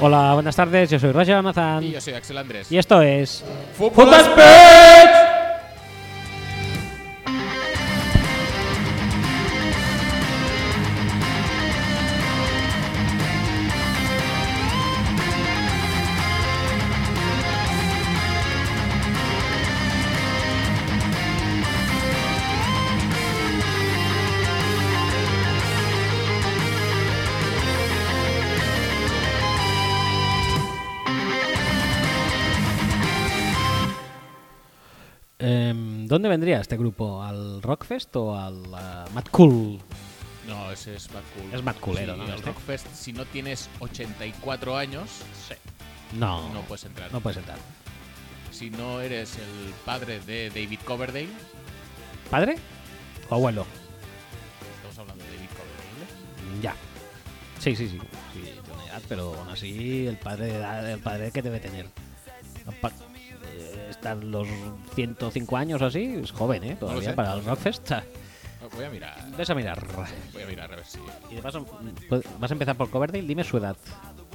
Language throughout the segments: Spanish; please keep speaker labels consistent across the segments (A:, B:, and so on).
A: Hola, buenas tardes, yo soy Roger Almazán.
B: Y yo soy Axel Andrés.
A: Y esto es.
B: ¡Fútbol
A: Em, ¿Dónde vendría este grupo? ¿Al Rockfest o al eh, Mad Cool?
B: No, ese es Mad Cool.
A: Es Mad Coolero, ¿no?
B: El
A: Este.
B: Rockfest, si no tienes 84 años,
A: No,
B: no puedes entrar.
A: no puedes entrar.
B: Si no eres el padre de David Coverdale,
A: ¿Padre o abuelo?
B: estamos hablando de David Coverdale. ¿eh?
A: Ya. Sí, sí, sí. Sí, tiene edad, pero aún así el padre de edad- el padre que debe tener. Pa- eh, Están los 105 años o así, es joven, ¿eh? Todavía
B: sé.
A: para el Rockfest. Ah,
B: Voy a mirar,
A: Ves a mirar.
B: voy a mirar a ver si.
A: Y de paso, pues, vas a empezar por Coverdale, dime su edad.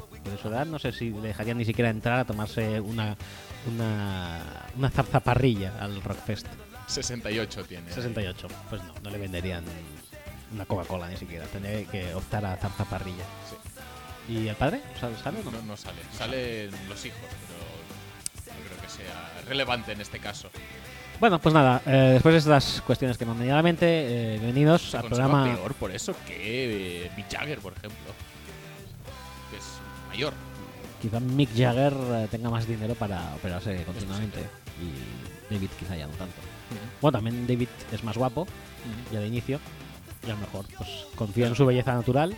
A: Porque de su edad no sé si le dejarían ni siquiera entrar a tomarse una una, una zarzaparrilla al Rockfest.
B: 68 tiene.
A: 68. Pues no, no le venderían una Coca-Cola ni siquiera. Tendría que optar a zarzaparrilla.
B: Sí.
A: ¿Y el padre? ¿Sale, sale o no?
B: No, no sale. Salen los hijos, pero no creo que sea relevante en este caso.
A: Bueno, pues nada, eh, después de estas cuestiones que me han venido a la mente, eh, bienvenidos
B: Se
A: al
B: conserva
A: programa.
B: peor por eso que eh, Mick Jagger, por ejemplo. Que es mayor.
A: Quizá Mick Jagger eh, tenga más dinero para operarse continuamente y David quizá ya no tanto. Bueno, también David es más guapo ya de inicio y a lo mejor pues confía en su belleza natural.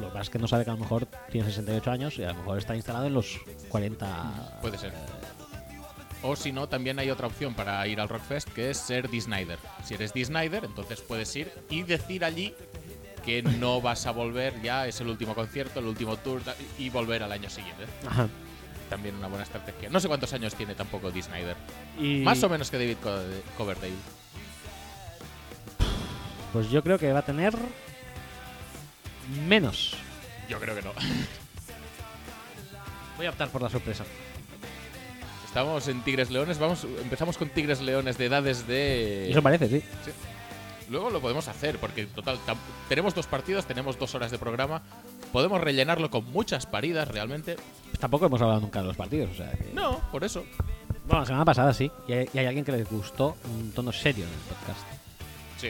A: Lo que pasa es que no sabe que a lo mejor tiene 68 años y a lo mejor está instalado en los 40.
B: Puede ser. O si no, también hay otra opción para ir al Rockfest, que es ser Dee Snider. Si eres Dee Snider, entonces puedes ir y decir allí que no vas a volver ya, es el último concierto, el último tour ta- y volver al año siguiente.
A: Ajá.
B: También una buena estrategia. No sé cuántos años tiene tampoco Dee Snider.
A: Y-
B: Más o menos que David Co- Coverdale.
A: Pues yo creo que va a tener menos.
B: Yo creo que no.
A: Voy a optar por la sorpresa.
B: Estamos en Tigres Leones, vamos, empezamos con Tigres Leones de edades de...
A: Eh, Eso parece, sí.
B: Luego lo podemos hacer, porque total, tam- tenemos dos partidos, tenemos dos horas de programa. Podemos rellenarlo con muchas paridas realmente.
A: Pues tampoco hemos hablado nunca de los partidos. O sea, que-
B: No, por eso.
A: Bueno, la semana pasada sí. Y hay, y hay alguien que les gustó un tono serio en el podcast.
B: Sí.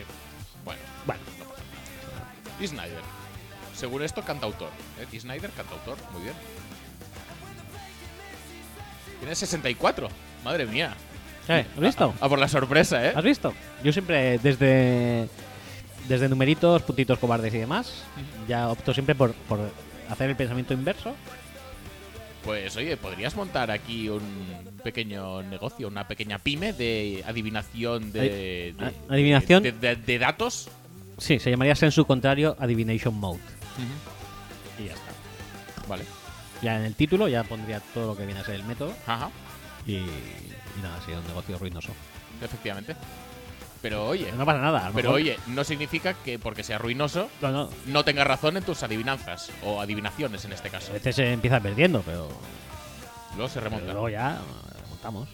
B: Bueno,
A: Bueno,
B: no pasa nada. Dee Snider. Según esto, cantautor. ¿Eh? Dee Snider, cantautor. Muy bien. Tiene 64. Madre mía.
A: eh, ¿has visto? Ah.
B: A por la sorpresa, ¿eh?
A: ¿Has visto? Yo siempre, desde, desde numeritos, puntitos cobardes y demás, ya opto siempre por, por hacer el pensamiento inverso.
B: Pues oye, podrías montar aquí un pequeño negocio, una pequeña pyme de adivinación de.
A: Ay,
B: de-
A: a- adivinación.
B: de- de- de datos.
A: Sí, se llamaría sensu contrario Adivination Mode. Y ya está.
B: Vale.
A: Ya en el título ya pondría todo lo que viene a ser el método.
B: Ajá,
A: Y, y nada, sería un negocio ruinoso.
B: efectivamente. Pero oye,
A: No pasa nada. a lo
B: pero
A: mejor-
B: oye, no significa que porque sea ruinoso
A: No, no,
B: no tengas razón en tus adivinanzas o adivinaciones en este
A: A
B: caso.
A: veces se empieza perdiendo, pero,
B: Luego se
A: Eh, pero
B: remonta.
A: luego ya montamos.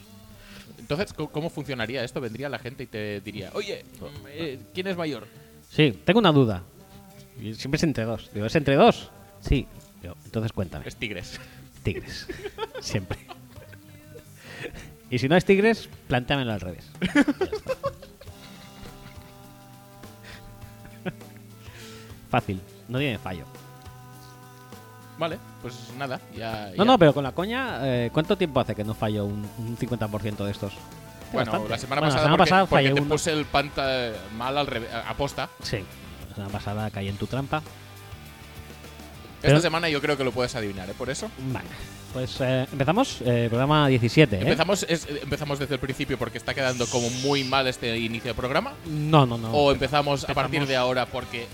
B: Entonces, ¿cómo- ¿cómo funcionaría esto? Vendría la gente y te diría, oye,
A: Oh.
B: mm, eh, ¿quién es mayor?
A: Sí, tengo una duda. Y Siempre es entre dos. Digo, ¿es entre dos? Sí. Digo, entonces cuéntame.
B: Es Tigres.
A: Tigres. Siempre. Y si no es tigres, plantéamelo al revés. Ya está. Fácil. No tiene fallo.
B: Vale, pues nada, ya.
A: No,
B: ya.
A: no, pero con la coña, eh, ¿cuánto tiempo hace que no fallo un, un 50% de estos?
B: Bueno,
A: Bastante.
B: la semana
A: Bueno, la
B: pasada,
A: semana
B: porque,
A: pasada
B: porque
A: fallé
B: te
A: uno.
B: puse el panta eh, mal al revés, a- aposta.
A: Sí. La semana pasada caí en tu trampa. Pero-
B: Esta semana yo creo que lo puedes adivinar, ¿eh? Por eso.
A: Vale. Pues eh, empezamos. eh, programa 17. ¿eh?
B: Empezamos, es- empezamos desde el principio porque está quedando como muy mal este inicio de programa.
A: No, no, no.
B: O em- empezamos, a
A: Empezamos-
B: partir de ahora porque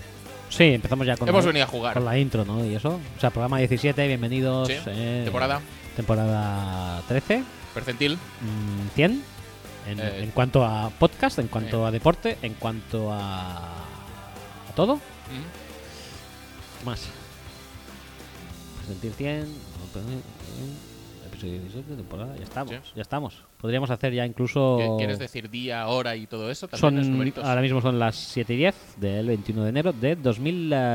A: Sí, empezamos ya con,
B: hemos
A: la,
B: venido a jugar.
A: con la intro, ¿no? Y eso. O sea, programa 17, bienvenidos.
B: Sí,
A: eh,
B: temporada.
A: Temporada 13,
B: Percentil.
A: mm, 100. En,
B: Eh,
A: en cuanto a podcast, en cuanto a deporte, en cuanto a. a todo.
B: Mm.
A: ¿Qué más? Sentir 100, eh, episodio 17, temporada, ya estamos,
B: Sí.
A: ya estamos. Podríamos hacer ya incluso...
B: ¿Qué- ¿Quieres decir día, hora y todo eso? También los
A: Son,
B: numeritos.
A: ahora mismo son las 7 y 10 del 21 de enero de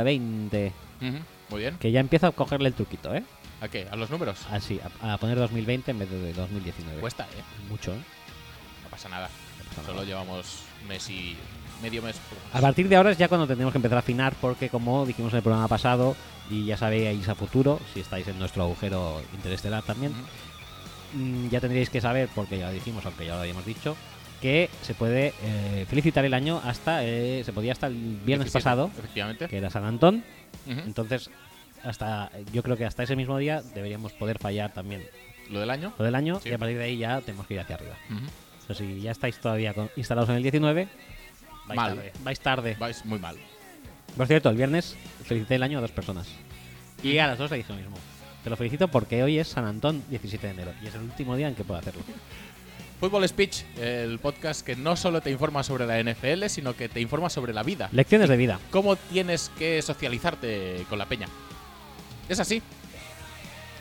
A: 2020.
B: Ujú, Muy bien.
A: Que ya empieza a cogerle el truquito, ¿eh?
B: ¿A qué? ¿A los números?
A: Así, Ah, a, a poner 2020 en vez de 2019.
B: Cuesta, ¿eh?
A: Pues Mucho, ¿eh?
B: No pasa nada.
A: pasa
B: Solo
A: nada.
B: llevamos mes y medio mes. poco más.
A: A partir de ahora es ya cuando tendremos que empezar a afinar, porque como dijimos en el programa pasado, y ya sabéis a futuro, si estáis en nuestro agujero interestelar también,
B: Ujú.
A: mm, ya tendréis que saber, porque ya lo dijimos, aunque ya lo habíamos dicho, que se puede eh, felicitar el año hasta, eh, se podía hasta el viernes
B: 17,
A: pasado,
B: Efectivamente.
A: que era San Antón,
B: Ujú.
A: entonces hasta yo creo que hasta ese mismo día deberíamos poder fallar también
B: Lo del año.
A: lo del año,
B: Sí.
A: y a partir de ahí ya tenemos que ir hacia arriba.
B: Ujú.
A: O sea, si ya estáis todavía con- instalados en el 19, vais
B: Mal.
A: tarde. Vais tarde.
B: Vais muy mal.
A: Por cierto, el viernes felicité el año a dos personas. Y a las dos le dije lo mismo. Te lo felicito porque hoy es San Antón, 17 de enero. Y es el último día en que puedo hacerlo.
B: Fútbol Speech, el podcast que no solo te informa sobre la NFL, sino que te informa sobre la vida.
A: Lecciones de vida.
B: ¿Cómo tienes que socializarte con la peña? Es así.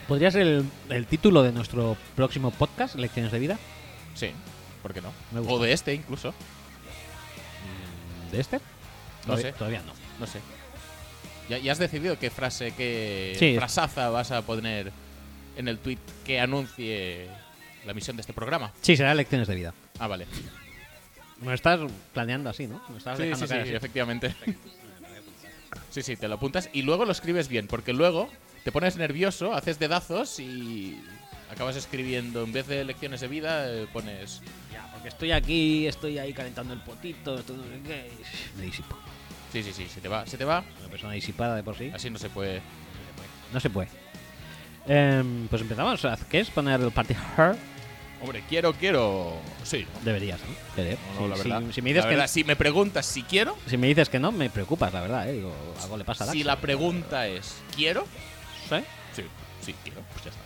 A: ¿Podría ser el, el título de nuestro próximo podcast, Lecciones de vida?
B: Sí. ¿Por qué no?
A: Me gusta.
B: O de este incluso.
A: Mm, ¿De este?
B: No
A: Todavía-
B: sé.
A: Todavía no.
B: No sé. ¿Ya, ya has decidido qué frase, qué
A: Sí.
B: frasaza vas a poner en el tweet que anuncie la misión de este programa?
A: Sí, será Lecciones de vida.
B: Ah, vale.
A: Me estás planeando así, ¿no? Me estás
B: Sí,
A: dejando
B: sí, sí,
A: caer así.
B: efectivamente. Sí, sí, te lo apuntas y luego lo escribes bien, porque luego te pones nervioso, haces dedazos y acabas escribiendo, en vez de lecciones de vida, eh, pones...
A: Ya, porque estoy aquí, estoy ahí calentando el potito, estoy no sé qué. Me disipo.
B: Sí, sí, sí, se te va, se te va,
A: Una persona disipada de por sí.
B: así no se puede...
A: No se puede. Em, pues empezamos. Haz- ¿Qué es poner el party her?
B: Hombre, quiero, quiero... Sí, ¿no?
A: Deberías, ¿no? Querer.
B: No, no, la
A: Si-
B: verdad.
A: si, si me dices
B: La
A: que
B: verdad, si me preguntas si quiero,
A: si me dices que no, me preocupas, la verdad, ¿eh? Digo, algo le pasa a
B: si
A: Dax. ¿Eh?
B: la pregunta es ¿quiero?
A: ¿Sí?
B: Sí, sí, quiero, pues ya está.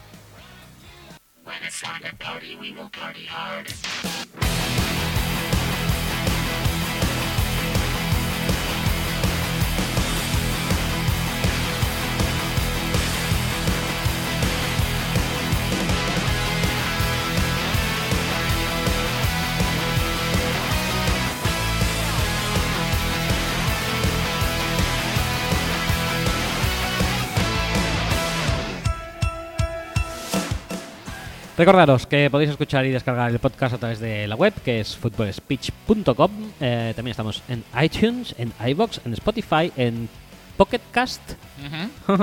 A: Recordaros que podéis escuchar y descargar el podcast a través de la web, que es footballspeech.com. Eh, también estamos en iTunes, en iBox, en Spotify, en Pocket Cast,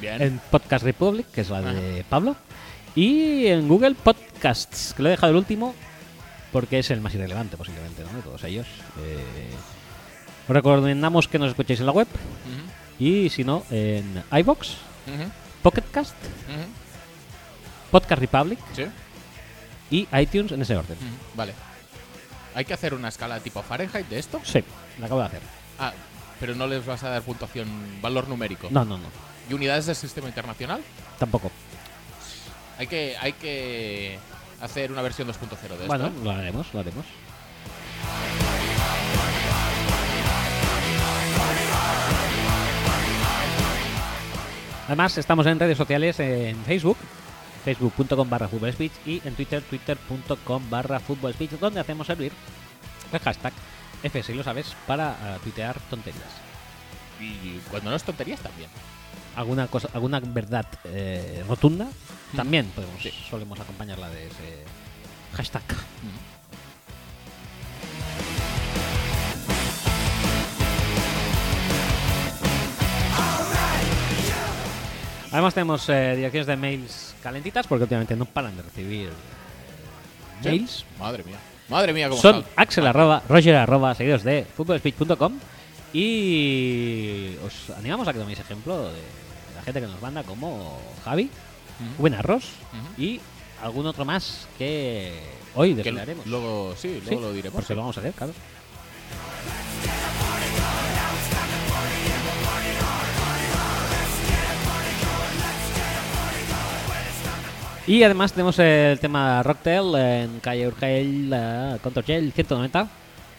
B: Bien.
A: en Podcast Republic, que es la de Pablo, y en Google Podcasts, que lo he dejado el último porque es el más irrelevante posiblemente, ¿no? De todos ellos. Eh, os recomendamos que nos escuchéis en la web
B: Ujú,
A: y si no, en iBox,
B: ujú,
A: Pocketcast,
B: ujú.
A: Podcast Republic
B: Sí,
A: y iTunes en ese orden.
B: ujú, vale. ¿Hay que hacer una escala tipo Fahrenheit de esto?
A: Sí, lo acabo de hacer.
B: Ah, pero no les vas a dar puntuación, valor numérico.
A: No, no, no,
B: ¿Y unidades del sistema internacional?
A: tampoco.
B: Hay que, hay que hacer una versión 2.0 de esto.
A: Bueno,
B: ¿eh?
A: lo haremos, lo haremos. Además, estamos en redes sociales en Facebook, facebook.com barra speech y en Twitter, twitter.com barra speech donde hacemos servir el hashtag F, si lo sabes, para eh, tuitear tonterías.
B: Y cuando no es tonterías también.
A: Alguna cosa, alguna verdad eh, rotunda, también podemos,
B: Sí.
A: solemos acompañarla de ese hashtag.
B: Ujú.
A: Además tenemos eh, direcciones de mails calentitas porque últimamente no paran de recibir eh,
B: Sí.
A: mails.
B: Madre mía. Madre mía, cómo
A: Son
B: está.
A: axel arroba, roger arroba, seguidos de footballspeech.com y os animamos a que toméis ejemplo de la gente que nos manda como Javi,
B: Ujú.
A: Buen Arroz
B: Ujú.
A: y algún otro más que hoy
B: Que
A: desvelaremos.
B: luego, sí,
A: Sí,
B: luego lo diremos.
A: Porque lo vamos a hacer, claro. Y además tenemos el tema Rocktail en calle Urgell eh, contra Urgell 190.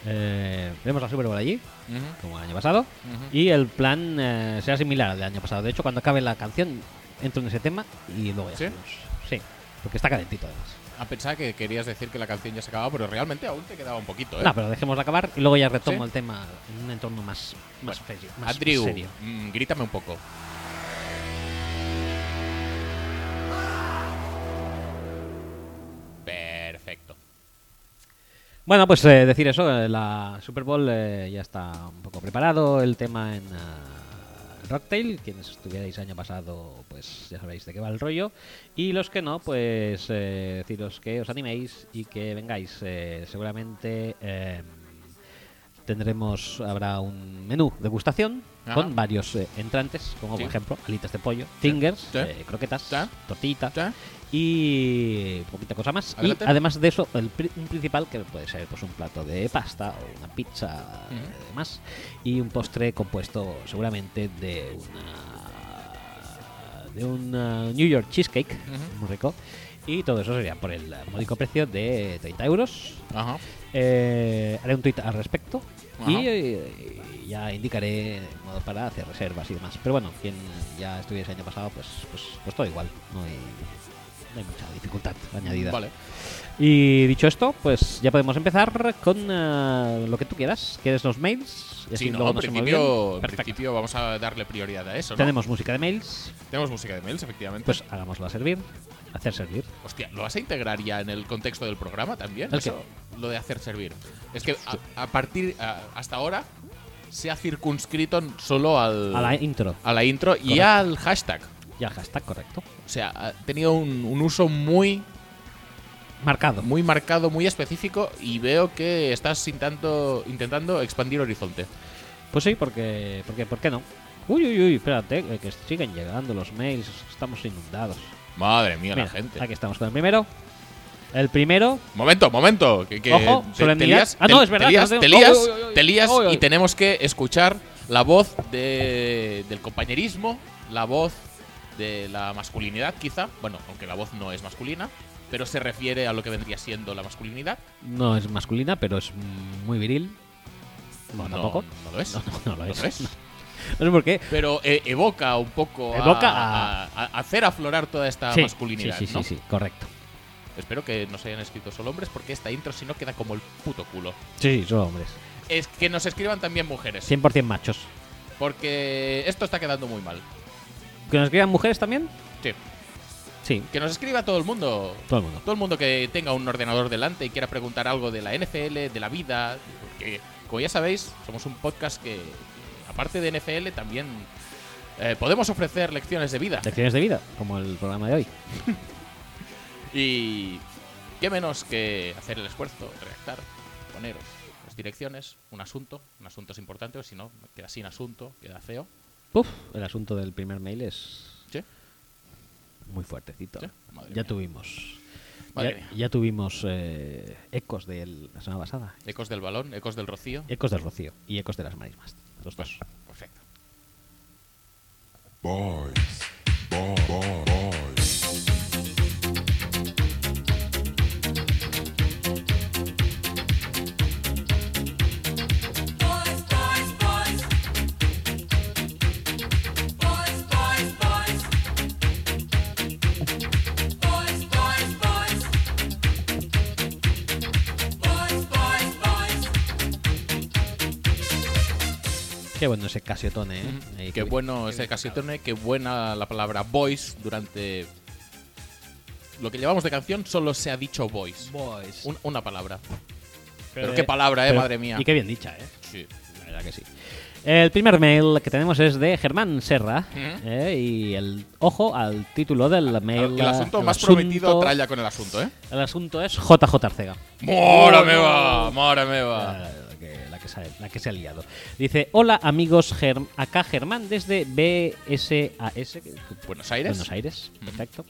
A: Eh, vemos la Super Bowl allí,
B: Ujú,
A: como el año pasado.
B: ujú.
A: Y el plan eh, será similar al del año pasado. De hecho, cuando acabe la canción, entro en ese tema y luego ya.
B: ¿Sí?
A: seguimos. Sí, porque está calentito además.
B: A pensar que querías decir que la canción ya se acababa, pero realmente aún te quedaba un poquito, ¿eh?
A: No, pero dejémosla acabar y luego ya retomo
B: ¿Sí?
A: el tema en un entorno más, más, serio, más
B: Andrew,
A: serio.
B: mm, grítame un poco. Perfecto.
A: Bueno, pues eh, decir eso, eh, la Super Bowl eh, ya está un poco preparado, el tema en ah, Rocktail, quienes estuvierais año pasado pues ya sabréis de qué va el rollo, y los que no, pues eh, deciros que os animéis y que vengáis, eh, seguramente eh, tendremos, habrá un menú degustación
B: Ajá.
A: con varios eh, entrantes, como
B: Sí.
A: por ejemplo alitas de pollo, fingers,
B: Sí.
A: eh, croquetas,
B: Sí.
A: tortillitas,
B: ¿Ya?
A: y poquita cosa más. Y
B: Adelante.
A: además de eso, el pri- un principal que puede ser pues un plato de pasta o una pizza
B: Ujú.
A: eh, demás y un postre compuesto seguramente de una de un eh, New York cheesecake
B: Ujú.
A: muy rico y todo eso sería por el módico precio de 30 euros.
B: Ajá.
A: Eh, haré un tweet al respecto
B: Ajá.
A: y eh, ya indicaré el modo para hacer reservas y demás. Pero bueno, quien ya estuviese el año pasado, pues, pues, pues todo igual. No hay, no hay mucha dificultad añadida.
B: Vale.
A: Y dicho esto, pues ya podemos empezar con eh, lo que tú quieras. ¿Quieres los mails? Y así
B: Sí, no,
A: luego
B: en
A: nos hemos olvidado.
B: principio, en
A: Perfecto.
B: principio vamos a darle prioridad a eso, ¿no?
A: Tenemos música de mails,
B: Tenemos música de mails, efectivamente.
A: pues hagámosla servir. Hacer servir.
B: Hostia, ¿lo vas a integrar ya en el contexto del programa también?
A: ¿El
B: Eso, lo de hacer servir. Es que a, a partir, a- hasta ahora, se ha circunscrito solo al,
A: A la intro.
B: a la intro y
A: Correcto.
B: al hashtag.
A: Ya hashtag, correcto.
B: O sea, ha tenido un, un uso muy,
A: Marcado.
B: muy marcado, muy específico y veo que estás intentando, intentando expandir horizonte.
A: Pues sí, porque, porque ¿por qué no? Uy, uy, uy, espérate, eh, que siguen llegando los mails, estamos inundados.
B: Madre mía,
A: Mira,
B: la gente.
A: Aquí estamos con el primero. El primero,
B: Momento, momento. Que, que
A: Ojo,
B: te- te,
A: solemnidad.
B: lías,
A: Ah,
B: te-
A: no, es verdad,
B: Te lías,
A: no
B: te
A: tengo-
B: lías,
A: Uy, uy, uy,
B: te lías
A: uy, uy.
B: y tenemos que escuchar la voz de, del compañerismo, la voz de la masculinidad, quizá. Bueno, aunque la voz no es masculina, pero se refiere a lo que vendría siendo la masculinidad.
A: no es masculina, pero es muy viril. No, tampoco.
B: No lo es.
A: No, no, no lo
B: no
A: es.
B: lo es.
A: No sé por qué.
B: Pero eh, evoca un poco a-
A: Evoca
B: a,
A: a-
B: a hacer aflorar toda esta
A: sí,
B: masculinidad.
A: sí, sí,
B: ¿no?
A: sí, sí, correcto.
B: Espero que no se hayan escrito solo hombres porque esta intro si no queda como el puto culo.
A: Sí, sí, solo hombres.
B: Es que nos escriban también mujeres.
A: 100% machos.
B: Porque esto está quedando muy mal.
A: ¿Que nos escriban mujeres también?
B: Sí.
A: Sí,
B: Que nos escriba todo el mundo.
A: todo el mundo.
B: Todo el mundo que tenga un ordenador delante y quiera preguntar algo de la NFL, de la vida. Porque, como ya sabéis, somos un podcast que, aparte de NFL, también eh, podemos ofrecer lecciones de vida.
A: Lecciones de vida, como el programa de hoy.
B: Y qué menos que hacer el esfuerzo, redactar, poneros las direcciones, un asunto, un asunto es importante, o si no, queda sin asunto, queda feo.
A: Puf, el asunto del primer mail es
B: ¿Sí?
A: muy fuertecito.
B: Sí, madre
A: ya
B: mía.
A: tuvimos.
B: Madre
A: Ya,
B: mía.
A: ya tuvimos eh, ecos de la semana pasada.
B: Ecos del balón, ecos del rocío.
A: Ecos del Rocío y ecos de las marismas. Los dos.
B: Perfecto.
C: Boys. Boy, boy, boys.
D: Boys, boys, boys. Boys, boys, boys. Boys, boys, boys. Boys, boys, boys.
A: Qué bueno ese casiotone, ¿eh? Ahí
B: Qué
A: que-
B: bueno ese casetone, qué buena la palabra boys durante lo que llevamos de canción, solo se ha dicho boys.
A: Boys.
B: Un- una palabra. Pero,
A: eh,
B: qué palabra, eh,
A: pero-
B: madre mía.
A: Y qué bien dicha, ¿eh?
B: Sí.
A: La verdad que sí. El primer mail que tenemos es de Germán Serra.
B: Ujú. Ah,
A: ¿eh? Y el ojo al título del mail.
B: El, asunto
A: el
B: más
A: asunto-
B: prometido tralla con el asunto, ¿eh?
A: El asunto es JJ Arcega.
B: ¡Mora me va! ¡Mora me va!
A: Ah, la que- la, que se, ha- la que se ha liado. Dice, hola amigos, Germ- acá Germán desde BSAS.
B: Buenos Aires.
A: Buenos Aires,
B: Ujú.
A: perfecto.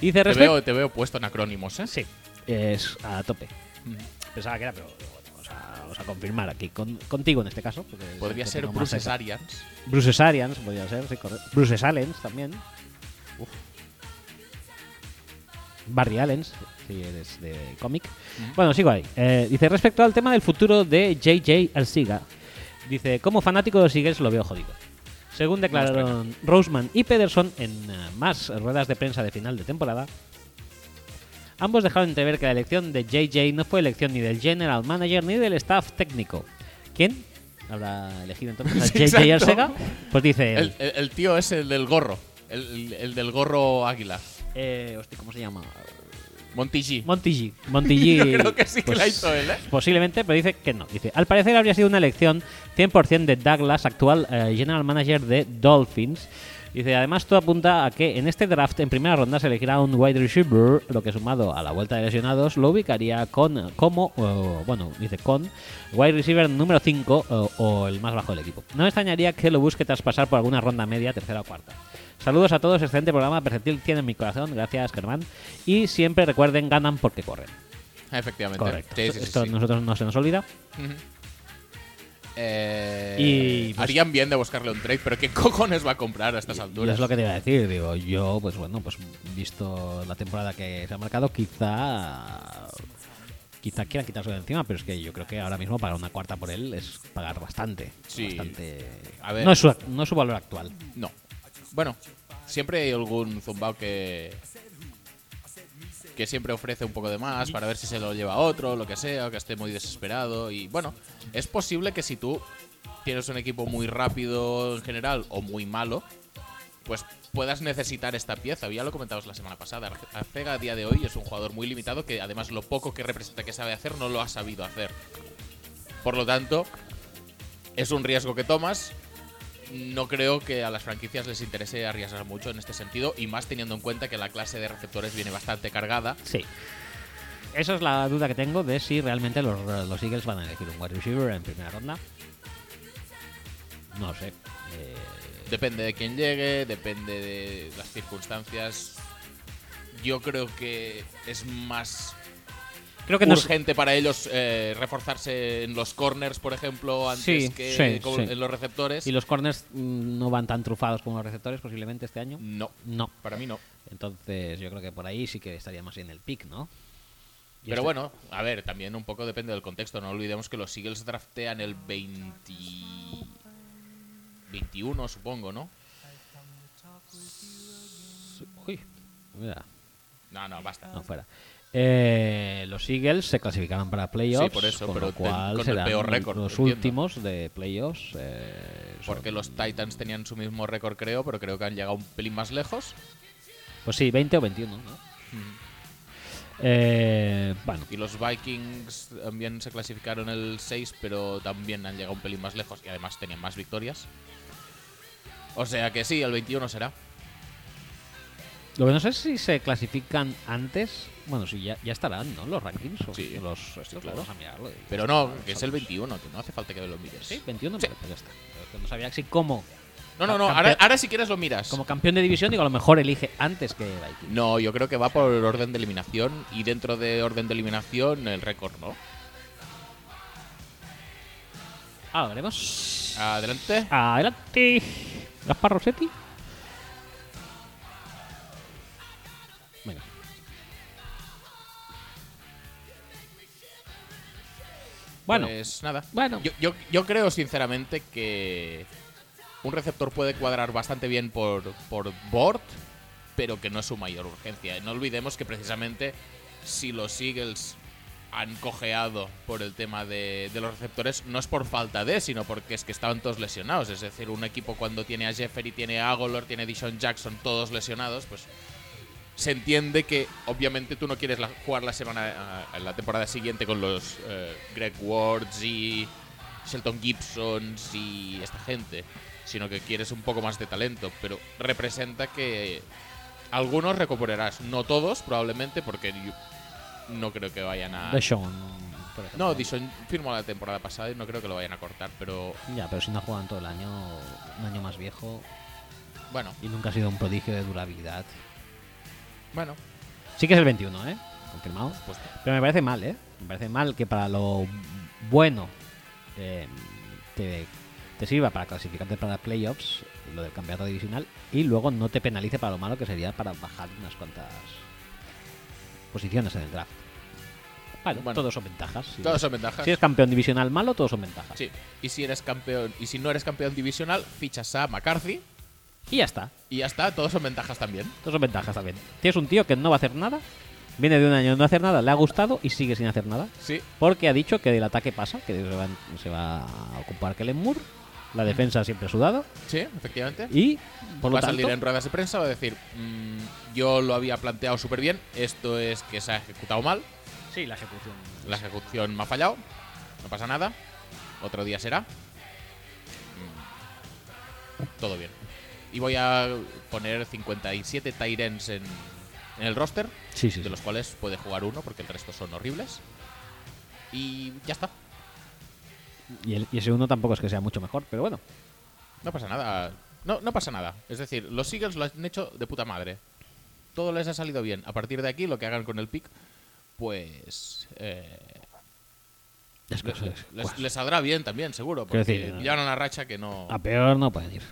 A: Dice,
B: Te
A: respecto...
B: veo, te veo puesto en acrónimos, ¿eh?
A: Sí, es a tope.
B: Mm.
A: Pensaba que era, pero bueno, vamos a, vamos a confirmar aquí con- contigo en este caso. porque es
B: Podría
A: el que
B: ser
A: tengo más
B: Bruce
A: cerca.
B: Arians.
A: Bruce Arians, podría ser, sí, correcto. Bruce Allens también. Uf. Barry Allens, si eres de cómic. Bueno, sigo ahí. Eh, dice, respecto al tema del futuro de JJ Arciga, dice, como fanático de los Eagles lo veo jodido. Según declararon Roseman y Pederson en eh, más ruedas de prensa de final de temporada, ambos dejaron entrever que la elección de JJ no fue elección ni del general manager ni del staff técnico. ¿Quién habrá elegido entonces a
B: Sí,
A: JJ
B: exacto.
A: Arcega? Pues dice,
B: El,
A: él,
B: el- el tío es el del gorro. El, el del gorro águila.
A: eh, hostia, ¿cómo se llama?
B: Monty G.
A: Monty G. Monty G,
B: Yo creo que sí que la hizo él, ¿eh?
A: Pues Posiblemente, pero dice que no. Dice, al parecer habría sido una elección 100% de Douglas, actual eh, general manager de Dolphins. Dice, además todo apunta a que en este draft en primera ronda se elegirá un wide receiver, lo que sumado a la vuelta de lesionados lo ubicaría con como, eh, bueno, dice con wide receiver número 5 o, o el más bajo del equipo. No me extrañaría que lo busque tras pasar por alguna ronda media, tercera o cuarta. Saludos a todos, excelente programa, Perceptil tiene en mi corazón, gracias Germán. Y siempre recuerden, ganan porque corren.
B: Ah, Efectivamente.
A: Correcto.
B: Sí, sí, sí,
A: Esto a
B: sí.
A: nosotros no se nos olvida.
B: Ujú. Eh,
A: Y, pues-
B: harían bien de buscarle un trade, pero ¿qué cojones va a comprar a estas
A: Y
B: alturas?
A: es lo que te iba a decir. Digo, yo, pues bueno, pues visto la temporada que se ha marcado, quizá. Quizá quieran quitárselo de encima, pero es que yo creo que ahora mismo pagar una cuarta por él es pagar bastante.
B: Sí.
A: Bastante.
B: A ver.
A: No, es su, no es su valor actual.
B: No. Bueno, siempre hay algún zumbao que. que siempre ofrece un poco de más para ver si se lo lleva otro, lo que sea, o que esté muy desesperado. Y bueno, es posible que si tú tienes un equipo muy rápido en general o muy malo, pues puedas necesitar esta pieza. Ya lo comentamos la semana pasada. Arce- Arcega a día de hoy es un jugador muy limitado que además lo poco que representa que sabe hacer no lo ha sabido hacer. Por lo tanto, es un riesgo que tomas. No creo que a las franquicias les interese arriesgar mucho en este sentido y más teniendo en cuenta que la clase de receptores viene bastante cargada.
A: Sí. Esa es la duda que tengo de si realmente los, los Eagles van a elegir un wide receiver en primera ronda. No sé. Eh,
B: Depende de quién llegue, depende de las circunstancias. Yo creo que es más
A: creo que no es-
B: urgente para ellos eh, reforzarse en los corners, por ejemplo, antes
A: Sí,
B: que
A: sí,
B: como
A: sí.
B: en los receptores.
A: Y los corners mm, no van tan trufados como los receptores posiblemente este año.
B: No,
A: No.
B: para mí no.
A: Entonces yo creo que por ahí sí que estaría más en el pick, ¿no? Y
B: Pero
A: este-
B: bueno, a ver, también un poco depende del contexto. No olvidemos que los Eagles draftean el 20... 21, supongo, ¿no?
A: Uy, mira,
B: No, no, basta.
A: no fuera. Eh, los Eagles se clasificaban para playoffs,
B: Sí, por eso,
A: con
B: pero
A: lo
B: ten-
A: cual
B: con el
A: serán
B: peor récord,
A: los
B: entiendo.
A: últimos de playoffs. eh, son-
B: Porque los Titans tenían su mismo récord, creo, pero creo que han llegado un pelín más lejos.
A: Pues sí, 20 o 21, ¿no?
B: Mm.
A: Eh, bueno,
B: Y los Vikings también se clasificaron el 6, pero también han llegado un pelín más lejos y además tenían más victorias. O sea que sí, el 21 será.
A: lo que no sé es si se clasifican antes. Bueno, sí, ya, ya estarán, ¿no? Los rankings. o
B: Sí,
A: los,
B: sí,
A: estos,
B: claro.
A: Vamos a mirarlo. y-
B: Pero no, que es el 21, que no hace falta que lo mires.
A: Sí, 21, pero pero ya está. Pero es que No sabía si como,
B: No, no, no,
A: Campeón.
B: ahora, ahora si quieres lo miras.
A: como campeón de división, digo, a lo mejor elige antes que Vikings.
B: No, yo creo que va por orden de eliminación y dentro de orden de eliminación el récord, ¿no?
A: Ah, veremos.
B: Adelante.
A: Ah, Adelante. Gaspar Rossetti. Venga. Bueno,
B: Pues nada.
A: Bueno.
B: Yo, yo- yo creo sinceramente que un receptor puede cuadrar bastante bien por, por board, pero que no es su mayor urgencia. No olvidemos que precisamente si los Eagles han cojeado por el tema de, de los receptores, no es por falta de, sino porque es que estaban todos lesionados. Es decir, un equipo cuando tiene a Jeffery, tiene a Agolor, tiene a Dishon Jackson, todos lesionados, pues se entiende que obviamente tú no quieres la- jugar la semana eh, la temporada siguiente con los eh, Greg Wards y Shelton Gibson y esta gente, sino que quieres un poco más de talento, pero representa que algunos recuperarás, no todos probablemente porque yo no creo que vayan a
A: de Sean. por ejemplo.
B: No, Dishon firmó la temporada pasada y no creo que lo vayan a cortar, pero
A: Ya, pero si no juegan todo el año, un año más viejo
B: bueno,
A: y nunca ha sido un prodigio de durabilidad.
B: bueno,
A: Sí que es el 21, ¿eh? Confirmado.
B: pues
A: Pero me parece mal, ¿eh? Me parece mal que para lo bueno eh, te, te sirva para clasificarte para playoffs, lo del campeonato divisional, y luego no te penalice para lo malo que sería para bajar unas cuantas posiciones en el draft. Bueno,
B: Bueno.
A: todos son ventajas. Si
B: Todos
A: eres-
B: son ventajas.
A: Si eres campeón divisional malo, todos son ventajas.
B: Sí. Y si eres campeón, y si no eres campeón divisional, fichas a McCarthy
A: Y ya está.
B: y ya está, todos son ventajas también.
A: Todos son ventajas también. Tienes un tío que no va a hacer nada, viene de un año de no hacer nada, le ha gustado y sigue sin hacer nada.
B: Sí,
A: Porque ha dicho que del ataque pasa, que se va, se va a ocupar Kellen Moore. La defensa siempre sudado.
B: sí, efectivamente.
A: Y, por lo
B: va a
A: tanto,
B: salir en ruedas de prensa, va a decir, "Mm, yo lo había planteado súper bien, esto es que se ha ejecutado mal,
A: sí, la ejecución.
B: la ejecución me ha fallado, no pasa nada, otro día será. Mm, Todo bien. Y voy a poner 57 Tyrens en, en el roster,
A: Sí, sí.
B: de
A: sí.
B: los cuales puede jugar uno porque el resto son horribles. Y ya está,
A: Y, el, y ese uno tampoco es que sea mucho mejor, pero bueno.
B: No pasa nada. No, no pasa nada. Es decir, los Eagles lo han hecho de puta madre. Todo les ha salido bien. A partir de aquí, lo que hagan con el pick, pues. eh,
A: es
B: le-
A: cosa- es-
B: les,
A: pues,
B: les saldrá bien también, seguro. Porque
A: Quiero decir, Ah.
B: pillaron una racha que no.
A: a peor no pueden ir.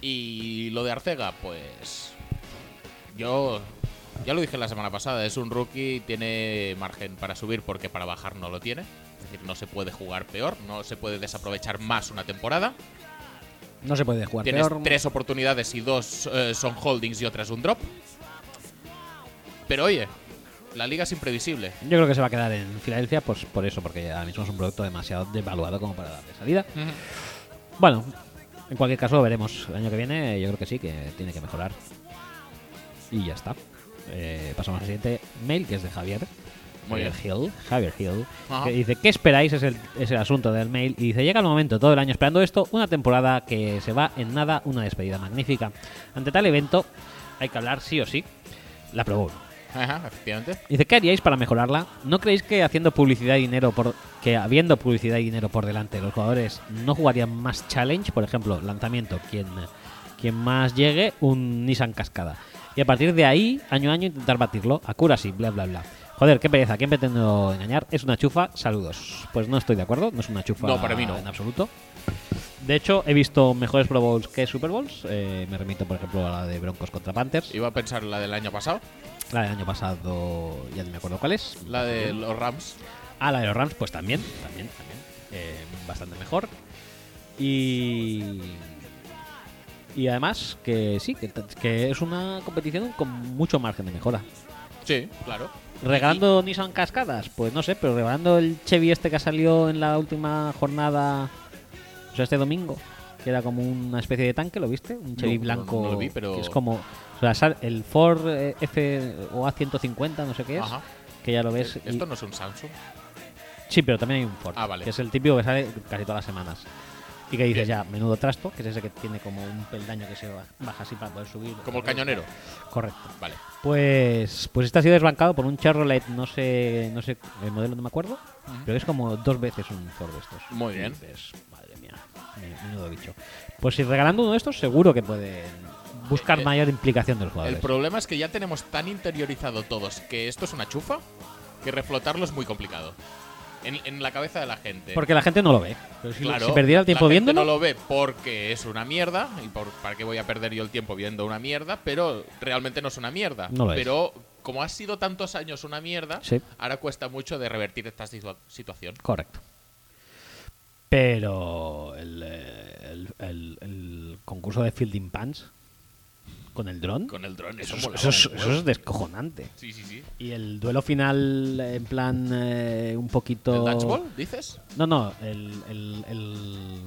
B: Y lo de Arcega, pues. Yo. Ya lo dije la semana pasada, es un rookie, tiene margen para subir porque para bajar no lo tiene. Es decir, no se puede jugar peor, no se puede desaprovechar más una temporada.
A: No se puede jugar
B: Tienes
A: peor.
B: tres oportunidades y dos eh, son holdings y otras un drop. Pero oye, la liga es imprevisible.
A: Yo creo que se va a quedar en Filadelfia pues por eso, porque ahora mismo es un producto demasiado devaluado como para darle salida. Bueno, en cualquier caso lo veremos. El año que viene yo creo que sí, que tiene que mejorar. Y ya está. Eh, pasamos al siguiente mail, que es de Javier.
B: Muy
A: Javier Hill. Javier Hill.
B: Ajá.
A: Que dice, ¿qué esperáis? Es el, es el asunto del mail. Y dice, llega el momento, todo el año esperando esto, una temporada que se va en nada, una despedida magnífica. Ante tal evento hay que hablar sí o sí. La Pro Bowl.
B: Ajá, efectivamente.
A: Dice, ¿qué haríais para mejorarla? ¿No creéis que haciendo publicidad y dinero por que habiendo publicidad y dinero por delante, los jugadores no jugarían más challenge? Por ejemplo, lanzamiento, quien, quien más llegue, un Nissan cascada. Y a partir de ahí, año a año, intentar batirlo, a cura sí, bla bla bla. Joder, qué pereza, ¿quién pretendo engañar? Es una chufa, saludos. Pues no estoy de acuerdo, no es una chufa
B: No, para mí no.
A: en absoluto. De hecho, he visto mejores Pro Bowls que Super Bowls. Eh, me remito, por ejemplo, a la de Broncos contra Panthers.
B: Iba a pensar la del año pasado,
A: La del año pasado, ya no me acuerdo cuál es.
B: la de los Rams.
A: Ah, la de los Rams, pues también, también, también. eh, bastante mejor. Y. Y además, que sí, que, t- que es una competición con mucho margen de mejora.
B: Sí, claro.
A: ¿Regalando Nissan cascadas? Pues no sé, pero regalando el Chevy este que salió en la última jornada, o sea, este domingo, que era como una especie de tanque, ¿lo viste? Un Chevy
B: no, no,
A: blanco.
B: no lo vi, pero-
A: que es como. o sea, sal- el Ford eh, F o A150, no sé qué es,
B: Ajá. Eh,
A: que ya lo ves. y-
B: Esto no es un Samsung.
A: Sí, pero también hay un Ford.
B: Ah, vale.
A: Que es el típico que sale casi todas las semanas. Y que dices ya, menudo trasto, que es ese que tiene como un peldaño que se ba- baja así para poder subir.
B: Como el cañonero.
A: Correcto.
B: Vale.
A: Pues, pues este ha sido desbancado por un Chevrolet, no sé, no sé, el modelo no me acuerdo, pero es como dos veces un Ford de estos.
B: Muy
A: Y
B: bien.
A: dices, madre mía, me- menudo bicho. Pues si regalando uno de estos, seguro que pueden buscar
B: Eh, eh,
A: mayor implicación del jugador.
B: El problema es que ya tenemos tan interiorizado todos que esto es una chufa que reflotarlo es muy complicado. En, en la cabeza de la gente.
A: Porque la gente no lo ve. Pero si,
B: Claro,
A: si perdiera el tiempo
B: la gente
A: viéndolo,
B: no lo ve porque es una mierda. ¿Y por, para qué voy a perder yo el tiempo viendo una mierda? Pero realmente no es una mierda.
A: No lo es.
B: pero como ha sido tantos años una mierda,
A: Sí.
B: ahora cuesta mucho de revertir esta situa- situación.
A: Correcto. Pero el, eh, el- el- el concurso de Fielding Pants con el dron,
B: Con el dron,
A: eso,
B: eso,
A: es-
B: molaba
A: eso es-
B: un
A: eso
B: huevo.
A: es descojonante.
B: Sí, sí, sí.
A: Y el duelo final, eh, en plan, eh, un
B: ¿El
A: poquito.
B: Dutch Ball, dices?
A: No, no, el. El, el,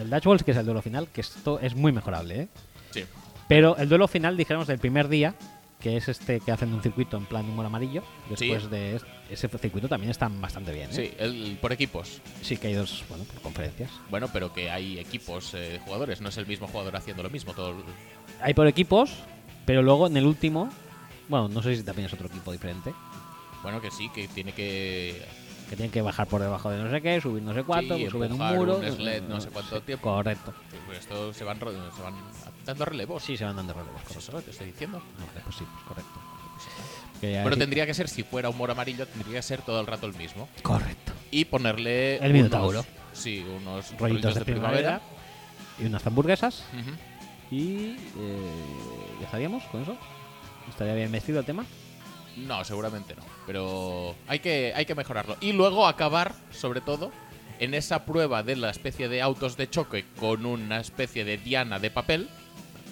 A: el Dutch Ball, que es el duelo final, que esto es muy mejorable, ¿eh?
B: Sí.
A: Pero el duelo final, dijéramos, del primer día, que es este que hacen un circuito en plan humor amarillo, después de es- ese circuito también están bastante bien, ¿eh?
B: Sí, el, por equipos.
A: Sí, que hay dos bueno, por conferencias.
B: Bueno, pero que hay equipos eh, de jugadores. No es el mismo jugador haciendo lo mismo. Todo el-
A: Hay por equipos, pero luego en el último, bueno, no sé si también es otro equipo diferente,
B: Bueno, que sí, que tiene que.
A: que tienen que bajar por debajo de no sé qué, subir no sé cuánto,
B: Sí,
A: suben un
B: empujar
A: muro. eh,
B: un sled no sé cuánto
A: sí,
B: tiempo.
A: Correcto.
B: Pues esto se van, ro- se van dando relevos.
A: Sí, se van dando relevos,
B: Pues
A: correcto.
B: eso te estoy diciendo.
A: Ah, vale, pues sí, pues correcto. Que ya
B: Pero
A: sí-
B: tendría que ser, si fuera humor amarillo, tendría que ser todo el rato el mismo.
A: Correcto.
B: Y ponerle.
A: El Minotauro.
B: unos- Sí, unos rollitos,
A: Rollitos
B: de,
A: de
B: primavera.
A: primavera. Y unas hamburguesas.
B: Ujú.
A: Y eh, ya estaríamos con eso. Estaría bien vestido el tema.
B: No, seguramente no. Pero hay que, hay que mejorarlo. Y luego acabar, sobre todo, en esa prueba de la especie de autos de choque con una especie de diana de papel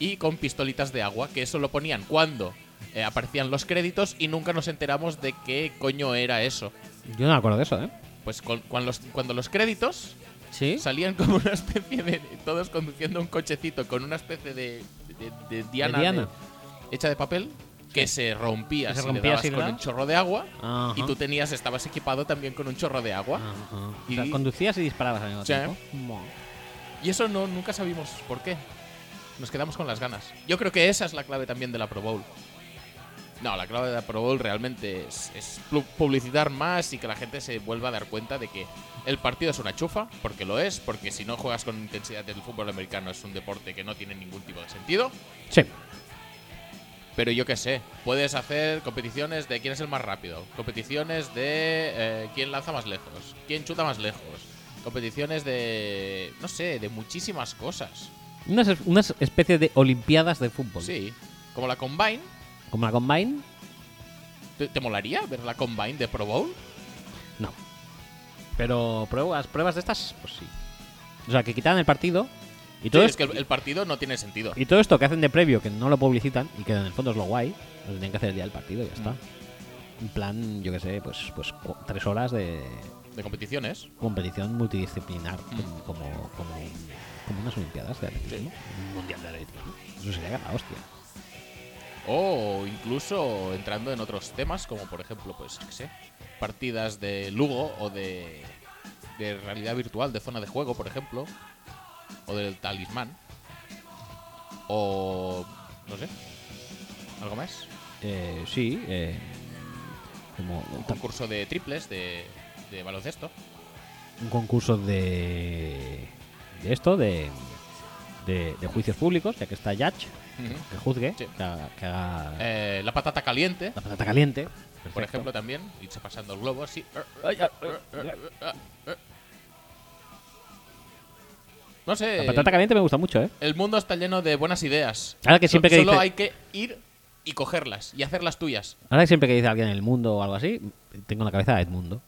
B: y con pistolitas de agua, que eso lo ponían cuando eh, aparecían los créditos y nunca nos enteramos de qué coño era eso.
A: Yo no me acuerdo de eso, ¿eh?
B: Pues con- cuando, los, cuando los créditos
A: Sí.
B: salían como una especie de. Todos conduciendo un cochecito con una especie de. de, de diana.
A: De diana.
B: de- hecha de papel. Que se rompía,
A: Que se
B: si le
A: rompía
B: dabas
A: si le
B: con
A: dabas.
B: un chorro de agua.
A: Ajá. Ah.
B: Y tú tenías, estabas equipado también con un chorro de agua.
A: Ajá. O
B: Y-
A: sea, conducías y disparabas al mismo
B: Sí.
A: tiempo. Mo.
B: Y eso no, nunca sabimos por qué. Nos quedamos con las ganas. Yo creo que esa es la clave también de la Pro Bowl. No, la clave de la Pro Bowl realmente es, es pu- publicitar más y que la gente se vuelva a dar cuenta de que el partido es una chufa, porque lo es, porque si no juegas con intensidad del fútbol americano es un deporte que no tiene ningún tipo de sentido.
A: Sí.
B: Pero yo qué sé, puedes hacer competiciones de quién es el más rápido, competiciones de eh, quién lanza más lejos, quién chuta más lejos, competiciones de, no sé, de muchísimas cosas.
A: Unas, unas especies de olimpiadas de fútbol.
B: Sí, como la Combine.
A: Como la Combine.
B: ¿Te, te molaría ver la Combine de Pro Bowl?
A: No. Pero pruebas, pruebas de estas, pues sí. O sea, que quitaran el partido y todo,
B: Sí,
A: es-
B: es que el, el partido no tiene sentido.
A: y todo esto que hacen de previo, que no lo publicitan y que en el fondo es lo guay, lo tenían que hacer el día del partido y ya está. Un plan, yo qué sé, pues, pues cu- tres horas de
B: De competiciones.
A: competición multidisciplinar com- como, como, como unas olimpiadas de atletismo. Un mundial de atletismo. Eso sería la hostia.
B: O incluso entrando en otros temas, como por ejemplo, pues, yo qué sé, partidas de Lugo o de, de realidad virtual, de zona de juego, por ejemplo. O del talismán. O. no sé. ¿Algo más?
A: Eh, sí, eh, como
B: Un
A: tam-
B: concurso de triples, de, de baloncesto.
A: un concurso de, de esto, de, de, de juicios públicos, ya que está Yach, que juzgue,
B: Sí.
A: que haga, que haga
B: Eh, la patata caliente.
A: la patata caliente.
B: Por
A: Perfecto.
B: ejemplo, también irse pasando el globo así. eh,
A: Ay, ay, ay, ay.
B: No sé.
A: la patata caliente me gusta mucho, ¿eh?
B: El mundo está lleno de buenas ideas.
A: Ahora que siempre que
B: Solo
A: dice-
B: hay que ir y cogerlas y hacerlas tuyas.
A: Ahora que siempre que dice alguien el mundo o algo así, tengo en la cabeza a Edmundo.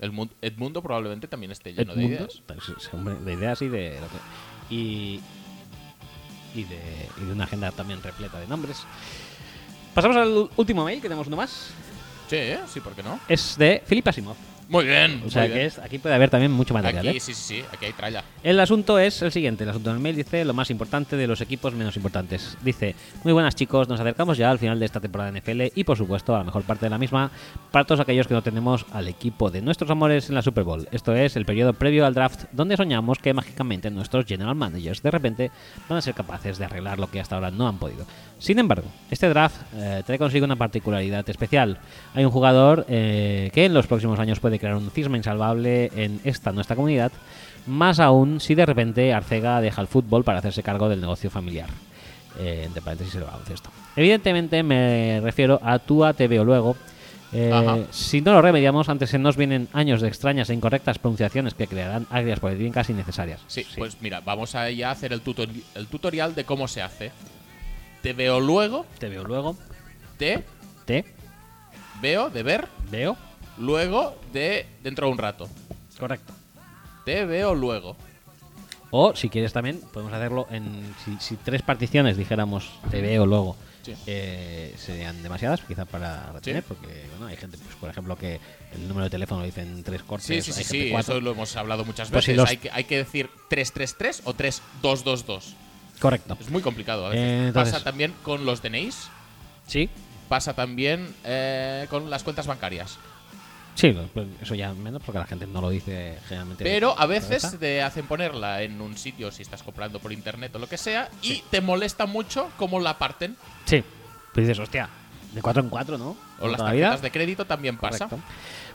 B: El mundo, Edmundo probablemente también esté lleno de
A: Edmundo,
B: ideas.
A: pues, sí, hombre, de ideas y de... lo que- y, y de, y de una agenda también repleta de nombres. Pasamos al último mail, que tenemos uno más.
B: Sí, ¿eh? sí, ¿por qué no?
A: Es de Philip Asimov.
B: Muy bien.
A: O sea
B: muy
A: que
B: bien.
A: es, aquí puede haber también mucho material.
B: Aquí
A: ¿eh?
B: sí, sí, sí, aquí hay tralla.
A: El asunto es el siguiente. El asunto del mail dice lo más importante de los equipos menos importantes. Dice, muy buenas chicos, nos acercamos ya al final de esta temporada de NFL y por supuesto a la mejor parte de la misma para todos aquellos que no tenemos al equipo de nuestros amores en la Super Bowl. Esto es el periodo previo al draft donde soñamos que mágicamente nuestros general managers de repente van a ser capaces de arreglar lo que hasta ahora no han podido. Sin embargo, este draft eh, trae consigo una particularidad especial. Hay un jugador eh, que en los próximos años puede crear un cisma insalvable en esta nuestra comunidad más aún si de repente Arcega deja el fútbol para hacerse cargo del negocio familiar. Eh, entre paréntesis el baloncesto. Evidentemente me refiero a Tua Te veo luego. Eh,
B: Ajá.
A: si no lo remediamos, antes se nos vienen años de extrañas e incorrectas pronunciaciones que crearán agrias polémicas innecesarias.
B: Sí, pues mira, vamos a ya hacer el, tutori- el tutorial de cómo se hace. Te veo luego,
A: Te veo luego.
B: te
A: Te
B: veo de ver,
A: veo.
B: luego de dentro de un rato.
A: Correcto.
B: Te veo luego.
A: O si quieres también, podemos hacerlo en. Si, si tres particiones dijéramos te veo luego,
B: Sí.
A: eh, serían demasiadas, quizá para retener,
B: Sí.
A: porque bueno, hay gente, pues, por ejemplo, que el número de teléfono lo dicen tres cortes,
B: Sí, sí,
A: hay
B: sí,
A: gente
B: sí,
A: cuatro.
B: eso lo hemos hablado muchas
A: Pues si
B: veces.
A: los-
B: hay, que, hay que decir 333 o 3222.
A: Correcto.
B: Es muy complicado. a veces.
A: Eh, entonces-
B: Pasa también con los DNIs,
A: Sí,
B: pasa también eh, con las cuentas bancarias.
A: sí, lo- pues, eso ya menos porque la gente no lo dice generalmente.
B: Pero a
A: por cabeza.
B: veces te hacen ponerla en un sitio si estás comprando por internet o lo que sea y te molesta mucho cómo la parten.
A: Sí, pues dices, hostia, de cuatro en cuatro, ¿no?
B: O las
A: Toda la vida.
B: tarjetas de crédito también pasa.
A: Correcto.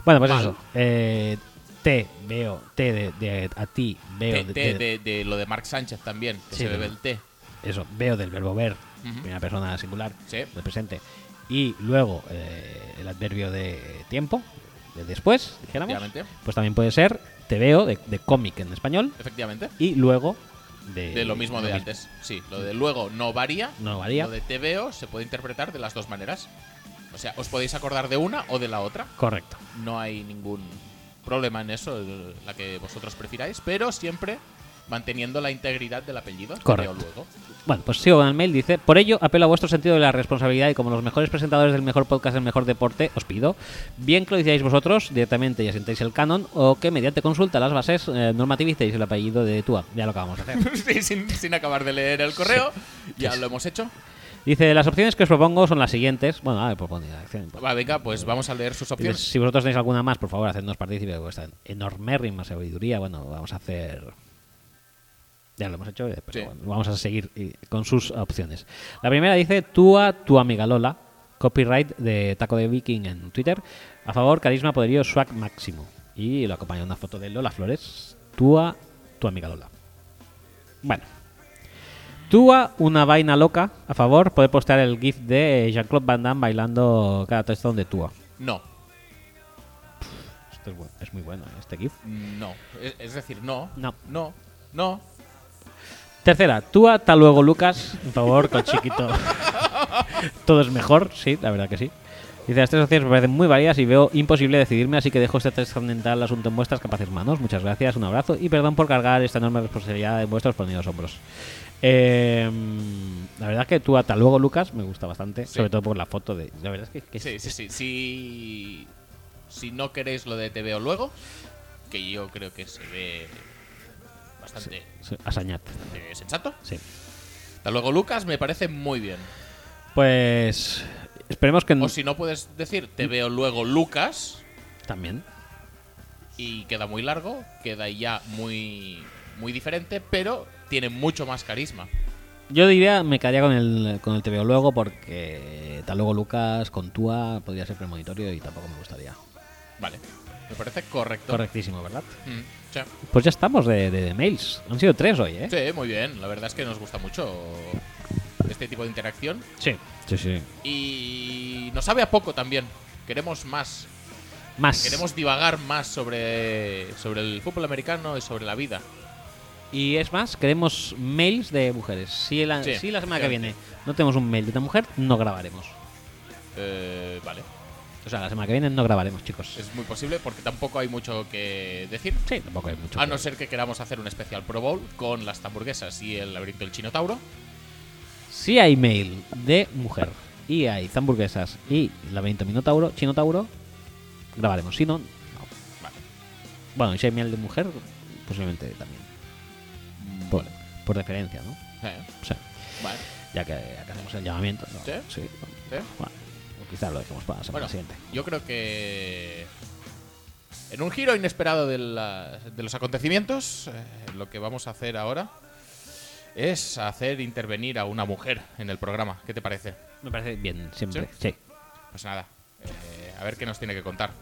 A: Bueno, pues
B: Mal.
A: eso. Eh, te veo, te de, de- a ti, veo.
B: Té-
A: de-
B: té
A: de-
B: de, de lo de Mark Sánchez también, que
A: Eh, Sí,
B: se bebe
A: pero-
B: el té.
A: Eso, veo del verbo ver,
B: Ujú.
A: primera persona singular,
B: Sí.
A: del presente. Y luego eh, el adverbio de tiempo, de después, dijéramos.
B: Efectivamente.
A: Pues también puede ser te veo de, de cómic en español
B: Efectivamente.
A: y luego de.
B: De lo mismo de antes. Sí, lo de luego no varía.
A: No varía.
B: Lo de te veo se puede interpretar de las dos maneras. O sea, os podéis acordar de una o de la otra.
A: Correcto.
B: No hay ningún problema en eso, el- la que vosotros prefiráis, pero siempre manteniendo la integridad del apellido.
A: Correcto.
B: Leo luego.
A: Bueno, pues sigo con el mail. Dice, por ello apelo a vuestro sentido de la responsabilidad y como los mejores presentadores del mejor podcast del mejor deporte, os pido, bien que lo decidáis vosotros directamente y asentéis el canon o que mediante consulta a las bases eh, normativicéis el apellido de Tua. Ya lo acabamos de hacer.
B: Sí, sin, sin acabar de leer el correo, ya lo hemos hecho.
A: Dice, las opciones que os propongo son las siguientes. Bueno, a ver, propone la acción.
B: Va, venga, pues vamos a leer sus
A: Dices,
B: opciones.
A: si vosotros tenéis alguna más, por favor, hacednos partícipe de vuestra enormérrima sabiduría. Bueno, vamos a hacer. Ya lo hemos hecho, eh, pero
B: Sí.
A: bueno, vamos a seguir eh, con sus opciones. La primera dice: Tua, tu amiga Lola. Copyright de Taco de Viking en Twitter. A favor, carisma, poderío, swag máximo. Y lo acompaña una foto de Lola Flores. Tua, tu amiga Lola. Bueno. Tua, una vaina loca. A favor, poder postear el GIF de Jean-Claude Van Damme bailando cada touchdown de Tua.
B: No,
A: Esto es, bu- es muy bueno, ¿eh? este GIF.
B: no. Es, es decir, no.
A: No.
B: No. No.
A: Tercera, tú hasta luego, Lucas. Por favor, con chiquito. Todo es mejor, sí, la verdad que sí. Dice, las tres opciones me parecen muy variadas y veo imposible decidirme, así que dejo este trascendental asunto en vuestras capaces manos. Muchas gracias, un abrazo y perdón por cargar esta enorme responsabilidad en vuestros ponidos hombros. Eh, la verdad que tú hasta luego, Lucas, me gusta bastante,
B: Sí.
A: sobre todo por la foto de... La verdad es que... que
B: Sí, sí, sí. Si, si no queréis lo de te veo luego, que yo creo que se ve bastante
A: sí, Asañat,
B: eh, sensato.
A: sí.
B: Hasta luego, Lucas, me parece muy bien.
A: Pues... Esperemos que... no-
B: O si no puedes decir te veo luego, Lucas,
A: También.
B: y queda muy largo, queda ya muy, muy diferente, pero tiene mucho más carisma.
A: Yo diría, me quedaría con el, con el TVO luego porque tal luego Lucas con Tua podría ser premonitorio y tampoco me gustaría.
B: Vale, me parece correcto.
A: Correctísimo, ¿verdad?
B: Mm, sí.
A: Pues ya estamos de, de- de mails. Han sido tres hoy, ¿eh?
B: Sí, muy bien. La verdad es que nos gusta mucho este tipo de interacción.
A: Sí, sí.
B: Y nos sabe a poco también. Queremos más.
A: Más.
B: Queremos divagar más sobre, sobre el fútbol americano y sobre la vida.
A: Y es más, queremos mails de mujeres. Si la,
B: Sí,
A: si la semana que
B: efectivamente.
A: viene no tenemos un mail de una mujer, no grabaremos.
B: Eh, vale.
A: O sea, la semana que viene no grabaremos, chicos.
B: Es muy posible porque tampoco hay mucho que decir.
A: Sí, tampoco hay mucho.
B: A
A: que-
B: Ah, no ser que queramos hacer un especial Pro Bowl con las hamburguesas y el laberinto del chino Tauro.
A: Si hay mail de mujer y hay hamburguesas y la 20 minotauro, chinotauro, grabaremos. Si no, no.
B: Vale.
A: Bueno, y si hay miel de mujer, posiblemente también.
B: Mm,
A: Por,
B: vale.
A: por referencia, ¿no?
B: Eh,
A: O sea,
B: vale.
A: ya que, ya que hacemos el llamamiento. ¿no?
B: ¿Sí? Eh.
A: Bueno, o quizás lo dejemos para la semana
B: Bueno,
A: siguiente.
B: yo creo que en un giro inesperado de, la- de los acontecimientos, eh, lo que vamos a hacer ahora es hacer intervenir a una mujer en el programa. ¿Qué te parece?
A: Me parece bien, siempre. Sí.
B: Pues nada, eh, a ver qué nos tiene que contar.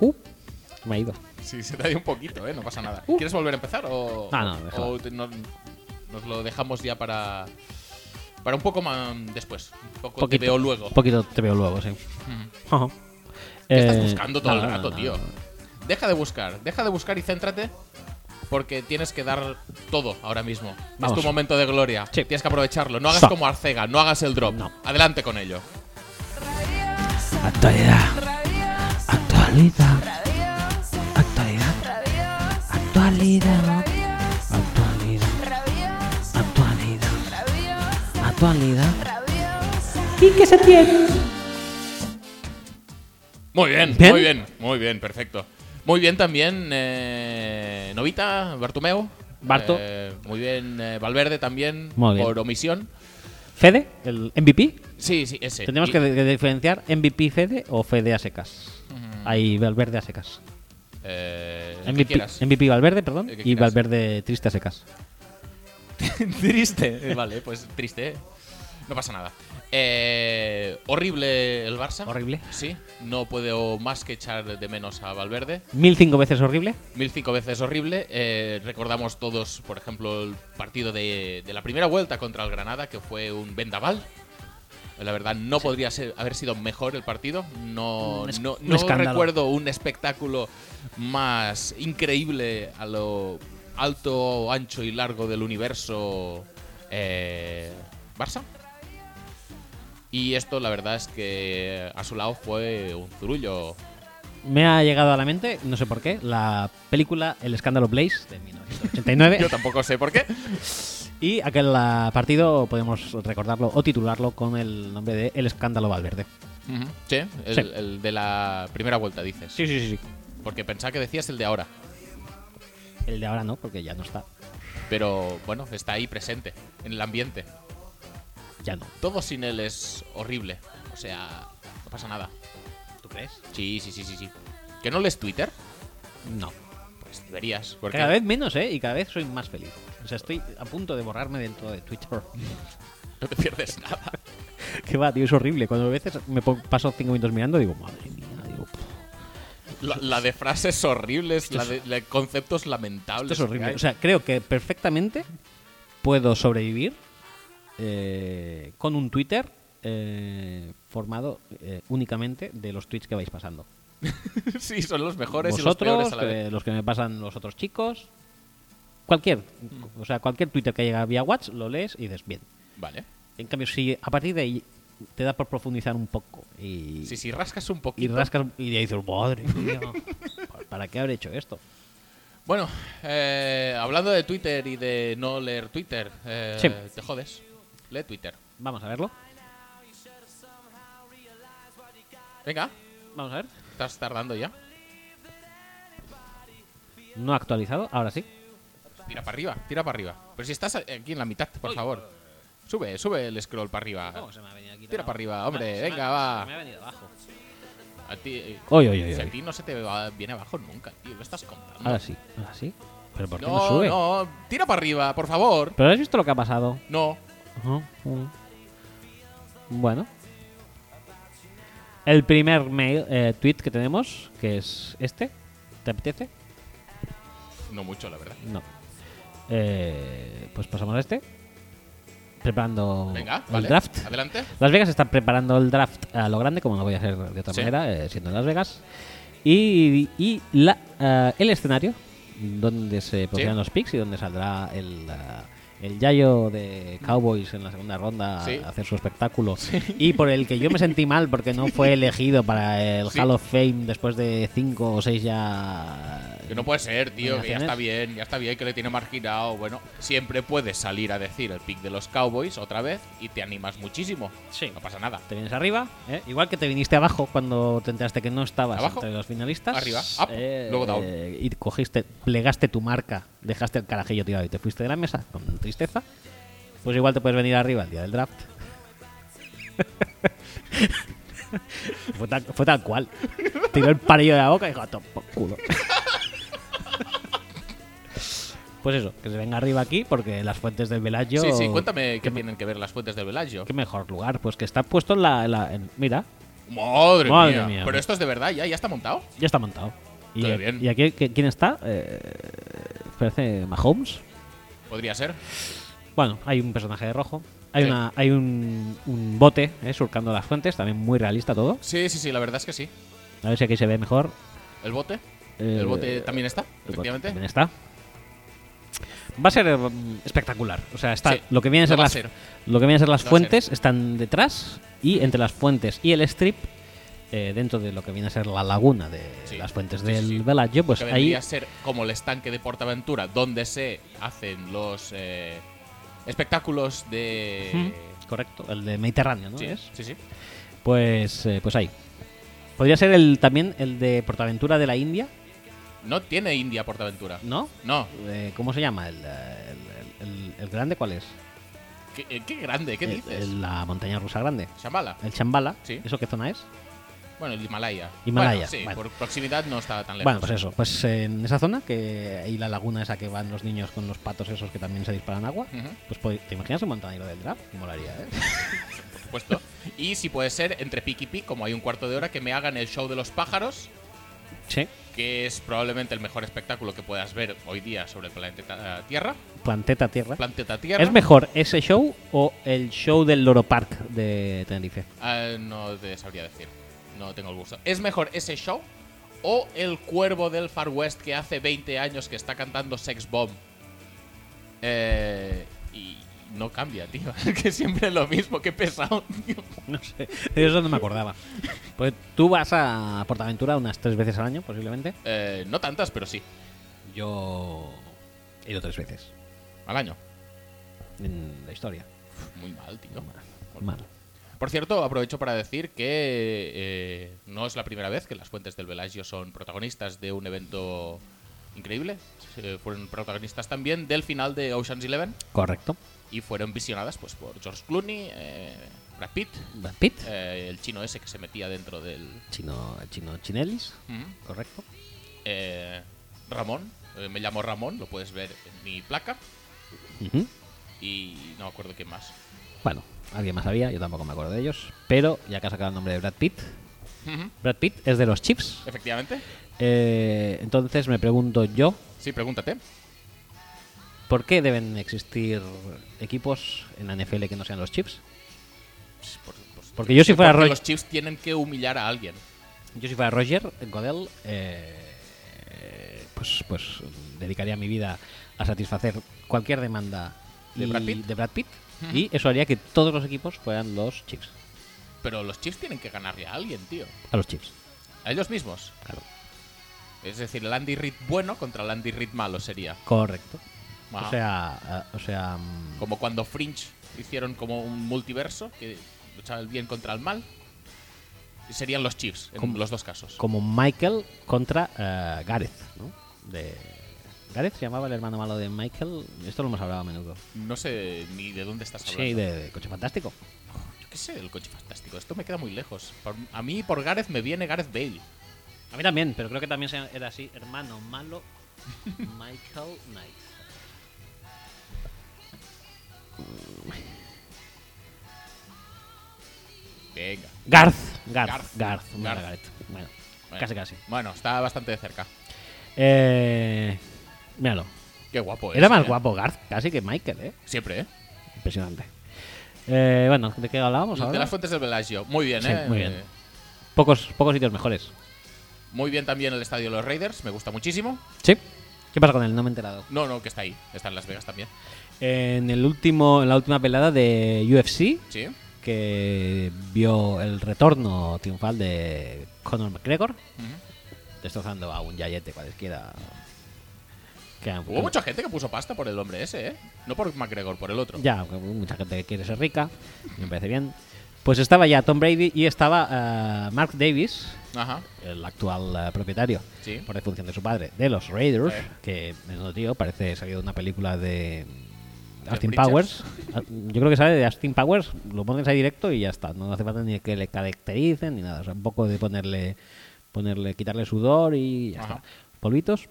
A: Uh, me ha ido.
B: Sí, se Pues te ha ido un poquito, ¿eh? No pasa nada.
A: Uh.
B: ¿Quieres volver a empezar o,
A: Ah, no, déjalo.
B: o te- no- nos lo dejamos ya para, para un poco más después? Un poco
A: Poquito. Eh,
B: te veo luego.
A: Un poquito te veo luego, sí.
B: Ujú.
A: Ajá.
B: ¿Qué estás
A: Eh,
B: buscando todo
A: no,
B: el
A: no,
B: rato,
A: no,
B: tío?
A: no.
B: Deja de buscar, deja de buscar y céntrate. Porque tienes que dar todo ahora mismo.
A: Vamos.
B: Es tu momento de gloria.
A: Sí.
B: Tienes que aprovecharlo. No hagas
A: Sa-
B: como Arcega, no hagas el drop.
A: No.
B: Adelante con ello.
A: Actualidad. Actualidad. Actualidad. Actualidad. Actualidad. Actualidad. Actualidad.
B: Muy bien,
A: ¿Bien?
B: muy bien, muy bien, perfecto. Muy bien también eh, Novita, Bartumeo.
A: Barto.
B: Eh, muy bien, eh, Valverde también,
A: Muy bien.
B: por omisión.
A: Fede, el MVP.
B: Sí, sí, ese.
A: Eh, Tendríamos
B: Y-
A: que, de- diferenciar MVP Fede o Fede a secas. Ahí Valverde a secas.
B: eh, Mm. el que
A: MVP,
B: quieras.
A: MVP Valverde, perdón.
B: El que
A: Y
B: quieras.
A: Valverde triste a secas.
B: triste. Vale, pues triste. No pasa nada. Eh, horrible el Barça.
A: Horrible.
B: Sí, no puedo más que echar de menos a Valverde.
A: Mil cinco veces horrible.
B: Mil cinco veces horrible. Eh, recordamos todos, por ejemplo, el partido de, de la primera vuelta contra el Granada, que fue un vendaval. La verdad, no podría ser, haber sido mejor el partido. No,
A: Un es-
B: no,
A: un
B: no
A: escándalo.
B: recuerdo un espectáculo más increíble a lo alto, ancho y largo del universo eh, Barça. Y esto, la verdad, es que a su lado fue un zurullo.
A: Me ha llegado a la mente, no sé por qué, la película El escándalo Blaze de 1989.
B: Yo tampoco sé por qué.
A: Y aquel ah, partido podemos recordarlo o titularlo con el nombre de El Escándalo Valverde.
B: Ujú. Sí, el,
A: Sí.
B: el de la primera vuelta, dices.
A: Sí, sí, sí, sí.
B: Porque pensaba que decías el de ahora.
A: El de ahora no, porque ya no está.
B: Pero bueno, está ahí presente, en el ambiente.
A: Ya no.
B: Todo sin él es horrible. O sea, no pasa nada.
A: ¿Tú crees?
B: Sí, sí, sí, sí, sí. ¿Que no lees Twitter?
A: No.
B: Pues deberías. Porque
A: Cada vez menos, ¿eh? Y cada vez soy más feliz. O sea, estoy a punto de borrarme del todo de Twitter.
B: no te pierdes nada.
A: que va, tío, es horrible. Cuando a veces me po- paso cinco minutos mirando, digo, madre mía, digo, "Pff,
B: La, la de frases horribles, la
A: es-
B: de, la de conceptos lamentables.
A: esto es
B: que
A: horrible.
B: hay.
A: O sea, creo que perfectamente puedo sobrevivir eh, con un Twitter eh, formado eh, únicamente de los tweets que vais pasando.
B: sí, son los mejores y los
A: vosotros,
B: peores a la vez.
A: eh, los que me pasan los otros chicos. Cualquier, o sea, cualquier Twitter que llega vía WhatsApp lo lees y dices bien.
B: Vale.
A: En cambio, si a partir de ahí te da por profundizar un poco y,
B: Si, si rascas un
A: y
B: poquito.
A: rascas y ya dices, madre mía, ¿para qué habré hecho esto?
B: Bueno, eh, hablando de Twitter y de no leer Twitter, eh,
A: Sí.
B: te jodes. Lee Twitter.
A: Vamos a verlo.
B: Venga,
A: Vamos a ver.
B: estás tardando ya.
A: No ha actualizado, ahora sí.
B: Tira para arriba, tira para arriba. Pero si estás aquí en la mitad, por favor. Sube, sube el scroll para arriba.
A: se me ha venido aquí? Ah,
B: Tira para arriba, hombre, venga, va.
A: ha venido abajo.
B: A ti, eh,
A: Oy, oy, oy,
B: si
A: oy.
B: a ti no se te va, viene abajo nunca, tío. Lo estás contando.
A: Ahora sí, ahora sí. ¿Pero por qué no,
B: no,
A: sube?
B: no, tira para arriba, por favor.
A: ¿Pero has visto lo que ha pasado?
B: No.
A: Ajá, mm. Bueno. El primer mail, eh, tweet que tenemos, que es este. ¿Te apetece?
B: No mucho, la verdad.
A: No. Eh, pues pasamos a este. Preparando
B: Venga,
A: el
B: vale.
A: draft.
B: Adelante.
A: Las Vegas está preparando el draft a lo grande, como no voy a hacer de otra
B: Sí.
A: manera, eh, siendo en Las Vegas. Y, y la, eh, el escenario donde se producirán los picks y donde saldrá el, eh, el Yayo de Cowboys en la segunda ronda
B: Sí.
A: a hacer su espectáculo. Y por el que yo me sentí mal porque no fue elegido para el
B: Sí.
A: Hall of Fame después de cinco o seis ya.
B: Que no puede ser, tío. Que ya
A: Nominaciones.
B: está bien, ya está bien que le tiene marginado. Bueno, siempre puedes salir a decir el pick de los Cowboys otra vez y te animas muchísimo.
A: Sí.
B: No pasa nada.
A: Te vienes arriba, ¿eh? igual que te viniste abajo cuando te enteraste que no estabas
B: Abajo,
A: entre los finalistas. Eh,
B: arriba, up, luego down.
A: Y cogiste, plegaste tu marca, dejaste el carajillo tirado y te fuiste de la mesa con tristeza. Pues igual te puedes venir arriba el día del draft. fue, tal, fue tal cual. Tiró el parillo de la boca y dijo, "A tomar por culo. pues eso, que se venga arriba aquí porque las fuentes del Velayo.
B: Sí, sí, cuéntame qué tienen que ver las fuentes del Velaggio.
A: Qué mejor lugar, pues que está puesto en la. en la- en- mira,
B: Madre,
A: Madre
B: mía.
A: mía.
B: Pero esto es de verdad, ya, ya está montado.
A: ya está montado. Y,
B: Qué bien.
A: y aquí, ¿qui- ¿quién está? Eh, parece Mahomes.
B: Podría ser.
A: Bueno, hay un personaje de rojo. Hay,
B: Sí.
A: una, hay un, un bote eh, surcando las fuentes, también muy realista todo.
B: Sí, sí, sí, la verdad es que sí.
A: A ver si aquí se ve mejor.
B: ¿El bote?
A: Eh,
B: ¿El bote también está?
A: El bote
B: Efectivamente.
A: también está. Va a ser eh, espectacular. O sea, está
B: Sí,
A: lo que viene a ser
B: lo va a
A: las,
B: ser.
A: lo que viene a ser las
B: Lo va a ser.
A: fuentes están detrás y entre las fuentes y el strip eh, dentro de lo que viene a ser la laguna de
B: Sí,
A: las fuentes
B: sí,
A: del
B: sí.
A: Bellagio, pues
B: que
A: ahí
B: vendría a ser como el estanque de Portaventura, donde se hacen los eh, espectáculos de.
A: Mm, correcto, el de Mediterráneo, ¿no?
B: Sí,
A: ¿Es?
B: sí, sí.
A: Pues eh, pues ahí. Podría ser el también el de Portaventura de la India,
B: No tiene India Portaventura.
A: ¿no?
B: No.
A: Eh, ¿Cómo se llama? El, eh, el- el- el- el grande cuál es?
B: ¿Qué, eh, qué grande, ¿qué
A: El-
B: dices?
A: el- la montaña rusa grande.
B: Shambhala.
A: El Chambala.
B: Sí.
A: ¿Eso qué zona es?
B: Bueno, el Himalaya.
A: Himalaya,
B: Bueno, sí,
A: vale.
B: por proximidad no está tan lejos.
A: Bueno, pues eso, pues en esa zona, que y la laguna esa que van los niños con los patos esos que también se disparan agua,
B: Ujú,
A: pues pod- ¿te imaginas un montañero del draft? Molaría, ¿eh?
B: por supuesto. y si puede ser entre pic y pic, como hay un cuarto de hora, que me hagan el show de los pájaros
A: Sí.
B: que es probablemente el mejor espectáculo que puedas ver hoy día sobre el planeta Tierra.
A: Planteta Tierra.
B: Planeta Tierra.
A: ¿Es mejor ese show o el show del Loro Park de Tenerife?
B: Ah, no te sabría decir. No tengo el gusto. ¿Es mejor ese show o el cuervo del Far West que hace 20 años que está cantando Sex Bomb? Eh, y no cambia, tío. Es que siempre es lo mismo. Qué pesado, tío.
A: No sé, de eso no me acordaba. Pues tú vas a Portaventura unas tres veces al año, posiblemente.
B: Eh, no tantas, pero sí.
A: Yo he ido tres veces
B: Al año.
A: en la historia.
B: Muy mal, tío.
A: Mal.
B: Por cierto, aprovecho para decir que eh, no es la primera vez que las fuentes del Velagio son protagonistas de un evento increíble. Eh, fueron protagonistas también del final de Ocean's Eleven
A: Correcto.
B: y fueron visionadas pues, por George Clooney, eh, Brad Pitt,
A: Brad Pitt,
B: eh, el chino ese que se metía dentro del...
A: chino, chino Chinelis,
B: Ujú.
A: correcto.
B: Eh, Ramón, eh, me llamo Ramón, lo puedes ver en mi placa
A: Ujú.
B: y no me acuerdo quién más.
A: Bueno, alguien más había, yo tampoco me acuerdo de ellos. Pero ya que has sacado el nombre de Brad Pitt,
B: Ujú.
A: Brad Pitt es de los Chips.
B: Efectivamente.
A: Eh, entonces me pregunto yo,
B: Sí, pregúntate.
A: ¿por qué deben existir equipos en la NFL que no sean los Chips?
B: Por- por-
A: Porque yo si fuera
B: Pues, porque
A: Roy-
B: los chips tienen que humillar a alguien.
A: Yo si fuera Roger Godel, eh, pues, pues dedicaría mi vida a satisfacer cualquier demanda
B: ¿De
A: y-
B: Brad Pitt?
A: de Brad Pitt,
B: Ujú.
A: y eso haría que todos los equipos fueran los Chips,
B: Pero los Chiefs tienen que ganarle a alguien, tío.
A: a los Chips,
B: A ellos mismos.
A: claro.
B: Es decir, el Andy Reid bueno contra el Andy Reid malo sería.
A: Correcto.
B: Ajá.
A: O sea, eh, o sea, mm,
B: Como cuando Fringe hicieron como un multiverso que luchaba el bien contra el mal. Y serían los Chiefs en
A: Como-
B: los dos casos.
A: como Michael contra eh, Gareth, ¿no? De Gareth se llamaba el hermano malo de Michael. Esto lo hemos hablado a menudo.
B: No sé ni de dónde estás hablando.
A: Sí, de, de Coche Fantástico.
B: Yo qué sé del coche fantástico. Esto me queda muy lejos. Por- a mí por Gareth me viene Gareth Bale.
A: A mí también, pero creo que también se- era así. Hermano malo, Michael Knight.
B: Venga.
A: Garth, Garth,
B: Garth,
A: Garth, no era
B: Garth.
A: Gareth. Bueno,
B: Bueno.
A: casi, casi.
B: Bueno, está bastante de cerca.
A: Eh, míralo.
B: Qué guapo es.
A: Era más
B: eh.
A: guapo Garth casi que Michael, ¿eh?
B: Siempre, ¿eh?
A: Impresionante. Eh, bueno, ¿de qué hablábamos
B: De
A: ahora?
B: las fuentes del Velagio. Muy bien,
A: Sí,
B: ¿eh?
A: muy bien.
B: Eh,
A: Pocos, pocos sitios mejores.
B: Muy bien también el estadio de los Raiders, me gusta muchísimo.
A: ¿Sí? ¿Qué pasa con él? No me he enterado.
B: No, no, que está ahí, está en Las Vegas también.
A: En, el último, en la última pelada de UFC,
B: Sí,
A: que vio el retorno triunfal de Conor McGregor,
B: Ujú.
A: destrozando a un yayete cualesquiera. Que,
B: Hubo mucha gente que puso pasta por el hombre ese, ¿eh? No por McGregor, por el otro.
A: Ya, que mucha gente quiere ser rica, me parece bien. Pues estaba ya Tom Brady y estaba eh, Mark Davis,
B: Ajá,
A: el actual eh, propietario,
B: Sí.
A: por defunción de su padre, de los Raiders,
B: Sí.
A: que menudo tío, parece salido de una película de mm,
B: De
A: Austin
B: Bridgers.
A: Powers. Ah, Yo creo que sale de Austin Powers, lo pones ahí directo y ya está. No hace falta ni que le caractericen ni nada. O sea, un poco de ponerle, ponerle quitarle sudor y ya
B: Ajá.
A: está. Polvitos.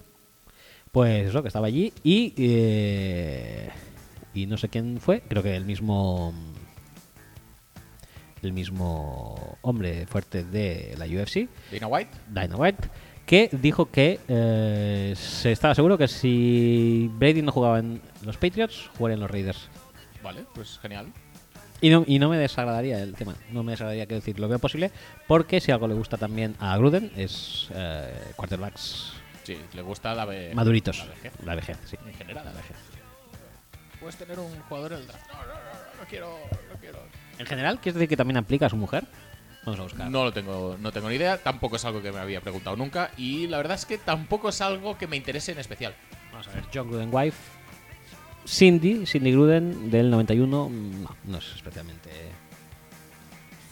A: Pues eso, que estaba allí y. eh, y no sé quién fue, creo que el mismo. El mismo hombre fuerte de la UFC,
B: Dana White.
A: Dynamite, que dijo que eh, se estaba seguro que si Brady no jugaba en los Patriots, jugaría en los Raiders.
B: Vale, pues genial.
A: Y no, y no me desagradaría el tema, no me desagradaría que decir lo que posible, porque si algo le gusta también a Gruden es eh, quarterbacks
B: Sí, le gusta la ve-
A: maduritos.
B: la vejez.
A: La vejez, sí.
B: En general, la vejez. Puedes tener un jugador en el draft. No, no, no, no, no quiero, no quiero.
A: En general, ¿quieres decir que también aplica a su mujer? Vamos a buscar.
B: No lo tengo, no tengo ni idea, tampoco es algo que me había preguntado nunca y la verdad es que tampoco es algo que me interese en especial.
A: Vamos a ver, John Gruden Wife. Cindy, Cindy Gruden del 91, mm, no, no es especialmente.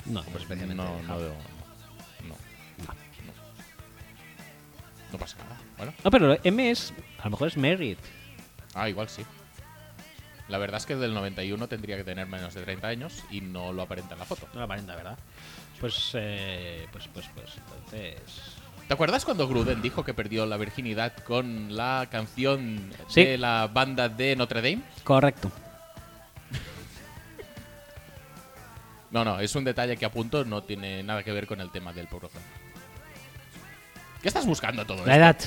A: No, no es
B: Pues
A: especialmente.
B: No, no,
A: dejado.
B: veo- no,
A: No.
B: no pasa nada. Bueno,
A: No, pero M es. A lo mejor es Merit.
B: ah, igual sí. La verdad es que del 91 tendría que tener menos de 30 años y no lo aparenta en la foto.
A: No lo aparenta, ¿verdad? Pues, eh, pues, pues, pues, entonces.
B: ¿Te acuerdas cuando Gruden dijo que perdió la virginidad con la canción
A: Sí.
B: de la banda de Notre Dame?
A: Correcto.
B: No, no, es un detalle que apunto, no tiene nada que ver con el tema del programa. ¿Qué estás buscando todo
A: La
B: esto?
A: edad.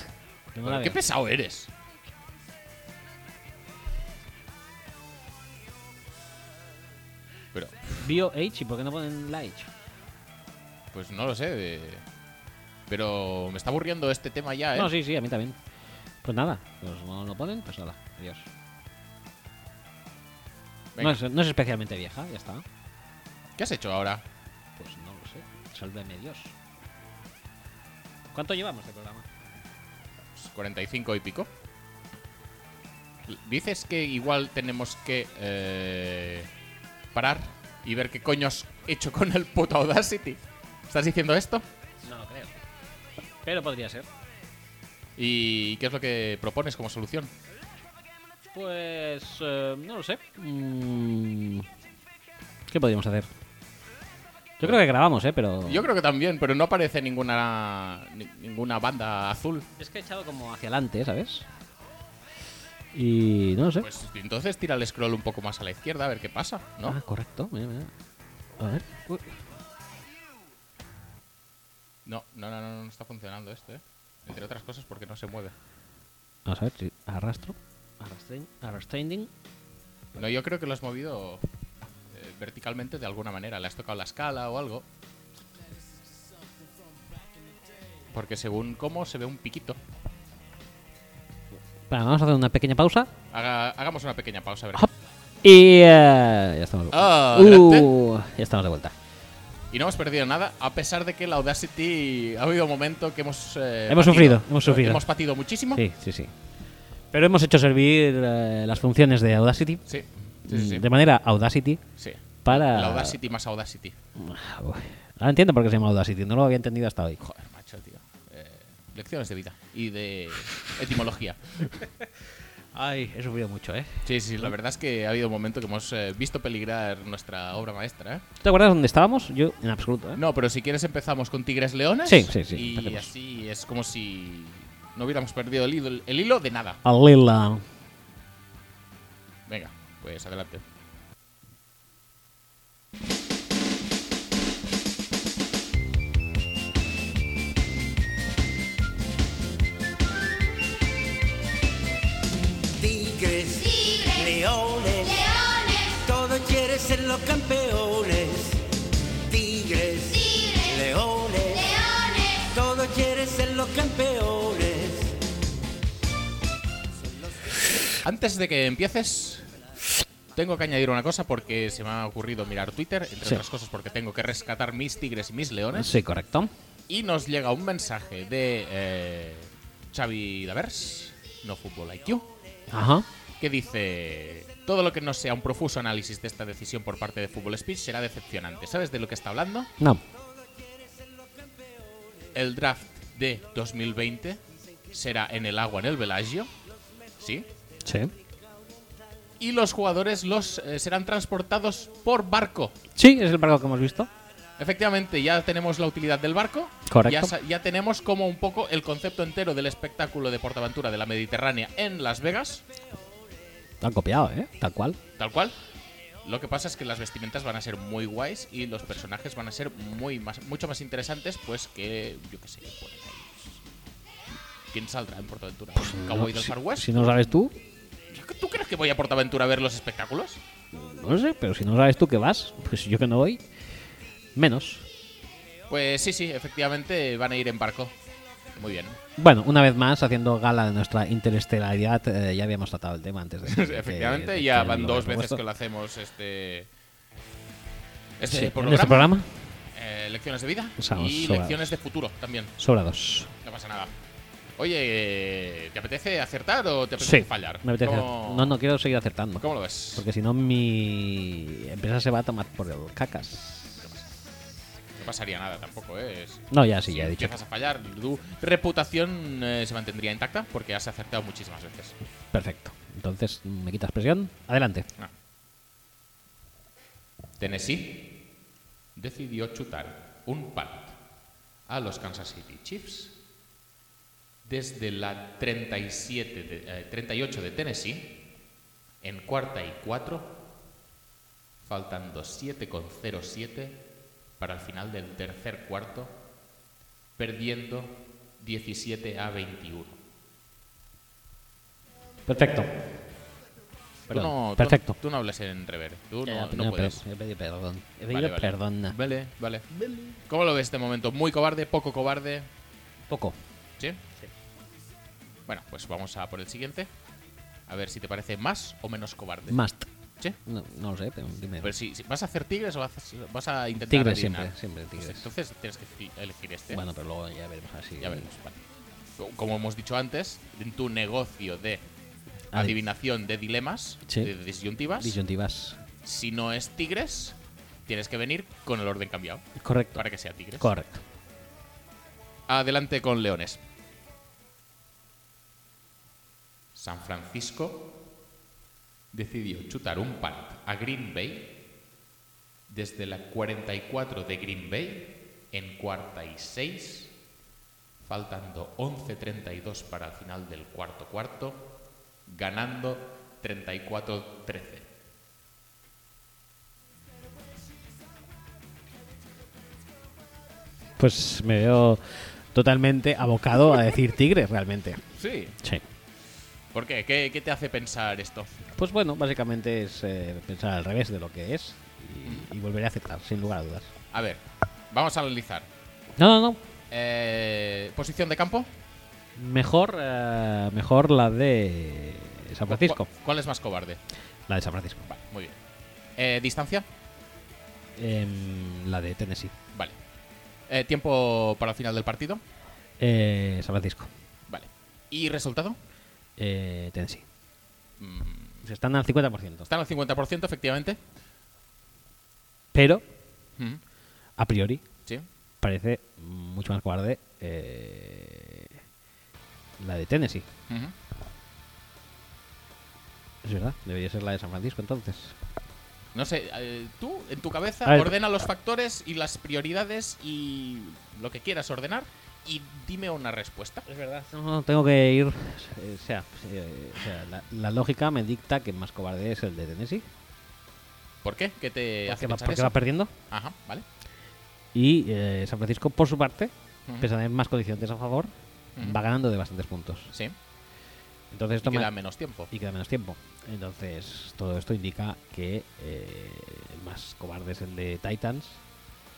A: Tengo
B: Pero
A: la
B: qué
A: edad.
B: pesado eres. Pero,
A: Bio H, ¿y por qué no ponen la H?
B: pues no lo sé. de- Pero me está aburriendo este tema ya, ¿eh?
A: No, sí, sí, a mí también. Pues nada, pues no lo ponen, pues nada, adiós. No
B: Venga.
A: es, no es especialmente vieja, ya está.
B: ¿Qué has hecho ahora?
A: Pues no lo sé, sálveme Dios. ¿Cuánto llevamos de programa?
B: Pues 45 y pico. Dices que igual tenemos que eh, parar y ver qué coño has hecho con el puto Audacity. ¿Estás diciendo esto?
A: No lo creo. Pero podría ser.
B: ¿Y qué es lo que propones como solución?
A: Pues eh, no lo sé. Mm, ¿Qué podríamos hacer? Yo creo que grabamos, ¿eh? Pero...
B: Yo creo que también, pero no aparece ninguna ni- ninguna banda azul.
A: Es que he echado como hacia adelante, ¿sabes? Y no lo sé.
B: Pues entonces tira el scroll un poco más a la izquierda a ver qué pasa, ¿no?
A: Ah, correcto. Mira, mira. A ver. Uy.
B: No, no, no, no, no está funcionando esto, ¿eh? Entre otras cosas porque no se mueve.
A: Vamos a ver si arrastro. Arrastren- Arrastrending.
B: No, yo creo que lo has movido eh, verticalmente de alguna manera. Le has tocado la escala o algo. Porque según cómo se ve un piquito.
A: Bueno, vamos a hacer una pequeña pausa.
B: Haga- hagamos una pequeña pausa. A ver.
A: Hop. Y eh, ya estamos de
B: Ah,
A: vuelta. Uh, ya estamos de vuelta.
B: Y no hemos perdido nada, a pesar de que la Audacity ha habido un momento que hemos. eh,
A: Hemos
B: patido.
A: sufrido, hemos sufrido.
B: Hemos patido muchísimo.
A: Sí, sí, sí. Pero hemos hecho servir eh, las funciones de Audacity
B: Sí, sí, sí, sí.
A: mm, de Ah. manera Audacity
B: Sí.
A: para.
B: La Audacity más Audacity.
A: Ah, uy. Ahora entiendo por qué se llama Audacity. No lo había entendido hasta hoy.
B: Joder, macho, tío. Eh, lecciones de vida y de etimología.
A: Ay, he sufrido mucho, ¿eh?
B: Sí, sí, la verdad es que ha habido un momento que hemos eh, visto peligrar nuestra obra maestra, ¿eh?
A: ¿Te acuerdas dónde estábamos? Yo, en absoluto, ¿eh?
B: No, pero si quieres empezamos con Tigres Leones.
A: Sí, sí, sí,
B: Y
A: empecemos.
B: así es como si no hubiéramos perdido el hilo, el hilo de nada.
A: A Lila.
B: Venga, pues adelante.
E: Tigres, leones, todos quieren ser los campeones. Tigres, leones, todos quieren ser los campeones.
B: Antes de que empieces, tengo que añadir una cosa porque se me ha ocurrido mirar Twitter, entre
A: Sí.
B: otras cosas porque tengo que rescatar mis tigres y mis leones.
A: Sí, correcto.
B: Y nos llega un mensaje de eh, Xavi Davers, no Fútbol IQ,
A: Ajá.
B: que dice... Todo lo que no sea un profuso análisis de esta decisión por parte de Fútbol Speech será decepcionante. ¿Sabes de lo que está hablando?
A: No.
B: el draft de 2020 será en el agua, en el Velagio. Sí.
A: Sí.
B: Y los jugadores los eh, serán transportados por barco.
A: Sí, es el barco que hemos visto.
B: Efectivamente, ya tenemos la utilidad del barco.
A: Correcto.
B: Ya, sa- ya tenemos como un poco el concepto entero del espectáculo de Portaventura de la Mediterránea en Las Vegas,
A: Lo han copiado, ¿eh? Tal cual.
B: tal cual. Lo que pasa es que las vestimentas van a ser muy guays y los personajes van a ser muy más, mucho más interesantes, pues que yo qué sé, que ponen ahí. ¿Quién saldrá en Portaventura?
A: Pues
B: ¿Cowboy del
A: si,
B: Far West?
A: si no lo sabes tú,
B: ¿Tú crees que voy a Portaventura a ver los espectáculos?
A: no lo sé, pero si no sabes tú que vas, pues yo que no voy, menos.
B: Pues sí, sí, efectivamente van a ir en barco. Muy bien.
A: Bueno, una vez más, haciendo gala de nuestra interestelaridad, eh, ya habíamos tratado el tema antes de. de-
B: efectivamente,
A: de- de-
B: ya
A: de-
B: van
A: de-
B: dos
A: de-
B: veces
A: puesto.
B: que lo hacemos este. Este
A: Sí,
B: programa.
A: en este programa, Pues
B: Eh, lecciones de vida
A: Estamos
B: y
A: sobrados.
B: lecciones de futuro también.
A: sobra dos.
B: No pasa nada. Oye, ¿te apetece acertar o te apetece fallar?
A: me apetece.
B: ¿Cómo-
A: No, no quiero seguir acertando.
B: ¿Cómo lo ves?
A: Porque si no, mi empresa se va a tomar por el cacas.
B: No pasaría nada tampoco, ¿eh? Es-
A: No, ya sí,
B: si
A: ya he dicho.
B: empiezas a fallar, tu reputación eh, se mantendría intacta porque has acertado muchísimas veces.
A: Perfecto. Entonces, me quitas presión. Adelante.
B: Tennessee decidió chutar un punt a los Kansas City Chiefs desde la 37 de- eh, 38 de Tennessee en cuarta y cuatro, faltando 7,07 para el final del tercer cuarto, perdiendo 17 a 21.
A: Perfecto.
B: Tú
A: Perdón,
B: no, tú-
A: perfecto.
B: Tú, no hablas en reverde.
A: Ya,
B: Tú
A: pues
B: no,
A: ya,
B: no
A: no,
B: puedes.
A: pero- He pedido eh, perdón. He pedido
B: Vale, vale.
A: perdona.
B: Vale, vale. ¿Cómo lo ves este momento? ¿Muy cobarde? ¿Poco cobarde?
A: Poco.
B: ¿Sí? Bueno, pues vamos a por el siguiente. A ver si te parece más o menos cobarde.
A: Must.
B: ¿Sí?
A: No, no lo sé, pero dime.
B: Pero si, si- ¿Vas a hacer tigres o vas a- vas a intentar
A: Tigres
B: adivinar?
A: siempre, siempre
B: Pues
A: tigres.
B: entonces tienes que fi- elegir este.
A: Bueno, pero luego ya veremos así.
B: Ya veremos, vale. Co- Como hemos dicho antes, en tu negocio de adivinación de dilemas,
A: Sí.
B: de disyuntivas,
A: Disyuntivas.
B: si no es tigres, tienes que venir con el orden cambiado
A: Correcto.
B: para que sea tigres.
A: Correcto.
B: Adelante con leones. San Francisco decidió chutar un punt a Green Bay desde la 44 de Green Bay en cuarta y 6, faltando 11.32 para el final del cuarto cuarto, ganando 34-13.
A: Pues me veo totalmente abocado a decir tigres realmente.
B: Sí.
A: Sí.
B: ¿Por qué? ¿Qué, qué te hace pensar esto?
A: Pues bueno, básicamente es eh, pensar al revés de lo que es y, y volveré a aceptar, sin lugar a dudas.
B: A ver, vamos a analizar.
A: No, no, no.
B: Eh, ¿Posición de campo?
A: Mejor, eh, mejor la de San Francisco.
B: ¿Cu- ¿Cuál es más cobarde?
A: La de San Francisco.
B: Vale, muy bien. Eh, ¿Distancia?
A: Em, la de Tennessee.
B: Vale. Eh, ¿Tiempo para el final del partido?
A: Eh, San Francisco.
B: Vale. ¿Y resultado?
A: Eh, Tennessee.
B: Mm,
A: Se están al 50%.
B: están al 50%, efectivamente.
A: Pero,
B: Mm,
A: a priori,
B: sí.
A: parece mucho más cobarde eh, la de Tennessee.
B: Ujú.
A: Es verdad. Debería ser la de San Francisco entonces.
B: No sé, eh, tú, en tu cabeza,
A: A ver.
B: ordena los factores y las prioridades y lo que quieras ordenar y dime una respuesta.
A: Es verdad. No, no, tengo que ir. eh, O sea, eh, o sea, la, la lógica me dicta que más cobarde es el de Tennessee.
B: ¿Por qué? ¿Qué te Eh, hace
A: Porque, va,
B: pensar
A: porque
B: eso?
A: va perdiendo.
B: Ajá, vale.
A: Y eh, San Francisco, por su parte,
B: Ujú.
A: pese a tener más condiciones a favor,
B: Ujú.
A: va ganando de bastantes puntos.
B: Sí.
A: Entonces esto
B: Y
A: me-
B: queda menos tiempo.
A: y queda menos tiempo. Entonces todo esto indica que eh, el más cobarde es el de Titans.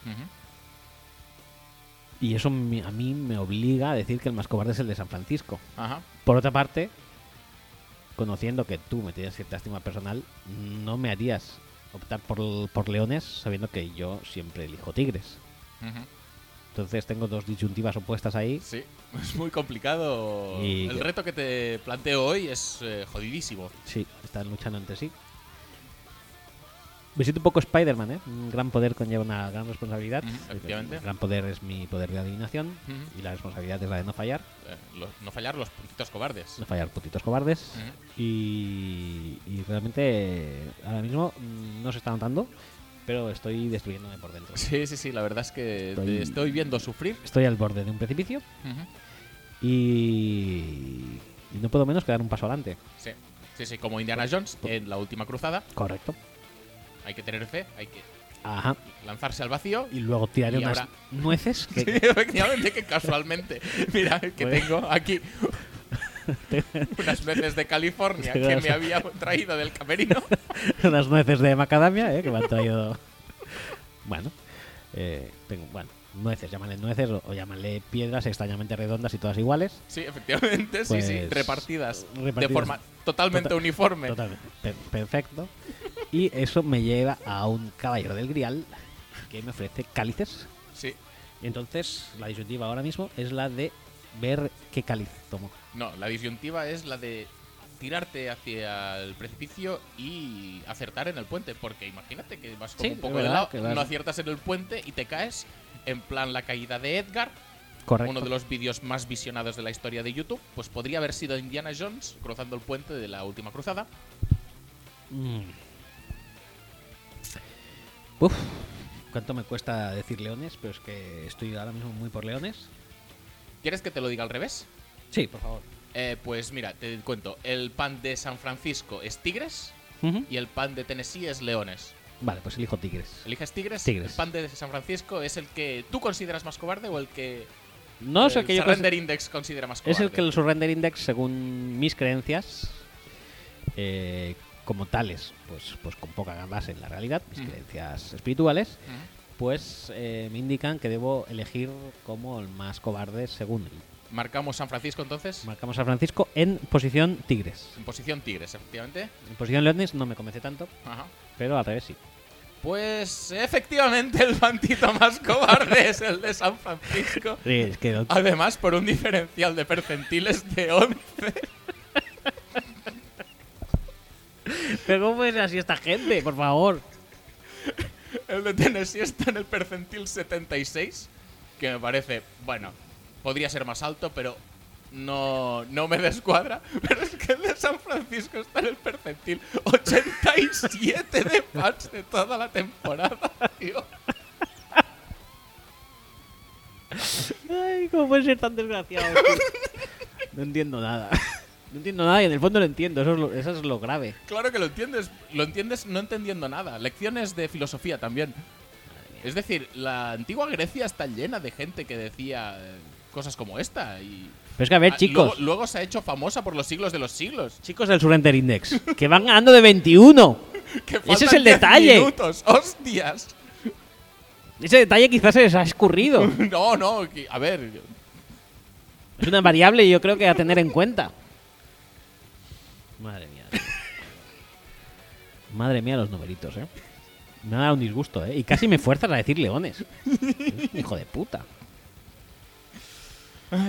B: Ujú.
A: Y eso me- a mí me obliga a decir que el más cobarde es el de San Francisco.
B: Ajá.
A: Por otra parte, conociendo que tú me tienes cierta estima personal, no me harías optar por, por leones sabiendo que yo siempre elijo tigres.
B: Ujú.
A: Entonces tengo dos disyuntivas opuestas ahí.
B: Sí, es muy complicado.
A: Y-
B: El reto que te planteo hoy es eh, jodidísimo.
A: Sí, están luchando entre sí. Me siento un poco Spider-Man, ¿eh? Un gran poder conlleva una gran responsabilidad.
B: Ujú, efectivamente.
A: El gran poder es mi poder de adivinación
B: Ujú.
A: y la responsabilidad es la de no fallar.
B: Eh, lo- no fallar los puntitos cobardes.
A: No fallar putitos cobardes.
B: Ujú.
A: Y, y realmente eh, ahora mismo mm, no se está notando, pero estoy destruyéndome por dentro.
B: Sí, sí, sí, la verdad es que
A: Estoy-
B: te estoy viendo sufrir.
A: Estoy al borde de un precipicio
B: Ujú.
A: y, y no puedo menos que dar un paso adelante.
B: Sí. sí, sí, como Indiana Jones en la última cruzada.
A: Correcto.
B: Hay que tener fe, hay que
A: Ajá.
B: lanzarse al vacío.
A: Y luego tiraré
B: Y
A: unas
B: ahora-
A: nueces que
B: Sí, efectivamente, que casualmente. Mira, que
A: Bueno.
B: tengo aquí unas veces de California que me había traído del camerino.
A: unas nueces de macadamia ¿eh? que me han traído. bueno, eh, tengo, bueno, nueces, llámale nueces o, o llámale piedras extrañamente redondas y todas iguales.
B: Sí, efectivamente, sí, sí,
A: Pues,
B: repartidas, de
A: repartidas. Tota-
B: forma totalmente
A: Total-
B: uniforme.
A: Totalmente. Per- perfecto. Y eso me lleva a un caballero del grial que me ofrece cálices.
B: Sí,
A: Entonces, la disyuntiva ahora mismo es la de ver qué cáliz tomo.
B: No, la disyuntiva es la de tirarte hacia el precipicio y acertar en el puente. Porque imagínate que vas con
A: Sí,
B: un poco
A: es verdad,
B: de
A: que
B: lado,
A: vas-
B: no aciertas en el puente y te caes. En plan, la caída de Edgar,
A: Correcto.
B: uno de los vídeos más visionados de la historia de YouTube, pues podría haber sido Indiana Jones cruzando el puente de la última cruzada.
A: Mm. Uf, cuánto me cuesta decir leones, pero es que estoy ahora mismo muy por leones.
B: ¿Quieres que te lo diga al revés?
A: Sí, por favor.
B: Eh, pues mira, te cuento. El pan de San Francisco es tigres
A: Ujú.
B: y el pan de Tennessee es leones.
A: Vale, pues elijo tigres.
B: Eliges tigres,
A: Tigres.
B: El pan de San Francisco es el que tú consideras más cobarde o el que
A: No es
B: el
A: el que yo
B: Surrender Index considera más
A: Es el que
B: cobarde.
A: el surrender index, según mis creencias, eh, como tales, pues, pues con poca base en la realidad, mis
B: Mm.
A: creencias espirituales,
B: Ujú.
A: pues eh, me indican que debo elegir como el más cobarde según
B: Marcamos San Francisco entonces.
A: Marcamos a Francisco en posición tigres.
B: en posición Tigres, efectivamente.
A: En posición leones no me convence tanto,
B: Ajá.
A: pero al revés sí.
B: Pues efectivamente el bandito más cobarde es el de San Francisco.
A: Sí, es que lo-
B: Además, por un diferencial de percentiles de 11.
A: pero ¿cómo es así esta gente? Por favor.
B: El de Tennessee está en el percentil 76, que me parece, bueno, podría ser más alto, pero no, no me descuadra. Pero es que el de San Francisco está en el percentil 87 de fans de toda la temporada, tío.
A: Ay, ¿cómo puede ser tan desgraciado? tío? No entiendo nada. No entiendo nada y en el fondo lo entiendo. Eso es lo, eso es lo grave.
B: Claro que lo entiendes, lo entiendes no entendiendo nada. Lecciones de filosofía también. Es decir, la antigua Grecia está llena de gente que decía eh, cosas como esta y
A: Pero es que a ver,
B: Ah,
A: chicos.
B: luego- luego se ha hecho famosa por los siglos de los siglos.
A: Chicos del Surrender Index, que van ganando de 21.
B: Que
A: Ese
B: faltan
A: es el
B: 10
A: detalle.
B: Minutos, hostias.
A: Ese detalle quizás se les ha escurrido.
B: No, no, que- a ver.
A: Es una variable yo creo que a tener en cuenta. Madre mía. Madre mía los numeritos, ¿eh? Me ha dado un disgusto, ¿eh? Y casi me fuerzas a decir leones. Hijo de puta.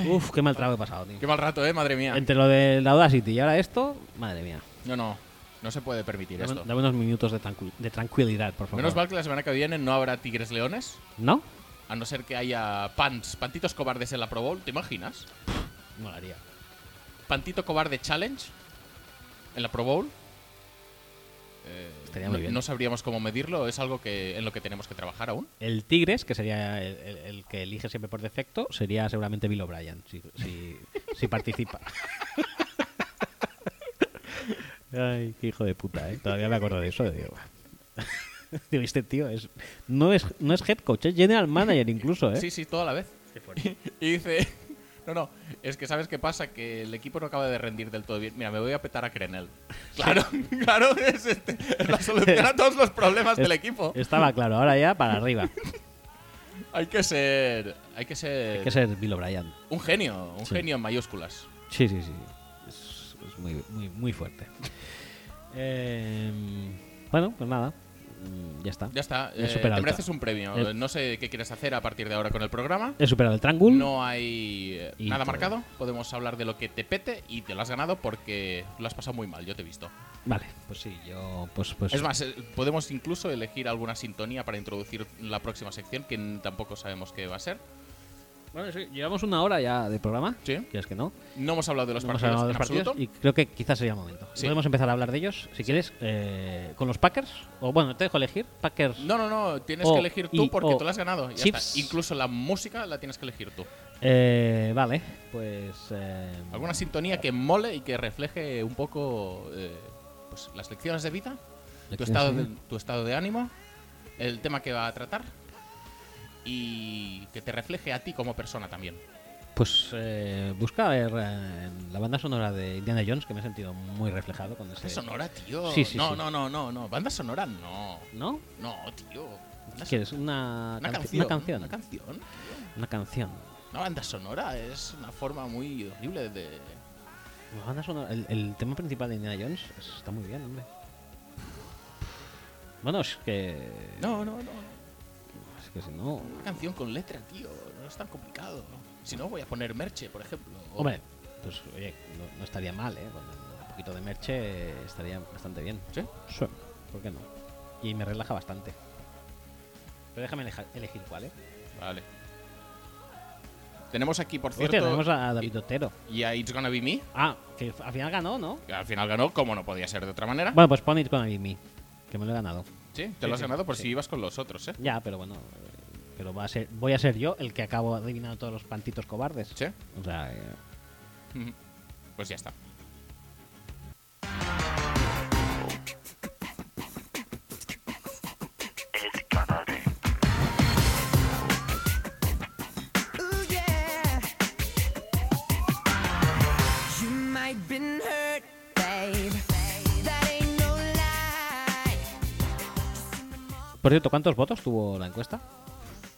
A: Uf, qué mal trago he pasado, tío.
B: Qué mal rato, eh, madre mía.
A: Entre lo del Audacity y ahora esto, madre mía.
B: No, no. No se puede permitir
A: Dame,
B: esto.
A: dame unos minutos de, tranqui- de tranquilidad, por favor.
B: Menos mal que la semana que viene no habrá tigres leones.
A: ¿No?
B: A no ser que haya pants, pantitos cobardes en la Pro Bowl, ¿te imaginas?
A: No lo haría.
B: Pantito cobarde challenge en la Pro Bowl. Eh,
A: Estaría
B: no-
A: muy bien.
B: no sabríamos cómo medirlo, es algo que en lo que tenemos que trabajar aún.
A: El Tigres, que sería el, el- el que elige siempre por defecto, sería seguramente Bill O'Brien, si, si- si participa. Ay, qué hijo de puta, ¿eh? Todavía me acuerdo de eso, digo. Digo, este tío es, no, es, no es head coach, es general manager incluso, ¿eh?
B: Sí, sí, toda la vez. Y dice, no, no, es que sabes qué pasa, que el equipo no acaba de rendir del todo bien. Mira, me voy a petar a Crenel. Claro, claro, es, este- es la solución a todos los problemas del equipo.
A: Estaba claro, ahora ya para arriba.
B: Hay que ser, hay que ser,
A: Hay que ser Bill O'Brien.
B: un genio, un
A: Sí.
B: genio en mayúsculas.
A: Sí, sí, sí. Es, es muy, muy, muy fuerte. Eh, bueno, pues nada. Mm, Ya está.
B: Ya está,
A: Es
B: eh,
A: súper
B: te
A: alta.
B: mereces un premio.
A: Eh.
B: No sé qué quieres hacer a partir de ahora con el programa.
A: He superado el triángulo.
B: No hay eh,
A: Y
B: nada
A: todo.
B: marcado. Podemos hablar de lo que te pete y te lo has ganado porque lo has pasado muy mal, yo te he visto.
A: Vale, pues sí, yo pues pues
B: Es más, eh, podemos incluso elegir alguna sintonía para introducir la próxima sección, que n- tampoco sabemos qué va a ser.
A: Bueno, sí, llevamos una hora ya de programa.
B: Sí.
A: ¿Quieres que no?
B: No hemos hablado de los
A: No hemos
B: partidos
A: hablado de los
B: en
A: partidos
B: absoluto.
A: y creo que quizás sería el momento.
B: Sí.
A: Podemos empezar a hablar de ellos, si quieres, eh, con los Packers. O bueno, te dejo elegir. Packers.
B: No, no, no, tienes
A: O-
B: que elegir
A: Oh, y-
B: tú porque
A: o
B: tú lo has ganado. ya está.
A: Chiefs.
B: Incluso la música la tienes que elegir tú.
A: Eh, vale, pues. eh,
B: Alguna sintonía que mole y que refleje un poco eh, pues, las lecciones de vida, tu
A: Lecciones
B: estado
A: de
B: de, tu estado de ánimo, el tema que va a tratar y que te refleje a ti como persona también.
A: Pues eh, busca ver eh, en la banda sonora de Indiana Jones, que me he sentido muy reflejado con ese.
B: Banda sonora, tío.
A: Sí, sí,
B: no,
A: sí.
B: no, no, no, no. Banda sonora, no.
A: ¿No?
B: No, tío. Una,
A: ¿Quieres una,
B: una
A: canci-
B: canción,
A: Una canción.
B: Una canción.
A: Una canción.
B: Una banda sonora es una forma muy horrible de.
A: La banda sonora- el, el tema principal de Indiana Jones es- está muy bien, hombre. Bueno, es que.
B: No, no, no. no.
A: Es que si no.
B: Una canción con letra, tío. No es tan complicado. Si no, voy a poner merche, por ejemplo. O-
A: Hombre, pues oye, no, no estaría mal, ¿eh? Con un poquito de merche eh, estaría bastante bien.
B: ¿Sí?
A: Sí, ¿por qué no? Y me relaja bastante. Pero déjame eleja- elegir cuál, ¿eh?
B: Vale. Tenemos aquí, por
A: Hostia,
B: cierto.
A: tenemos a a David Otero.
B: Y a It's Gonna Be Me.
A: Ah, que al final ganó, ¿no?
B: Que al final ganó, como no podía ser de otra manera.
A: Bueno, pues pon It con Me, que me lo he ganado.
B: Sí, te
A: Sí,
B: lo has
A: sí,
B: ganado por
A: sí.
B: si ibas con los otros, ¿eh?
A: Ya, pero bueno. eh, Pero va a ser, voy a ser yo el que acabo adivinando todos los pantitos cobardes.
B: Sí.
A: O sea, eh,
B: Ujú. Pues ya está.
F: Ooh, yeah.
A: Por cierto, ¿cuántos votos tuvo la encuesta?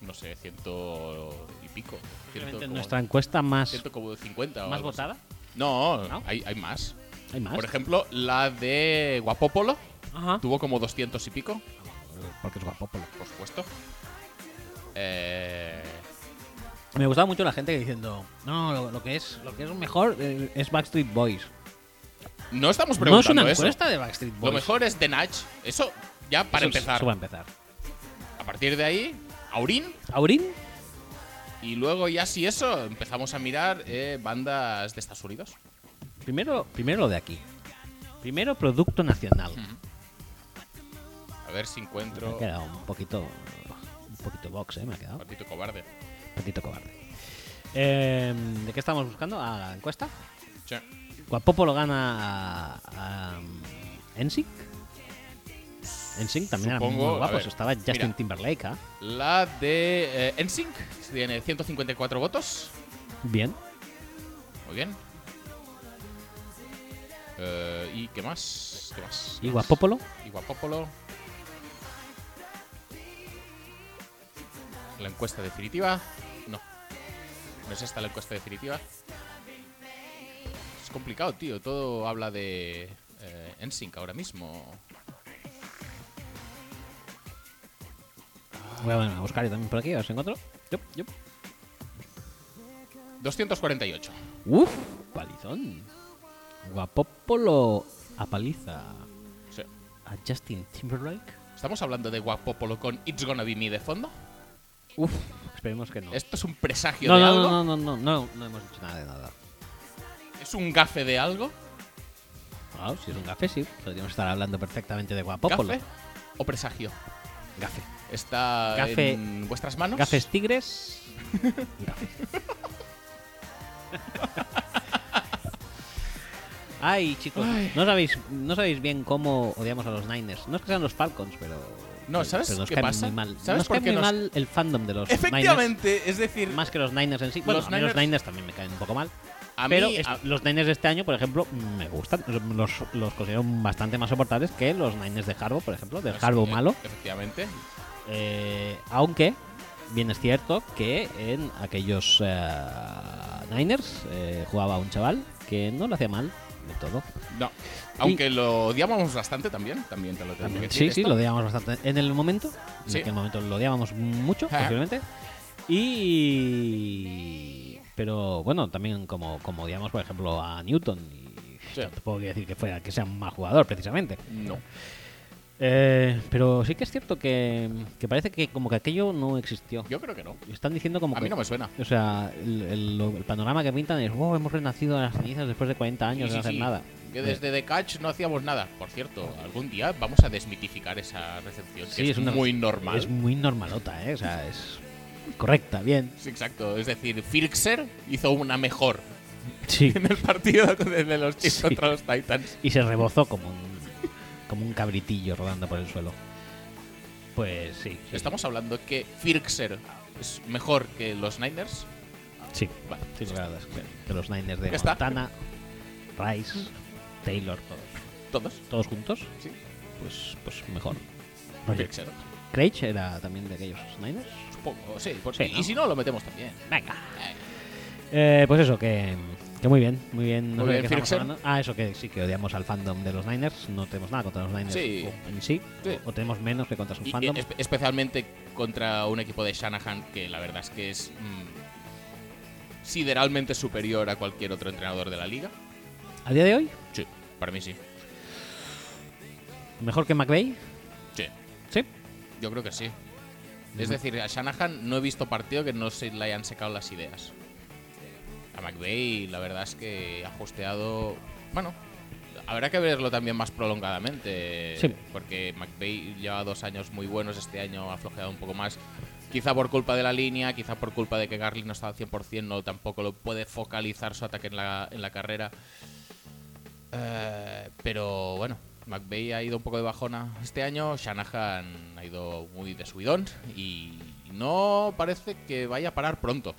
B: No sé, ciento y pico. Ciento como-
A: Nuestra encuesta más,
B: ciento como 50 o
A: más
B: algo así.
A: votada.
B: No,
A: ¿No?
B: Hay, hay más.
A: ¿Hay más?
B: Ah, Por ejemplo, la de Guapopolo
A: Ajá.
B: tuvo como 200 y pico,
A: Eh, Porque es guapopolo.
B: por supuesto. Eh,
A: Me gustaba mucho la gente diciendo, no, lo, lo que es lo que es mejor eh, es Backstreet Boys.
B: no estamos
A: No es
B: preguntando
A: una
B: eso.
A: encuesta de Backstreet Boys.
B: Lo mejor es The Natch. Eso, ya para
A: Eso-
B: empezar.
A: Eso va a empezar.
B: A partir de ahí, Aurín.
A: Aurín,
B: Y luego, ya si eso, empezamos a mirar eh, bandas de Estados Unidos.
A: primero, primero lo de aquí. Primero producto nacional.
B: A ver si
A: Me ha
B: encuentro.
A: quedado un poquito. Un poquito box, eh, me ha quedado. Un
B: Patito cobarde.
A: poquito cobarde. Eh, ¿De qué estamos buscando? ¿A la encuesta?
B: Sí.
A: Guapopo lo gana a. a Ensink. Ensink también
B: Supongo,
A: era
B: a
A: muy guapo.
B: ver,
A: eso Estaba Justin
B: mira.
A: Timberlake, ¿ah?
B: La de eh, NSYNC tiene 154 votos.
A: Bien.
B: Muy bien. Eh, ¿Y qué más? ¿Qué más? ¿Qué
A: ¿Y
B: más?
A: Guapopolo?
B: Y Guapopolo. La encuesta definitiva. No. No es esta la encuesta definitiva. Es complicado, tío. Todo habla de eh, NSYNC ahora mismo.
A: Voy a, bueno, a buscar yo también por aquí, a ver si encuentro. Yup, yup.
B: 248.
A: Uf, palizón. Guapopolo apaliza
B: Sí.
A: a Justin Timberlake.
B: ¿Estamos hablando de Guapopolo con It's Gonna Be Me de fondo?
A: Uf, esperemos que no.
B: ¿Esto es un presagio
A: No,
B: de
A: no,
B: algo?
A: no, no, no, no, no, no hemos dicho nada de nada.
B: ¿Es un gafe de algo?
A: Claro, si es un café, sí. Podríamos estar hablando perfectamente de Guapopolo.
B: ¿Gafe o presagio?
A: Gafe.
B: ¿Está
A: Gafe-
B: en vuestras manos?
A: Gafes tigres. Gafe. Ay, chicos, No, sabéis, no sabéis bien cómo odiamos a los Niners. No es que sean los Falcons, pero.
B: No,
A: pero-
B: ¿sabes
A: pero nos
B: qué
A: caen
B: pasa?
A: Muy mal.
B: ¿Sabes
A: nos
B: por
A: cae
B: qué
A: muy
B: nos-
A: mal el fandom de los Niners.
B: Efectivamente, es decir,
A: Más que los Niners en sí. Bueno,
B: Los
A: a mí los
B: Niners-
A: Niners también me caen un poco mal.
B: a mí,
A: pero est-
B: a-
A: los Niners de este año, por ejemplo, me gustan. Los, los considero bastante más soportables que los Niners de Harbo, por ejemplo, del
B: es-
A: Harbo
B: e-
A: malo.
B: Efectivamente.
A: Eh, aunque, bien es cierto que en aquellos eh, Niners eh, jugaba un chaval que no lo hacía mal de todo.
B: No. Aunque lo odiábamos bastante también, también te lo tengo que
A: También,
B: decir.
A: sí, sí,
B: esto.
A: lo odiábamos bastante en el momento.
B: Sí.
A: En aquel momento lo odiábamos mucho,
B: Ajá.
A: posiblemente. Y. Pero bueno, también como, como odiamos, por ejemplo, a Newton. Y
B: Sí.
A: Tampoco voy a decir que, fuera, que sea un mal jugador, precisamente.
B: No.
A: Eh, pero sí que es cierto que, que parece que como que aquello no existió.
B: Yo creo que no.
A: Están diciendo como
B: A
A: que.
B: mí no me suena.
A: O sea, el, el- lo- el panorama que pintan es, wow, hemos renacido de las cenizas después de 40 años
B: Sí,
A: de no
B: sí,
A: hacer
B: sí.
A: nada.
B: Que
A: Eh,
B: desde The Catch no hacíamos nada. Por cierto, algún día vamos a desmitificar esa recepción. que
A: sí,
B: es,
A: una-
B: muy normal.
A: Es muy normalota, ¿eh? O sea, es correcta, bien.
B: Sí, exacto. Es decir, Firxer hizo una mejor
A: Sí.
B: en el partido de de los Chiefs
A: Sí.
B: contra los Titans.
A: y se rebozó como un, como un cabritillo rodando por el suelo. Pues sí. sí.
B: Estamos hablando que Firxer es mejor que los Niners.
A: Sí,
B: Vale,
A: sí, la verdad es que, que los Niners de
B: Ya está.
A: Montana, Rice, Taylor, todos,
B: todos.
A: todos juntos,
B: Sí.
A: pues, pues mejor.
B: Firxer.
A: Craig era también de aquellos Niners.
B: Supongo, sí. por-
A: Sí,
B: y,
A: ¿no?
B: si no, lo metemos también.
A: Venga. Eh, pues eso, que, que muy bien, muy bien. No
B: Muy
A: sé de
B: bien,
A: qué estamos
B: Firxer.
A: hablando. Ah, eso que sí, que odiamos al fandom de los Niners. No tenemos nada contra los Niners
B: Sí.
A: o- en sí,
B: Sí.
A: O, o tenemos menos que contra su
B: Y,
A: fandom.
B: eh, espe- especialmente contra un equipo de Shanahan que la verdad es que es mm, sideralmente superior a cualquier otro entrenador de la liga.
A: A día de hoy,
B: Sí, para mí sí.
A: mejor que McVeigh.
B: Sí,
A: Sí.
B: yo creo que sí. Es decir, a Shanahan no he visto partido que no se le hayan secado las ideas. A McVeigh la verdad es que ha hosteado... Bueno, habrá que verlo también más prolongadamente.
A: Sí.
B: Porque McVeigh lleva dos años muy buenos, este año ha flojeado un poco más. Quizá por culpa de la línea, quizá por culpa de que Garlin no está al 100%, no tampoco lo puede focalizar su ataque en la, en la carrera. Eh, pero bueno, McVeigh ha ido un poco de bajona este año, Shanahan ha ido muy de subidón y no parece que vaya a parar pronto.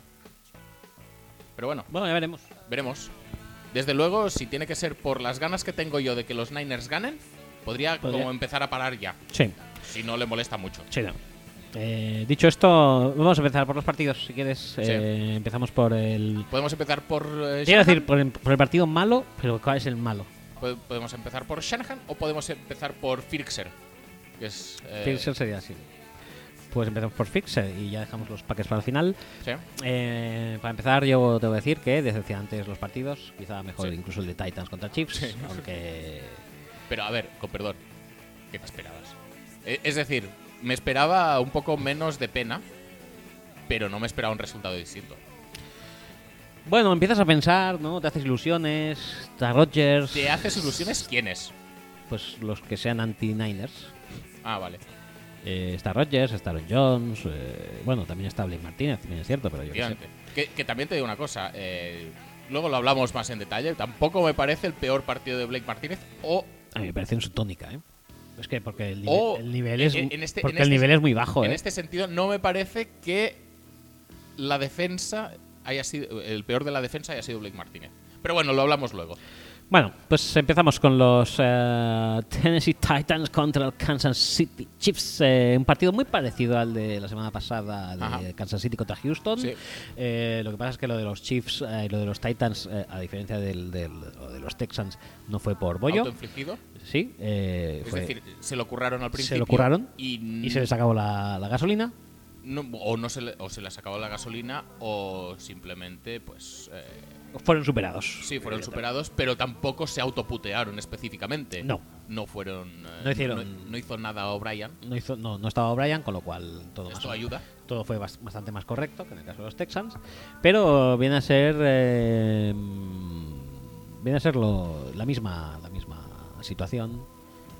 B: Pero bueno,
A: Bueno, ya veremos.
B: veremos. Desde luego, si tiene que ser por las ganas que tengo yo de que los Niners ganen, podría
A: Podría.
B: como empezar a parar ya.
A: Sí.
B: Si no le molesta mucho.
A: Sí, no. Eh, dicho esto, vamos a empezar por los partidos, si quieres. Eh, empezamos por el...
B: Podemos empezar por. eh,
A: Quiero
B: Shanahan?
A: decir, por el, por el partido malo, pero ¿cuál es el malo?
B: Po- Podemos empezar por Shanahan o podemos empezar por Firxer. Que es. eh,
A: Fixer sería así. Pues empezamos por Fixer y ya dejamos los paques para el final.
B: sí.
A: Eh, para empezar, yo debo decir que desde antes los partidos, quizá mejor
B: Sí.
A: incluso el de Titans contra Chips, aunque
B: Pero a ver, con perdón, ¿qué te esperabas? E- Es decir, me esperaba un poco menos de pena, pero no me esperaba un resultado distinto.
A: Bueno, empiezas a pensar, ¿no? Te haces ilusiones. A Rodgers.
B: ¿Te haces ilusiones quién es?
A: Pues los que sean anti-Niners.
B: Ah, vale.
A: Eh, está Rodgers, está Aaron Jones. eh, bueno, también está Blake Martínez, también es cierto, pero yo qué sé.
B: efectivamente. Que, que también te digo una cosa, eh, luego lo hablamos más en detalle, tampoco me parece el peor partido de Blake Martínez o...
A: A mí me parece en su tónica, ¿eh? Es que porque el, nive-
B: O,
A: el nivel es
B: en- en este-
A: porque
B: en
A: el
B: este-
A: nivel es muy bajo,
B: En
A: ¿eh?
B: este sentido, no me parece que la defensa haya sido... El peor de la defensa haya sido Blake Martínez. Pero bueno, lo hablamos luego.
A: Bueno, pues empezamos con los eh, Tennessee Titans contra el Kansas City Chiefs. Eh, un partido muy parecido al de la semana pasada de
B: Ajá.
A: Kansas City contra Houston.
B: Sí.
A: Eh, lo que pasa es que lo de los Chiefs eh, y lo de los Titans, eh, a diferencia del, del- o de los Texans, no fue por bollo.
B: Autoinfligido.
A: Sí, eh,
B: Es
A: fue-
B: decir, mm. se lo curraron al principio.
A: se lo curraron
B: Y,
A: y se les acabó la, la gasolina.
B: no- o, no se le, o se les acabó la gasolina o simplemente, pues. eh,
A: Fueron superados.
B: sí, fueron superados, pero tampoco se autoputearon específicamente.
A: No.
B: No fueron. eh,
A: No hicieron-
B: No, no hizo nada O'Brien.
A: No, hizo, no, no estaba O'Brien, con lo cual todo más
B: Esto
A: o menos.
B: ayuda.
A: todo fue bas- bastante más correcto que en el caso de los Texans, pero viene a ser eh, mm, viene a ser lo- la misma la misma situación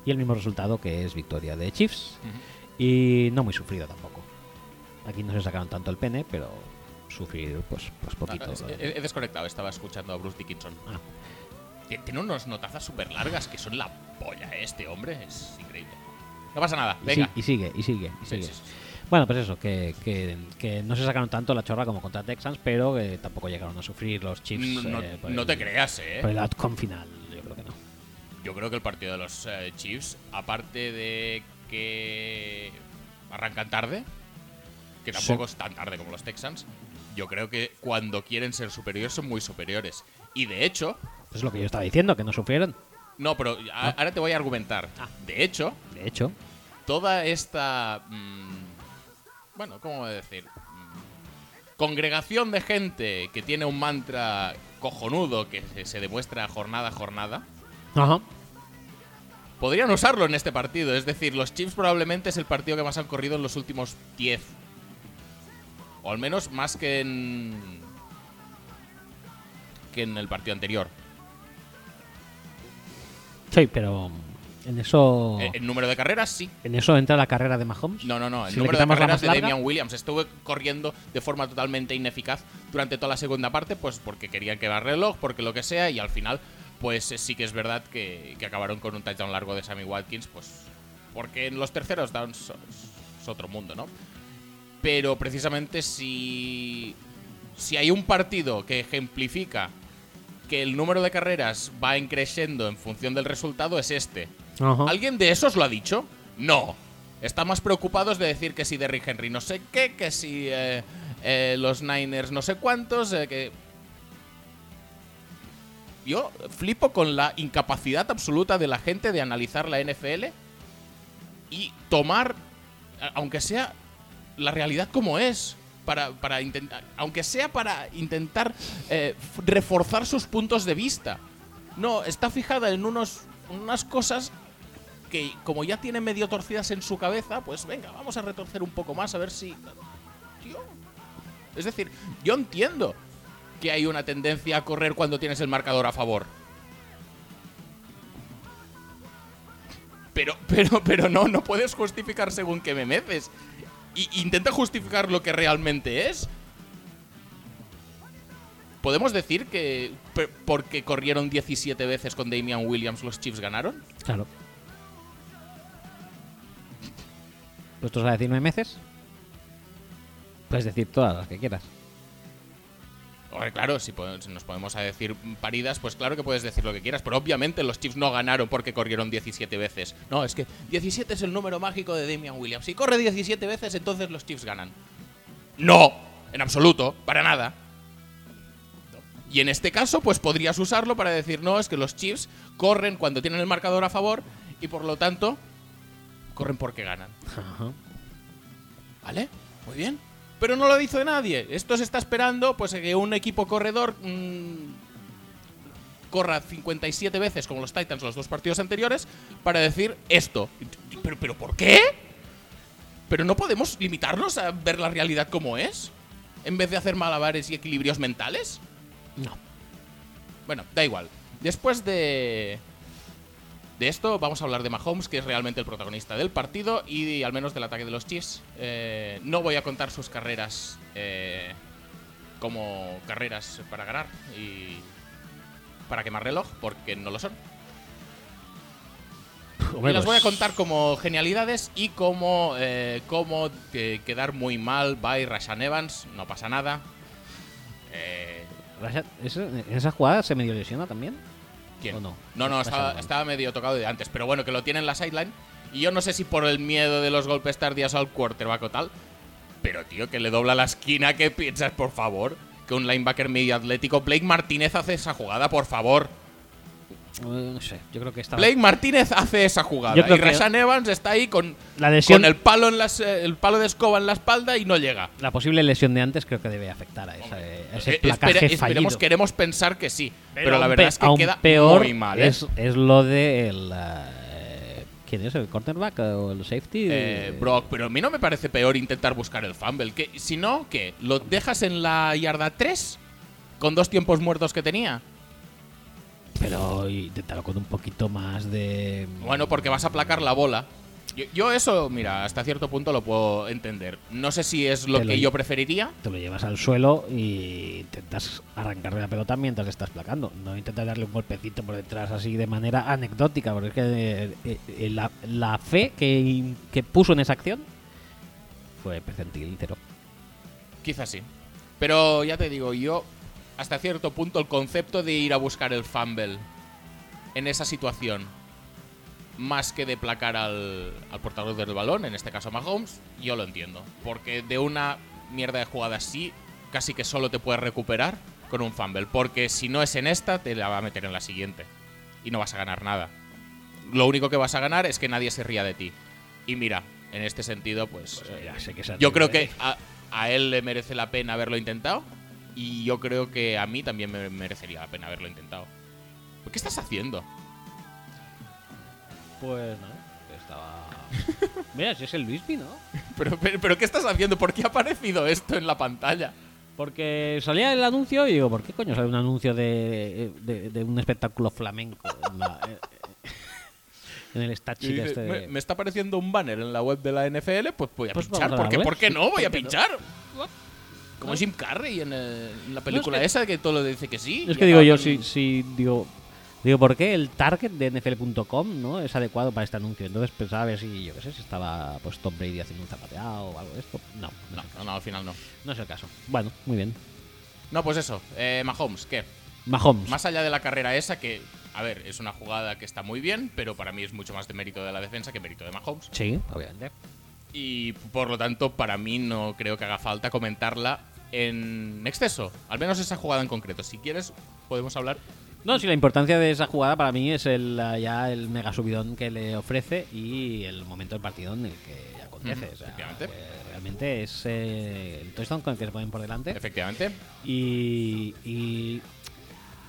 A: y el mismo resultado que es victoria de Chiefs y no muy sufrido tampoco. Aquí no se sacaron tanto el pene, pero sufrir pues pues poquito.
B: Ah, he- he, he desconectado, estaba escuchando a Bruce Dickinson.
A: Ah.
B: Tie- Tiene unas notazas súper largas que son la polla, eh, este hombre. Es increíble. No pasa nada,
A: Y,
B: venga.
A: sí- y sigue, y sigue, y
B: Sí,
A: sigue.
B: sí, sí.
A: Bueno, pues eso, que, que- que no se sacaron tanto la chorra como contra Texans, pero eh, tampoco llegaron a sufrir los Chiefs.
B: No, no-
A: eh, por
B: no
A: el-
B: te creas, eh.
A: Por el outcome final, yo creo que no.
B: Yo creo que el partido de los eh, Chiefs, aparte de que arrancan tarde, que tampoco es tan tarde como los Texans, yo creo que cuando quieren ser superiores son muy superiores. Y de hecho,
A: Pues Es lo que yo estaba diciendo, que no sufrieron.
B: no, pero a- ahora te voy a argumentar.
A: Ah.
B: De hecho,
A: De hecho,
B: toda esta... mm, bueno, ¿cómo decir? Mm, Congregación de gente que tiene un mantra cojonudo que se- se demuestra jornada a jornada.
A: ajá.
B: Podrían usarlo en este partido. Es decir, los Chiefs probablemente es el partido que más han corrido en los últimos 10. O al menos más que en. que en el partido anterior.
A: Sí, pero en eso
B: Eh, El número de carreras, sí.
A: en eso entra la carrera de Mahomes.
B: No, no, no. El
A: Si le
B: número de
A: quitamos la
B: carreras de
A: más larga.
B: Damian Williams. Estuve corriendo de forma totalmente ineficaz durante toda la segunda parte, pues porque querían que va reloj, porque lo que sea, y al final, pues eh, sí que es verdad que, que acabaron con un touchdown largo de Sammy Watkins, pues porque en los terceros downs es- es otro mundo, ¿no? Pero precisamente si, si hay un partido que ejemplifica que el número de carreras va en creciendo en función del resultado es este.
A: Ajá.
B: ¿Alguien de esos lo ha dicho? No. Están más preocupados de decir que si Derrick Henry no sé qué, que si eh, eh, los Niners no sé cuántos, eh, que... Yo flipo con la incapacidad absoluta de la gente de analizar la NFL y tomar, a- aunque sea la realidad como es, para, para intentar, aunque sea para intentar eh, f- reforzar sus puntos de vista. No, está fijada en unos, unas cosas que como ya tiene medio torcidas en su cabeza, pues venga, vamos a retorcer un poco más a ver si... Tío. Es decir, yo entiendo que hay una tendencia a correr cuando tienes el marcador a favor. Pero, pero, pero no, no puedes justificar según que me meces. Y- intenta justificar lo que realmente es. ¿Podemos decir que pe- porque corrieron 17 veces con Damian Williams los Chiefs ganaron?
A: Claro. Pues tú vas a decir nueve meses. Puedes decir todas las que quieras.
B: O Hombre, claro, si po- si nos podemos a decir paridas, pues claro que puedes decir lo que quieras, pero obviamente los Chiefs no ganaron porque corrieron 17 veces. No, es que 17 es el número mágico de Damian Williams. Si corre 17 veces, entonces los Chiefs ganan. No, en absoluto, para nada. Y en este caso, pues podrías usarlo para decir, no, es que los Chiefs corren cuando tienen el marcador a favor y por lo tanto corren porque ganan.
A: Ajá.
B: ¿Vale? Muy bien. Pero no lo dice nadie. Esto se está esperando pues a que un equipo corredor mm, corra 57 veces como los Titans los dos partidos anteriores para decir esto. ¿Pero, pero por qué? ¿Pero no podemos limitarnos a ver la realidad como es? En vez de hacer malabares y equilibrios mentales?
A: No.
B: Bueno, da igual. Después de. De esto vamos a hablar de Mahomes, que es realmente el protagonista del partido y al menos del ataque de los Chiefs. Eh, no voy a contar sus carreras eh, como carreras para ganar y para quemar reloj, porque no lo son.
A: Hombre,
B: y
A: pues,
B: las voy a contar como genialidades y como, eh, como que- quedar muy mal by Rashan Evans. No pasa nada. Eh,
A: Rashad, ¿eso- ¿En esa jugada se medio lesiona también?
B: ¿Quién?
A: ¿O no?
B: no, no,
A: Rashad
B: estaba,
A: Evans.
B: estaba medio tocado de antes, pero bueno, que lo tiene en la sideline. Y yo no sé si por el miedo de los golpes tardíos al quarterback o tal, pero tío, que le dobla la esquina, ¿qué piensas, por favor? Que un linebacker medio atlético, Blake Martínez hace esa jugada, por favor.
A: Eh, no sé, yo creo que estaba.
B: Blake Martínez hace esa jugada.
A: Yo creo
B: Y
A: que-
B: Rashan Evans está ahí con,
A: La lesión-
B: con el, palo en las, eh, el palo de escoba en la espalda y no llega.
A: La posible lesión de antes creo que debe afectar a, esa- a ese
B: Eh,
A: placaje
B: espere-
A: fallido.
B: esperemos, queremos pensar que sí, pero,
A: Aún
B: la verdad
A: pe-
B: es que
A: aún
B: queda
A: peor
B: muy mal. ¿eh?
A: Es, es lo de el, eh, ¿Quién es? ¿El cornerback o el safety?
B: Eh, Brock, pero a mí no me parece peor intentar buscar el fumble. Que, si no, ¿qué? ¿Lo dejas en la yarda 3? Con dos tiempos muertos que tenía.
A: Pero intentarlo con un poquito más de.
B: Bueno, porque vas a aplacar la bola. Yo, yo eso, mira, hasta cierto punto lo puedo entender. No sé si es lo
A: Te lo
B: que
A: di-
B: yo preferiría.
A: Te lo llevas al suelo y intentas arrancarle la pelota mientras le estás placando. No intentas darle un golpecito por detrás así de manera anecdótica, porque es que eh, eh, eh, la, la fe que, que puso en esa acción fue percentil, cero.
B: Quizás sí. Pero ya te digo, yo, hasta cierto punto, el concepto de ir a buscar el fumble en esa situación, más que de placar al, al portador del balón, en este caso a Mahomes, yo lo entiendo. Porque de una mierda de jugada así, casi que solo te puedes recuperar con un fumble. Porque si no es en esta, te la va a meter en la siguiente. Y no vas a ganar nada. Lo único que vas a ganar es que nadie se ría de ti. Y mira, en este sentido, pues. eh,
A: Mira, sé que es ¿eh?
B: yo creo
A: horrible.
B: que a, a él le merece la pena haberlo intentado y yo creo que a mí también me merecería la pena haberlo intentado. ¿Qué estás haciendo?
A: Pues no, estaba. Mira, si es el Luispi, ¿no?
B: ¿Pero, pero, pero qué estás haciendo? ¿Por qué ha aparecido esto en la pantalla?
A: Porque salía el anuncio y digo, ¿por qué coño sale un anuncio de, de- de un espectáculo flamenco en, la- eh, eh, en el
B: Y
A: Stachica
B: dice,
A: este?
B: me, me está apareciendo un banner en la web de la NFL, pues voy a
A: Pues vamos
B: pinchar.
A: a
B: ¿Por qué,
A: darle.
B: ¿Por qué no? Voy a
A: ¿Por qué no?
B: pinchar. Como Jim Carrey en, eh, en la película
A: que-
B: esa que todo lo dice que sí.
A: Es
B: y
A: que digo yo,
B: acaban-
A: si, si digo, digo, ¿por qué el target de NFL.com no es adecuado para este anuncio? Entonces pensaba a ver si, yo qué sé, si estaba pues Tom Brady haciendo un zapateado o algo de esto. No, no, es
B: No,
A: el
B: no,
A: caso.
B: no, al final no.
A: no es el caso. Bueno, muy bien.
B: No, pues eso. Eh, Mahomes, ¿qué?
A: Mahomes.
B: Más allá de la carrera esa, que, a ver, es una jugada que está muy bien, pero para mí es mucho más de mérito de la defensa que mérito de Mahomes.
A: Sí, obviamente.
B: Y por lo tanto, para mí no creo que haga falta comentarla en exceso. Al menos esa jugada en concreto. Si quieres, podemos hablar.
A: No, sí, la importancia de esa jugada para mí es el, eh, ya el mega subidón que le ofrece y el momento del partido en el que acontece.
B: Ujú,
A: O sea,
B: efectivamente.
A: que realmente es eh, el touchdown con el que se ponen por delante.
B: Efectivamente.
A: Y, y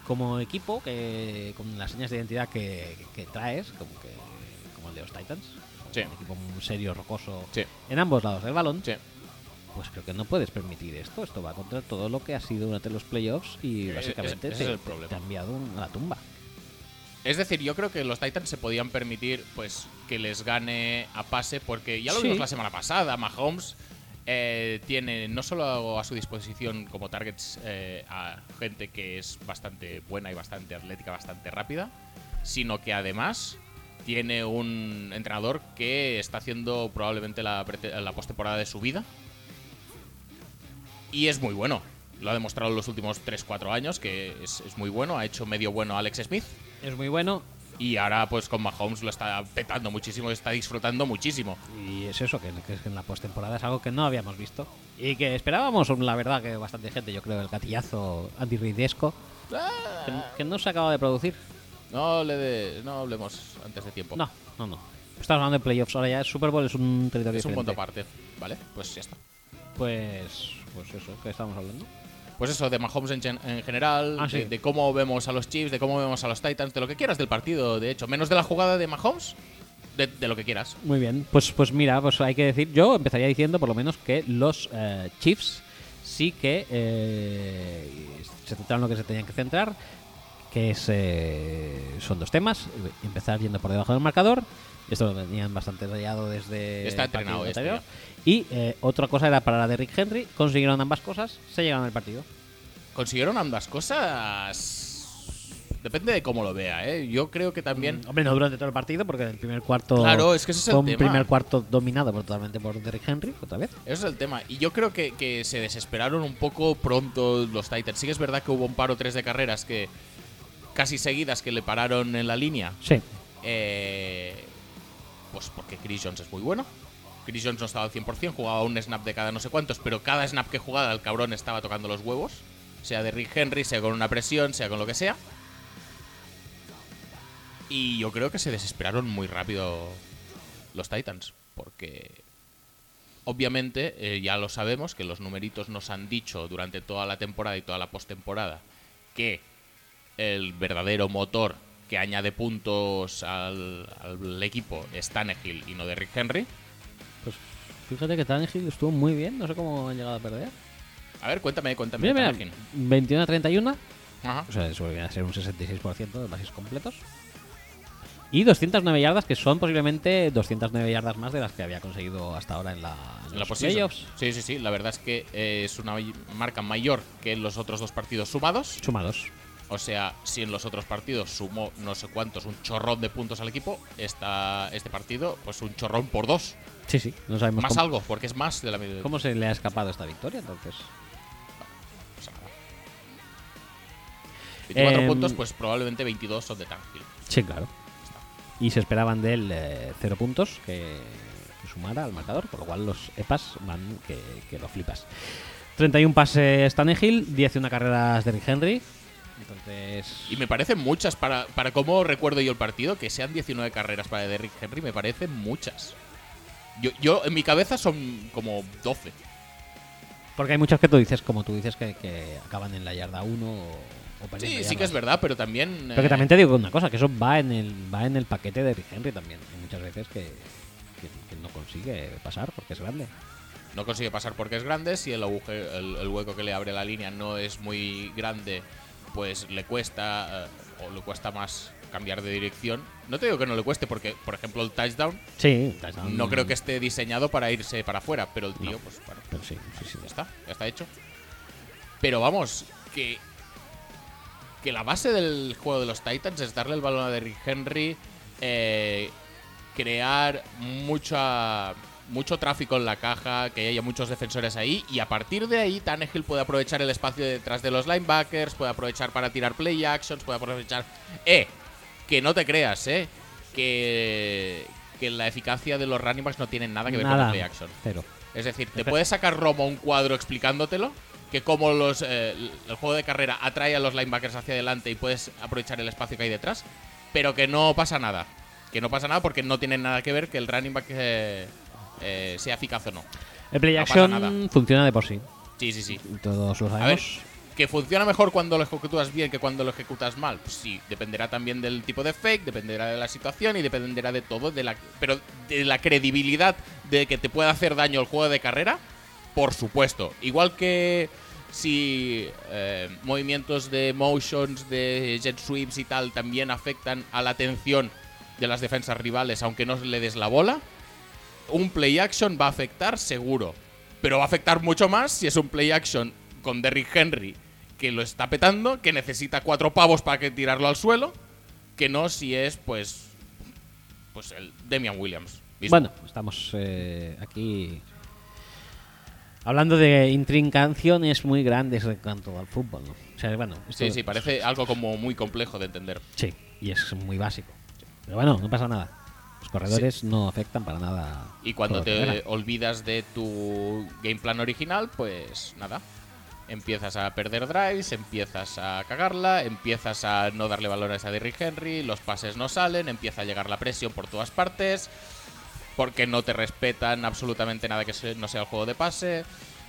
A: como equipo, que con las señas de identidad que, que traes, como, que, como el de los Titans,
B: Sí.
A: un equipo muy serio, rocoso,
B: Sí.
A: en ambos lados del balón,
B: Sí.
A: pues creo que no puedes permitir esto. Esto va contra todo lo que ha sido durante los playoffs y
B: Ese-
A: básicamente
B: Eh, ese es
A: te-
B: el problema.
A: te ha enviado un- a la tumba.
B: Es decir, yo creo que los Titans se podían permitir pues que les gane a pase porque ya lo
A: Sí.
B: vimos la semana pasada, Mahomes eh, tiene no solo a su disposición como targets eh, a gente que es bastante buena y bastante atlética, bastante rápida, sino que además tiene un entrenador que está haciendo probablemente la, prete- la postemporada de su vida y es muy bueno. lo ha demostrado en los últimos 3-4 años, que es, es muy bueno. Ha hecho medio bueno Alex Smith.
A: Es muy bueno
B: Y ahora, pues con Mahomes lo está petando muchísimo, está disfrutando muchísimo.
A: y es eso, que, que es que en la postemporada es algo que no habíamos visto y que esperábamos, la verdad, que bastante gente, yo creo, el gatillazo antirridesco que,
B: Ah.
A: que no se acaba de producir.
B: No le de- no hablemos antes de tiempo.
A: No, no, no. Estamos hablando de playoffs, ahora ya el Super Bowl es un territorio
B: es un punto
A: diferente.
B: aparte. Vale, pues ya está.
A: Pues, pues eso, ¿qué estamos hablando?
B: Pues eso, de Mahomes en, gen- en general,
A: Ah,
B: de,
A: sí.
B: de cómo vemos a los Chiefs, de cómo vemos a los Titans, de lo que quieras del partido, de hecho. Menos de la jugada de Mahomes, de, de lo que quieras.
A: Muy bien, pues, pues mira, pues hay que decir, yo empezaría diciendo por lo menos que los eh, Chiefs sí que eh, se centraron en lo que se tenían que centrar, que es, eh, son dos temas, empezar yendo por debajo del marcador, esto lo tenían bastante rayado desde...
B: Está
A: el partido
B: entrenado este
A: anterior, Y eh, otra cosa era para la de Rick Henry, consiguieron ambas cosas, se llegaron al partido.
B: Consiguieron ambas cosas. Depende de cómo lo vea, ¿eh? Yo creo que también.
A: Hombre, no durante todo el partido, porque en el primer cuarto...
B: Claro, es que ese es el
A: fue un
B: tema.
A: primer cuarto dominado por- totalmente por Derrick Henry, otra vez.
B: Eso es el tema. Y yo creo que, que se desesperaron un poco pronto los Titans. Sí que es verdad que hubo un paro tres de carreras que casi seguidas que le pararon en la línea.
A: Sí.
B: Eh, pues porque Chris Jones es muy bueno. Chris Jones no estaba al 100%, jugaba un snap de cada no sé cuántos, pero cada snap que jugaba el cabrón estaba tocando los huevos. Sea de Rick Henry, sea con una presión, sea con lo que sea. Y yo creo que se desesperaron muy rápido los Titans, porque obviamente eh, ya lo sabemos que los numeritos nos han dicho durante toda la temporada y toda la postemporada que el verdadero motor que añade puntos al, al equipo es Tannehill y no Derrick Henry.
A: Pues fíjate que Tannehill estuvo muy bien, no sé cómo han llegado a perder.
B: A ver, cuéntame, cuéntame.
A: Mira, mira,
B: Tannehill.
A: 21 a 31,
B: Ajá.
A: o sea, eso viene a ser un 66% de pases completos. Y 209 yardas, que son posiblemente 209 yardas más de las que había conseguido hasta ahora en la, en
B: En la
A: los
B: posición.
A: playoffs.
B: Sí, sí, sí. La verdad es que eh, es una may- marca mayor que en los otros dos partidos sumados.
A: Sumados.
B: O sea, si en los otros partidos sumó no sé cuántos, un chorrón de puntos al equipo, esta, este partido, pues un chorrón por dos.
A: Sí, sí, no sabemos
B: Más
A: cómo,
B: algo, porque es más de la medida.
A: cómo se le ha escapado esta victoria, entonces.
B: 24
A: Em,
B: puntos, pues probablemente 22 son de Tannehill.
A: Sí, claro. Y se esperaban de él eh, cero puntos que, que sumara al marcador, por lo cual los EPAs van que, que lo flipas. 31 pases Tannehill, 11 carreras Derrick Henry. Entonces.
B: Y me parecen muchas para, para cómo recuerdo yo el partido, que sean 19 carreras para Derrick Henry, me parecen muchas. Yo, yo en mi cabeza son como 12.
A: Porque hay muchas que tú dices, como tú dices, que, que acaban en la yarda 1 o, o perdiendo
B: Sí, sí
A: yardas.
B: que es verdad, pero también.
A: Pero que
B: eh,
A: también te digo una cosa, que eso va en el, va en el paquete de Derrick Henry también. Hay muchas veces que, que- que no consigue pasar porque es grande.
B: No consigue pasar porque es grande. Si el, agujero, el, el hueco que le abre la línea no es muy grande, pues le cuesta eh, o le cuesta más cambiar de dirección. No te digo que no le cueste, porque, por ejemplo, el touchdown
A: Sí,
B: no creo que esté diseñado para irse para afuera, pero el tío,
A: No.
B: pues bueno.
A: Pero sí, sí, sí.
B: Ya está, ya está hecho. Pero vamos, que. Que la base del juego de los Titans es darle el balón a Derrick Henry, eh, crear mucha, mucho tráfico en la caja, que haya muchos defensores ahí, y a partir de ahí Tannehill puede aprovechar el espacio detrás de los linebackers, puede aprovechar para tirar play actions, puede aprovechar. ¡Eh! Que no te creas, ¿eh? Que, que la eficacia de los running backs no tiene nada que ver con
A: Nada,
B: el play action.
A: cero.
B: Es decir, te puede sacar Romo un cuadro explicándotelo, que como los, eh, el juego de carrera atrae a los linebackers hacia adelante y puedes aprovechar el espacio que hay detrás, pero que no pasa nada. Que no pasa nada porque no tiene nada que ver que el running back eh, eh, sea eficaz o no.
A: El play
B: No pasa
A: action
B: nada.
A: funciona de por sí.
B: Sí, sí, sí.
A: Todos lo
B: A ver,
A: sabemos.
B: que funciona mejor cuando lo ejecutas bien que cuando lo ejecutas mal. Pues sí, dependerá también del tipo de fake, dependerá de la situación y dependerá de todo, de la, pero de la credibilidad de que te pueda hacer daño el juego de carrera, por supuesto. Igual que si eh, movimientos de motions, de jet sweeps y tal también afectan a la atención de las defensas rivales, aunque no le des la bola, un play action va a afectar seguro. Pero va a afectar mucho más si es un play action con Derrick Henry que lo está petando, que necesita cuatro pavos para que tirarlo al suelo, que no si es pues pues el Damian Williams. mismo.
A: Bueno, estamos eh, aquí Hablando de intrincaciones muy grandes en cuanto al fútbol, ¿no? O sea, bueno, esto-
B: Sí, sí, parece algo como muy complejo de entender.
A: Sí, y es muy básico. Pero bueno, no pasa nada. Los corredores no afectan para nada.
B: Y cuando
A: todo lo que
B: te
A: gana.
B: olvidas de tu game plan original, pues nada. Empiezas a perder drives, empiezas a cagarla, empiezas a no darle valores a Derrick Henry, los pases no salen, empieza a llegar la presión por todas partes, porque no te respetan absolutamente nada que se- no sea el juego de pase.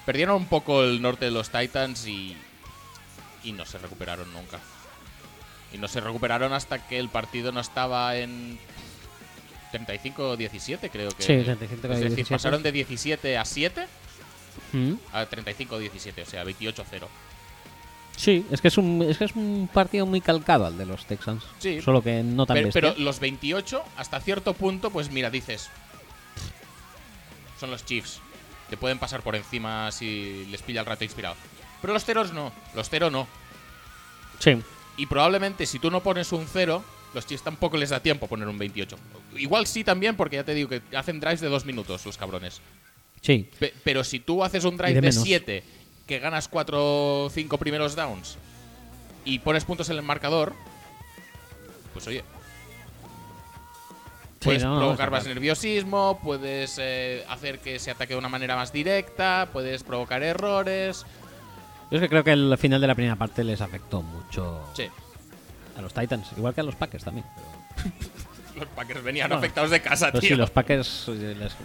B: Perdieron un poco el norte de los Titans y, y no se recuperaron nunca. Y no se recuperaron hasta que el partido no estaba en 35-17, creo que.
A: Sí, 35-17.
B: Es decir, pasaron de 17 a 7
A: Mm.
B: a 35-17, o sea, 28-0.
A: Sí, es que es, un, es que es un partido muy calcado al de los Texans.
B: Sí.
A: Solo que no tan
B: Pero,
A: bestia.
B: pero los 28, hasta cierto punto, pues mira, dices. Son los Chiefs. Te pueden pasar por encima si les pilla el rato inspirado. Pero los ceros no. Los cero no.
A: Sí.
B: Y probablemente si tú no pones un 0, los Chiefs tampoco les da tiempo poner un 28. Igual sí también, porque ya te digo que hacen drives de dos minutos los cabrones.
A: Sí.
B: Pe- pero si tú haces un
A: Y
B: drive
A: de
B: de
A: menos.
B: 7, que ganas 4 o 5 primeros downs y pones puntos en el marcador, pues oye.
A: Sí,
B: Puedes
A: no, no,
B: provocar
A: está
B: más
A: claro.
B: nerviosismo, puedes eh, hacer que se ataque de una manera más directa, puedes provocar errores.
A: Yo es que creo que el final de la primera parte les afectó mucho
B: Sí,
A: a los Titans, igual que a los Packers también. Pero,
B: los Packers venían
A: Bueno.
B: afectados de casa,
A: pero
B: tío.
A: sí, los Packers. eh, les-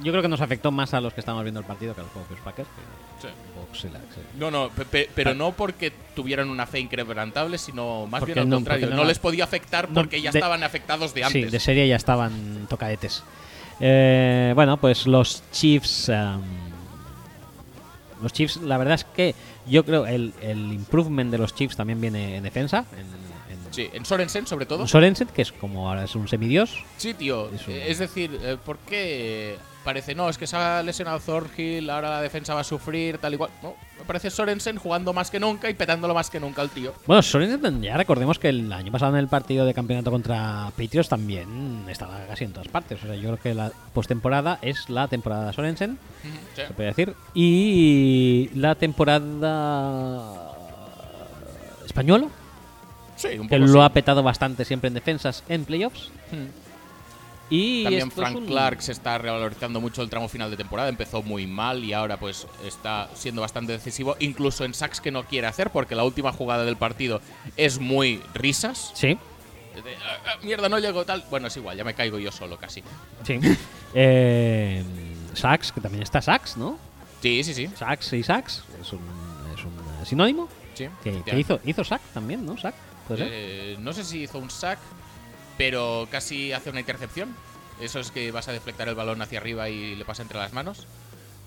A: yo creo que nos afectó más a los que estábamos viendo el partido que a los propios Packers. que
B: Sí.
A: Bucks y la- sí.
B: No, no, pe- pe- pero no porque tuvieran una fe inquebrantable, sino más
A: Ah. Porque
B: bien al
A: no,
B: contrario.
A: porque
B: No,
A: no la-
B: les podía afectar
A: No,
B: porque ya
A: de-
B: estaban afectados de antes.
A: Sí, de serie ya estaban tocadetes. Eh, bueno, pues los Chiefs. am, los Chiefs, la verdad es que yo creo el, el improvement de los Chiefs también viene en defensa. En, en-
B: Sí, en Sorensen sobre todo.
A: en Sorensen, que es como ahora es un semidios.
B: Sí, tío.
A: Eso.
B: Eh, Es decir, eh, ¿por qué parece, no, es que se ha lesionado Thorhill, ahora la defensa va a sufrir, tal igual? No, me parece Sorensen jugando más que nunca y petándolo más que nunca el tío.
A: Bueno, Sorensen, ya recordemos que el año pasado en el partido de campeonato contra Patriots también estaba casi en todas partes. O sea, yo creo que la postemporada es la temporada de Sorensen.
B: Sí.
A: se puede decir. Y la temporada española,
B: Sí, un
A: que
B: poco
A: lo ha
B: sí.
A: petado bastante siempre en defensas en playoffs.
B: Hmm.
A: Y
B: También
A: esto es
B: Frank
A: un-
B: Clark se está revalorizando mucho el tramo final de temporada. Empezó muy mal y ahora pues está siendo bastante decisivo, incluso en sacks que no quiere hacer, porque la última jugada del partido es muy risas.
A: Sí,
B: De, "Ah, ah, mierda, no llego tal. Bueno, es igual, ya me caigo yo solo casi.
A: sí. Eh, Sachs, que también está Sachs, ¿no?
B: Sí, sí, sí.
A: Sachs y Sachs es un, es un eh, sinónimo.
B: sí
A: Que, que
B: Ya.
A: hizo, hizo Sack también, ¿no? Sack, puede ser.
B: Eh, no sé si hizo un sack, pero casi hace una intercepción. Eso es que vas a deflectar el balón hacia arriba y le pasa entre las manos.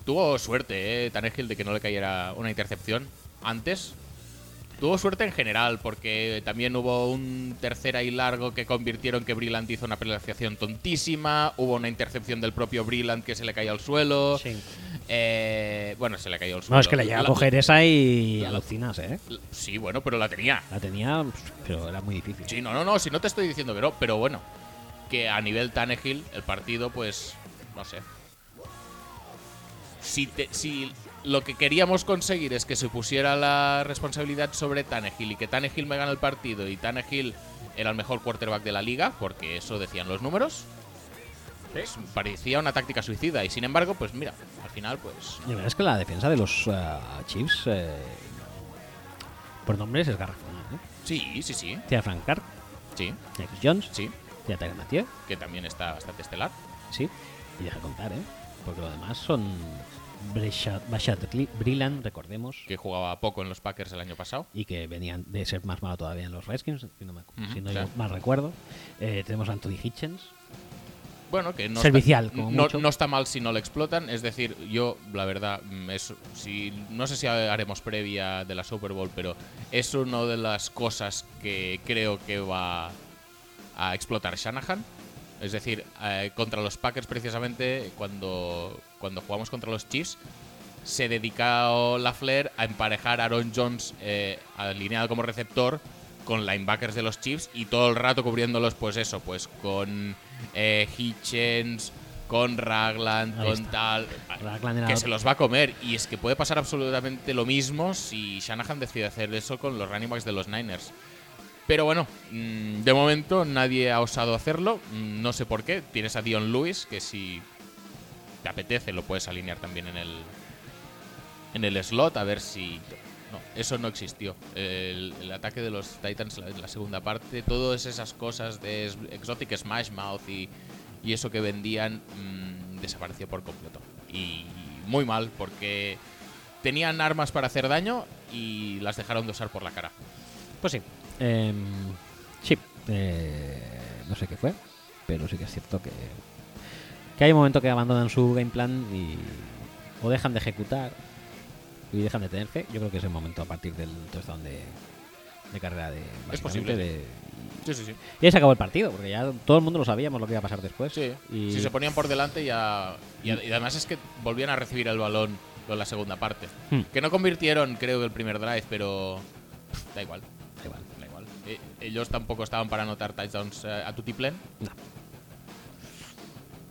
B: Tuvo suerte, eh, Tannehill, de que no le cayera una intercepción antes. Tuvo suerte en general, porque también hubo un tercera y largo que convirtieron que Brillant hizo una penalización tontísima. Hubo una intercepción del propio Brillant que se le cayó al suelo.
A: Sí.
B: Eh, bueno, se le cayó al suelo.
A: No, es que le llega a
B: La-
A: coger esa y
B: la-
A: alucinas, ¿eh?
B: la- Sí, bueno, pero la tenía.
A: La tenía, pues, pero era muy difícil.
B: Sí, no, no, no, si no te estoy diciendo que no, pero bueno, que a nivel Tannehill, el partido, pues, no sé. Si, te- si lo que queríamos conseguir es que se pusiera la responsabilidad sobre Tannehill y que Tannehill me gana el partido y Tannehill era el mejor quarterback de la liga, porque eso decían los números, pues parecía una táctica suicida y sin embargo, pues mira, al final, pues...
A: La verdad es que la defensa de los eh, Chiefs, eh, por nombres, es garrafona. ¿eh?
B: Sí, sí, sí,
A: Tía Frank Clark,
B: sí,
A: tía Chris Jones,
B: sí,
A: tía Tyler Mathieu,
B: que también está bastante estelar.
A: sí. Y deja contar, ¿eh? Porque lo demás son Bresha- Bashad Cli- Brilland, recordemos,
B: que jugaba poco en los Packers el año pasado.
A: y que venían de ser más malo todavía en los Redskins, si no, me,
B: Ujú,
A: si no
B: claro.
A: mal recuerdo. Eh, tenemos a Anthony Hitchens.
B: Bueno, que no
A: Servicial,
B: está,
A: como
B: no,
A: mucho.
B: no está mal si no lo explotan. Es decir, yo, la verdad, mm, es, si, no sé si haremos previa de la Super Bowl, pero es una de las cosas que creo que va a explotar Shanahan. Es decir, eh, contra los Packers, precisamente, cuando, cuando jugamos contra los Chiefs, se dedicó la Flair a emparejar a Aaron Jones eh, alineado como receptor con linebackers de los Chiefs y todo el rato cubriéndolos, pues eso, pues con eh, Hitchens, con Raglan,
A: Ahí
B: con
A: está.
B: tal.
A: Raglan era
B: Que
A: otro.
B: se los va a comer. Y es que puede pasar absolutamente lo mismo si Shanahan decide hacer eso con los running backs de los Niners. Pero bueno, mm, de momento nadie ha osado hacerlo. Mm, No sé por qué. Tienes a Dion Lewis, que si te apetece lo puedes alinear también en el, en el slot, a ver si... No, eso no existió. El, el ataque de los Titans en la, la segunda parte, todas esas cosas de es- Exotic Smash Mouth y, y eso que vendían mm, desapareció por completo. Y muy mal, porque tenían armas para hacer daño y las dejaron de usar por la cara.
A: Pues sí. Eh, sí. Eh, no sé qué fue, pero sí que es cierto que, que hay un momento que abandonan su game plan y o dejan de ejecutar y dejan de tener fe. Yo creo que es el momento a partir del touchdown de, de carrera de... básicamente
B: posible,
A: de-
B: Sí, sí, sí.
A: y ahí se acabó el partido, porque ya todo el mundo lo sabíamos lo que iba a pasar después.
B: Sí,
A: Y
B: si se ponían por delante ya... Y, ad- y además es que volvían a recibir el balón con la segunda parte.
A: Hmm.
B: Que no convirtieron, creo, el primer drive, pero... Da igual.
A: da igual.
B: Da igual. Eh, ellos tampoco estaban para anotar touchdowns eh, a Tutiplén.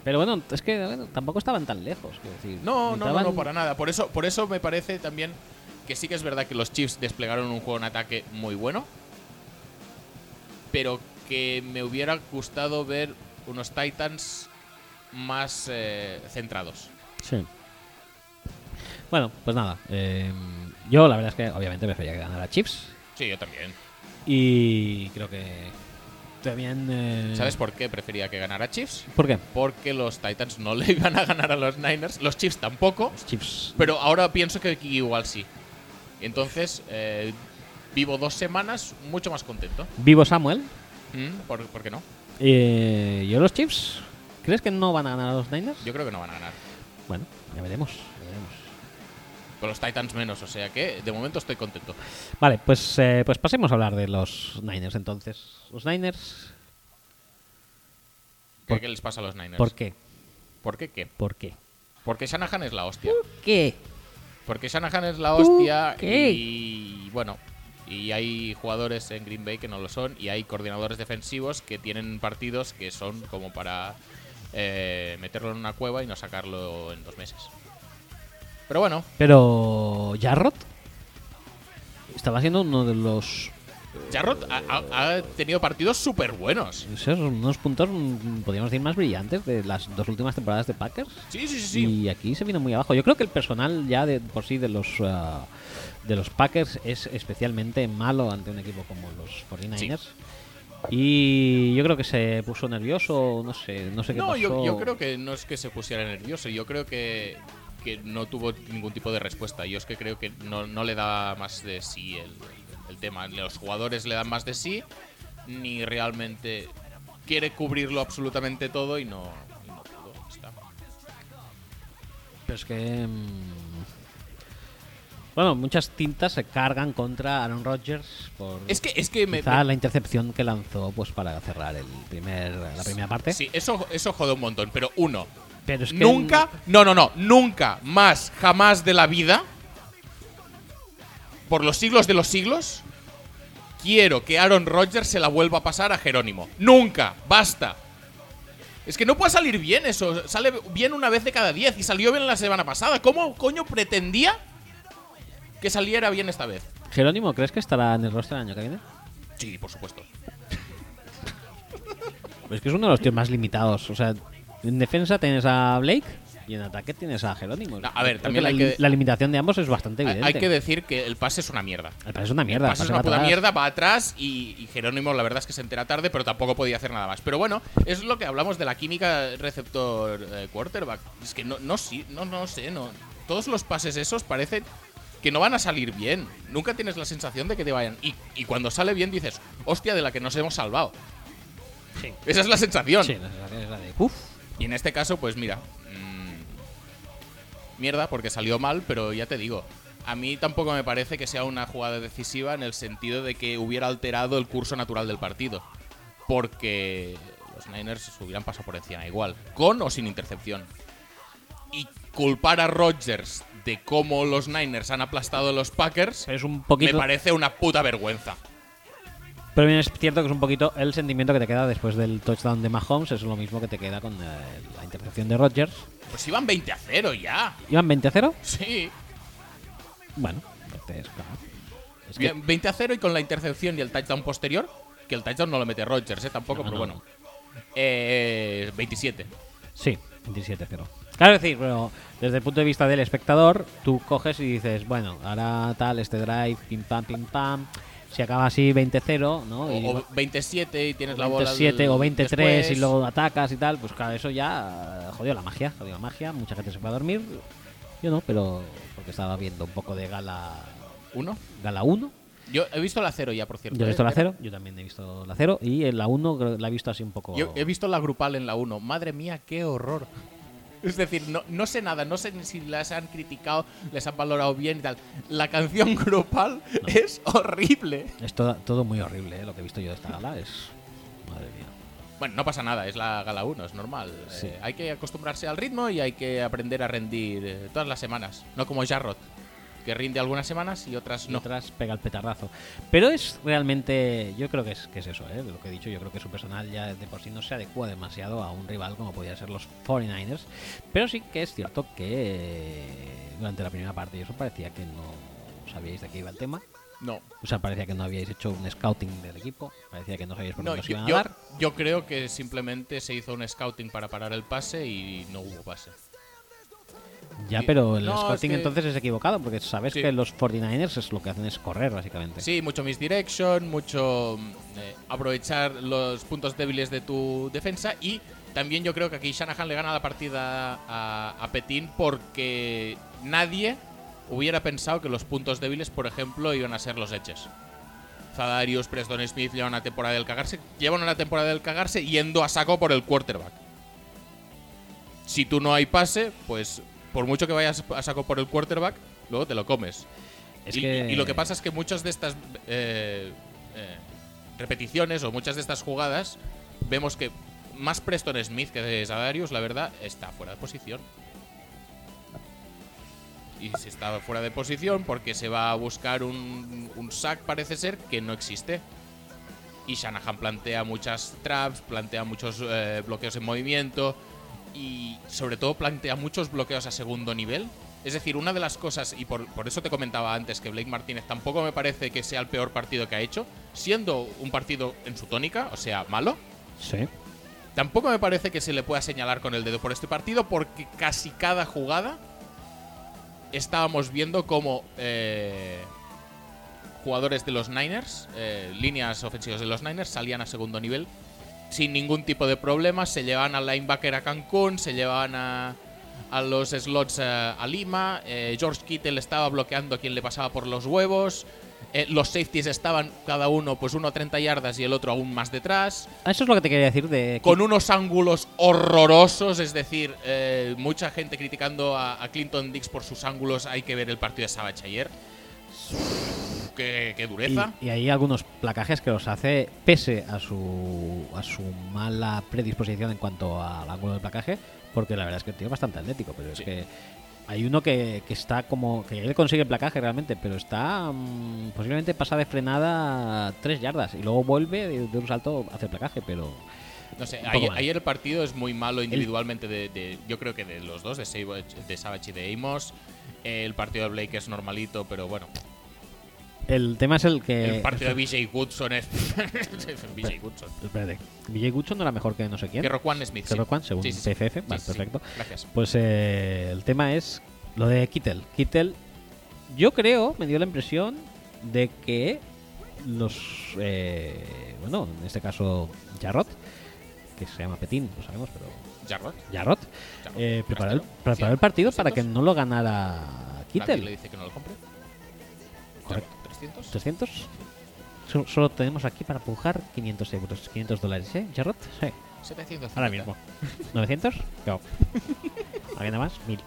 A: Pero bueno, es que bueno, tampoco estaban tan lejos. quiero decir,
B: No, no, no,
A: necesitaban-
B: no, para nada. Por eso, por eso me parece también que sí que es verdad que los Chiefs desplegaron un juego en ataque muy bueno. Pero que me hubiera gustado ver unos Titans más eh, centrados.
A: Sí. Bueno, pues nada. eh, yo la verdad es que obviamente prefería que ganara Chips.
B: Sí, yo también.
A: Y creo que también... eh,
B: ¿Sabes por qué prefería que ganara Chiefs?
A: por qué?
B: Porque los Titans no le iban a ganar a los Niners. Los Chiefs tampoco.
A: Chips...
B: Pero ahora pienso que aquí igual sí. Entonces, eh, vivo dos semanas mucho más contento.
A: Vivo Samuel.
B: Mm, ¿Por, por qué no?
A: eh, yo los Chips. ¿Crees que no van a ganar a los Niners?
B: Yo creo que no van a ganar.
A: Bueno, ya veremos. ya veremos.
B: Con los Titans menos, o sea que de momento estoy contento.
A: Vale, pues, eh, pues pasemos a hablar de los Niners entonces. Los Niners...
B: ¿Qué,
A: Por-
B: qué les pasa a los Niners?
A: ¿Por qué?
B: ¿Por qué qué?
A: ¿Por qué?
B: Porque Shanahan es la hostia.
A: Uh. ¿Qué?
B: Porque Shanahan es la hostia
A: Uh, qué?
B: y bueno, y hay jugadores en Green Bay que no lo son y hay coordinadores defensivos que tienen partidos que son como para eh, meterlo en una cueva y no sacarlo en dos meses. Pero bueno,
A: Pero Jarrod estaba siendo uno de los
B: Jarrod ha, ha- ha tenido partidos súper buenos.
A: esos unos puntos, mm, podríamos decir, más brillantes de las dos últimas temporadas de Packers.
B: Sí, sí, sí, sí.
A: Y aquí se vino muy abajo. Yo creo que el personal ya de por sí de los ah, de los Packers es especialmente malo ante un equipo como los 49ers. Y yo creo que se puso nervioso, no sé, no sé este qué
B: No,
A: pasó.
B: yo, yo creo que no es que se pusiera nervioso, yo creo que, que no tuvo ningún tipo de respuesta. Yo es que creo que no, no le da más de sí el, el tema. Los jugadores le dan más de sí, ni realmente quiere cubrirlo absolutamente todo y no, y no pudo. Ya está.
A: Pero es que. mm, Bueno, muchas tintas se cargan contra Aaron Rodgers por
B: Es que, es que me,
A: Quizá la intercepción que lanzó pues para cerrar el primer, la primera parte.
B: Sí, eso, eso jode un montón, pero uno.
A: Pero es que
B: nunca, no, no, no, nunca más, jamás de la vida, por los siglos de los siglos, quiero que Aaron Rodgers se la vuelva a pasar a Jerónimo. Nunca, basta. Es que no puede salir bien eso. Sale bien una vez de cada diez y salió bien la semana pasada. ¿Cómo coño pretendía que saliera bien esta vez?
A: Jerónimo, ¿crees que estará en el roster el año que viene?
B: Sí, por supuesto.
A: Pues es que es uno de los tíos más limitados. O sea, en defensa tienes a Blake y en ataque tienes a Jerónimo.
B: No, a ver,
A: Creo
B: también
A: la,
B: hay que-
A: la limitación de ambos es bastante
B: Hay
A: evidente.
B: hay que decir que el pase es una mierda.
A: El pase es una mierda. el
B: Pasa es
A: pase
B: una
A: va
B: puta
A: atrás.
B: mierda, va atrás y, y Jerónimo la verdad es que se entera tarde, pero tampoco podía hacer nada más. Pero bueno, es lo que hablamos de la química receptor eh, quarterback. Es que no, no, sí, no, no sé, no. Todos los pases esos parecen que no van a salir bien. Nunca tienes la sensación de que te vayan. Y, y cuando sale bien dices, hostia, de la que nos hemos salvado. Esa es la sensación.
A: Sí, la sensación es la de, uf.
B: Y en este caso, pues mira. mm, mierda, porque salió mal, pero ya te digo. A mí tampoco me parece que sea una jugada decisiva en el sentido de que hubiera alterado el curso natural del partido. Porque los Niners hubieran pasado por encima igual, con o sin intercepción. Y culpar a Rodgers de cómo los Niners han aplastado a los Packers
A: Es un
B: me
A: poquito.
B: parece una puta vergüenza.
A: Pero bien, es cierto que es un poquito el sentimiento que te queda después del touchdown de Mahomes, es lo mismo que te queda con eh, la intercepción de Rodgers.
B: Pues iban 20 a 0 ya.
A: ¿Iban 20 a 0?
B: Sí.
A: Bueno, entonces, claro. Es que-
B: Bien, 20 a 0 y con la intercepción y el touchdown posterior, que el touchdown no lo mete Rodgers, ¿eh?
A: No,
B: tampoco, pero
A: no.
B: bueno. Eh, 27.
A: Sí, 27-0. Claro, es decir, pero desde el punto de vista del espectador, tú coges y dices, bueno, ahora tal, este drive, pim pam, pim pam, si acaba así 20-0, ¿no?
B: O,
A: Y
B: o 27 y tienes la bola. al-
A: 27 o 23
B: después.
A: y luego atacas y tal, pues claro, eso ya eh, jodió la magia, jodió la magia, mucha gente se fue a dormir, yo no, pero porque estaba viendo un poco de gala
B: Uno.
A: gala 1,
B: Yo he visto la 0 ya, por cierto.
A: yo he
B: ¿eh?
A: visto la 0, yo también he visto la 0 y en la 1 la he visto así un poco...
B: Yo he visto la grupal en la 1. Madre mía, qué horror. Es decir, no, no sé nada, no sé ni si las han criticado, les han valorado bien y tal. La canción grupal es horrible.
A: Es todo, todo muy horrible, eh, lo que he visto yo de esta gala, es... Madre mía.
B: Bueno, no pasa nada, es la gala 1, es normal.
A: Sí.
B: Eh, hay que acostumbrarse al ritmo y hay que aprender a rendir eh, todas las semanas. No como Jarrod, que rinde algunas semanas y otras
A: y
B: no.
A: otras pega el petardazo. Pero es realmente, yo creo que es, que es eso, ¿eh? lo que he dicho, yo creo que su personal ya de por sí no se adecua demasiado a un rival como podían ser los 49ers. Pero sí que es cierto que eh, durante la primera parte y eso parecía que no sabíais de qué iba el tema.
B: No,
A: O sea, parecía que no habíais hecho un scouting del equipo, parecía que no sabíais por
B: no
A: dónde os
B: yo,
A: iban a
B: yo-
A: dar.
B: yo creo que simplemente se hizo un scouting para parar el pase y no hubo pase.
A: Ya, pero el
B: No, es
A: scouting
B: que-
A: entonces es equivocado, porque sabes
B: Sí.
A: que los 49ers es lo que hacen es correr, básicamente.
B: Sí, mucho misdirection, mucho mm, eh, aprovechar los puntos débiles de tu defensa y también yo creo que aquí Shanahan le gana la partida a, a Petín porque nadie hubiera pensado que los puntos débiles, por ejemplo, iban a ser los eches. Zadarius, Preston Smith llevan una temporada del cagarse, llevan una temporada del cagarse yendo a saco por el quarterback. Si tú no hay pase, pues por mucho que vayas a saco por el quarterback, luego te lo comes
A: Es
B: y, y lo que pasa es que muchas de estas eh, eh, repeticiones o muchas de estas jugadas vemos que más Preston Smith que de Sadarius, la verdad, está fuera de posición. Y si está fuera de posición porque se va a buscar un, un sack, parece ser, que no existe. Y Shanahan plantea muchas traps, plantea muchos eh, bloqueos en movimiento y sobre todo plantea muchos bloqueos a segundo nivel. Es decir, una de las cosas, y por, por eso te comentaba antes que Blake Martínez tampoco me parece que sea el peor partido que ha hecho, siendo un partido en su tónica, o sea, malo,
A: Sí.
B: tampoco me parece que se le pueda señalar con el dedo por este partido porque casi cada jugada estábamos viendo como jugadores de los Niners, eh, líneas ofensivas de los Niners, salían a segundo nivel sin ningún tipo de problema, se llevaban al linebacker a Cancún, se llevaban a, a los slots eh, a Lima, eh, George Kittle estaba bloqueando a quien le pasaba por los huevos, eh, los safeties estaban cada uno pues uno a 30 yardas y el otro aún más detrás
A: Ah, Eso es lo que te quería decir de
B: con unos ángulos horrorosos, es decir, eh, mucha gente criticando a, a Clinton Dix por sus ángulos, hay que ver el partido de Savage ayer. Qué, qué
A: Y,
B: dureza.
A: y hay algunos placajes que los hace pese a su, a su mala predisposición en cuanto al ángulo del placaje, porque la verdad es que el tío es bastante atlético, pero
B: Sí.
A: es que hay uno que, que está como que él consigue el placaje realmente, pero está mm, posiblemente pasa de frenada tres yardas y luego vuelve de, de un salto hace el placaje, pero
B: No sé,
A: un poco
B: ayer,
A: mal.
B: ayer el partido es muy malo individualmente de, de- yo creo que de los dos, de Savage, de Savage y de Amos. Eh, El partido de Blake es normalito, pero bueno.
A: el tema es Eh, el que
B: El partido de BJ Goodson es. BJ Goodson.
A: Espérate, Vijay Gucho no era mejor que no sé quién.
B: Que Roquan Smith. sí.
A: Que Roquan, según
B: Sí, sí, sí.
A: PFF,
B: Sí,
A: vale,
B: sí, sí.
A: perfecto.
B: Gracias.
A: Pues eh, el tema es lo de Kittel. Kittel, yo creo, me dio la impresión de que los. eh, bueno, en este caso, Jarrod, que se llama Petín, lo sabemos, pero.
B: Jarrod.
A: Jarrod,
B: Jarrod,
A: eh, preparó, el,
B: Castelo,
A: preparó el
B: 100,
A: partido para que
B: 200.
A: no lo ganara
B: Nadie le
A: Kittel.
B: dice que no lo compre.
A: Correcto.
B: ¿300?
A: 300. So- Solo tenemos aquí para pujar 500 euros, 500 dólares, ¿eh, Jarrod? Sí.
B: 750.
A: Ahora mismo. ¿900? Go. ¿Alguien más? 1000.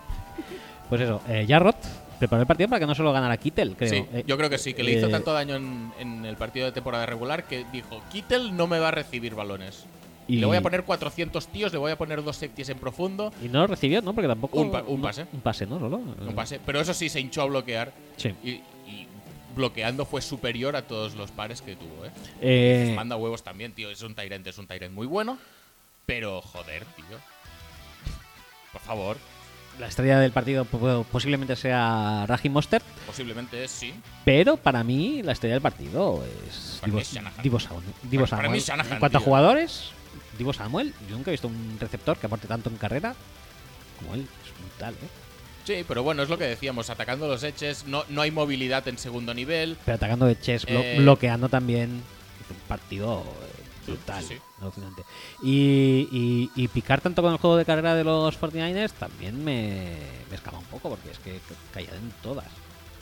A: Pues eso, eh, Jarrod preparó el partido para que no solo ganara Kittel, creo.
B: Sí,
A: Eh,
B: yo creo que sí, que le hizo
A: eh,
B: tanto daño en, en el partido de temporada regular que dijo, Kittel no me va a recibir balones.
A: Y-
B: Le voy a poner 400 tíos, le voy a poner dos safeties en profundo,
A: Y no lo recibió, ¿no? Porque tampoco.
B: Un pa- un
A: no-
B: pase.
A: Un pase, ¿no? Solo.
B: un pase. Pero eso sí, se hinchó a bloquear
A: Sí.
B: y, y bloqueando fue superior a todos los pares que tuvo, ¿eh?
A: Eh,
B: Manda huevos también, tío. Es un Tyrant, es un Tyrant muy bueno. Pero, joder, tío. Por favor,
A: la estrella del partido po- posiblemente sea Raji Monster,
B: posiblemente es, sí.
A: pero para mí la estrella del partido es
B: Para
A: Divo,
B: mí es Shanahan.
A: Divo Samuel. Divo
B: Para- para
A: Samuel.
B: mí es Shanahan,
A: en cuanto a
B: tío.
A: jugadores, Divo Samuel, yo nunca he visto un receptor que aporte tanto en carrera como él. Es brutal, ¿eh?
B: Sí, pero bueno, es lo que decíamos, atacando los eches, no, no hay movilidad en segundo nivel.
A: Pero atacando de chess, blo-
B: Eh.
A: bloqueando también. Un partido eh, brutal,
B: Sí, sí.
A: alucinante. Y, y- y picar tanto con el juego de carrera de los 49ers también me, me escapa un poco, porque es que caían en todas.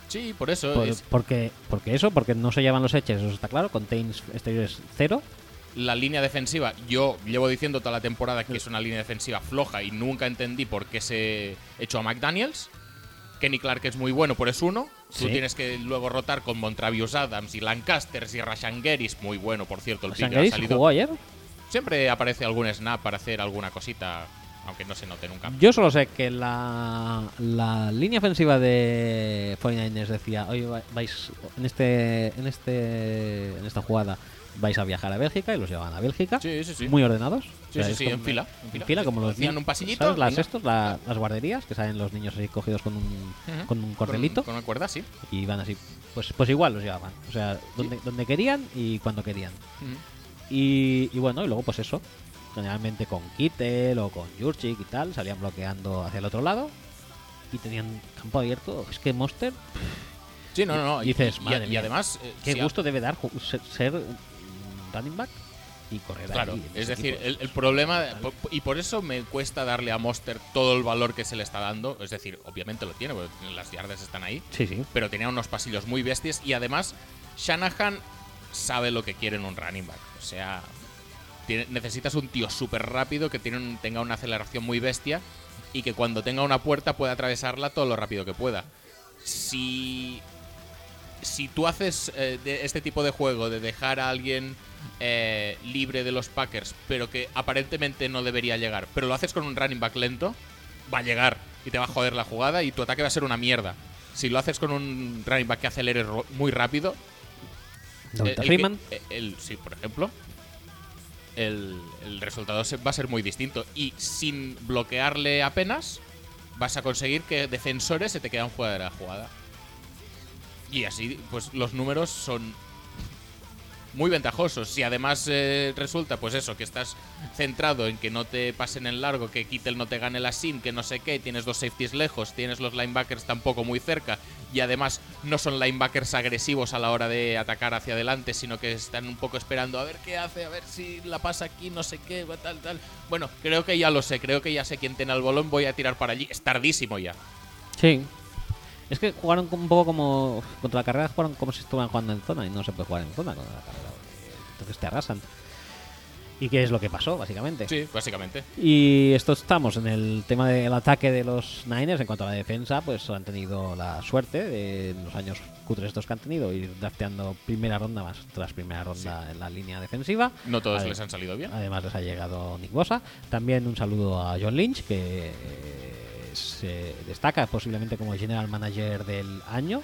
B: Sí, por eso.
A: Por-
B: Pues es-
A: porque, porque eso, porque no se llevan los eches, eso está claro. Contains exteriores cero.
B: la línea defensiva, yo llevo diciendo toda la temporada que es una línea defensiva floja y nunca entendí por qué se echó a McDaniels. Kenny Clark es muy bueno, pero es uno. Tú
A: Sí.
B: tienes que luego rotar con Montravius Adams y Lancaster y Rashangeris, muy bueno, por cierto, el pick Pues que ha
A: Sangaris
B: salido.
A: jugó ayer.
B: Siempre aparece algún snap para hacer alguna cosita, aunque no se note nunca.
A: Yo solo sé que la, la línea ofensiva de 49ers decía, hoy vais en este en este en esta jugada vais a viajar a Bélgica y los llevaban a Bélgica.
B: Sí, sí, sí.
A: Muy ordenados.
B: Sí, sí,
A: es
B: sí,
A: como-
B: en fila, en fila.
A: como los
B: Hacían
A: niños,
B: un pasillito,
A: ¿sabes? Las,
B: venga.
A: estos, la- las guarderías que salen los niños así cogidos con un,
B: Ujú.
A: con un cordelito
B: Con, con una cuerda, sí.
A: y van así. Pues, pues igual los llevaban. O sea, donde, donde querían y cuando querían.
B: Ujú.
A: Y, y bueno, y luego pues eso. Generalmente con Kittel o con Jurchik y tal, salían bloqueando hacia el otro lado y tenían campo abierto. Es que Monster,
B: Sí, no, no, no. Y,
A: Dices,
B: y-
A: madre
B: y
A: mía,
B: además. eh,
A: qué
B: si ha-
A: gusto debe dar ju- ser, ser un running back y correr
B: Claro,
A: ahí en
B: es
A: ese
B: decir,
A: tipo de-
B: el, el problema, po- y por eso me cuesta darle a Monster todo el valor que se le está dando, es decir, obviamente lo tiene, porque las yardas están ahí,
A: Sí, sí.
B: pero tenía unos pasillos muy bestias y además Shanahan sabe lo que quiere en un running back, o sea, tiene- necesitas un tío súper rápido que tiene un- tenga una aceleración muy bestia y que cuando tenga una puerta pueda atravesarla todo lo rápido que pueda. Si si tú haces eh, de este tipo de juego de dejar a alguien eh, libre de los Packers, pero que aparentemente no debería llegar, pero lo haces con un running back lento, va a llegar y te va a joder la jugada y tu ataque va a ser una mierda. Si lo haces con un running back que acelere ro- muy rápido,
A: Devonta
B: el- el
A: Freeman.
B: que- el- sí, por ejemplo. El, el resultado se- va a ser muy distinto. Y sin bloquearle apenas, vas a conseguir que defensores se te quedan fuera de la jugada. Y así, pues los números son muy ventajosos. Si además eh, resulta, pues eso, que estás centrado en que no te pasen en largo, que Kittel no te gane la sim, que no sé qué, tienes dos safeties lejos, tienes los linebackers tampoco muy cerca, y además no son linebackers agresivos a la hora de atacar hacia adelante, sino que están un poco esperando a ver qué hace, a ver si la pasa aquí, no sé qué, va, tal, tal. Bueno, creo que ya lo sé, creo que ya sé quién tiene el bolón, voy a tirar para allí. Es tardísimo ya.
A: Sí. Es que jugaron como- un poco como. Contra la carrera jugaron como si estuvieran jugando en zona y no se puede jugar en zona contra la carrera. porque Entonces te arrasan. ¿Y qué es lo que pasó, básicamente?
B: Sí, básicamente.
A: Y esto estamos en el tema del ataque de los Niners. En cuanto a la defensa, pues han tenido la suerte de en los años cutres estos que han tenido ir drafteando primera ronda más tras primera ronda en la línea defensiva.
B: No todos
A: Ade-
B: les han salido bien.
A: Además les ha llegado Nick Bosa. También un saludo a John Lynch, que eh, se destaca posiblemente como el general manager del año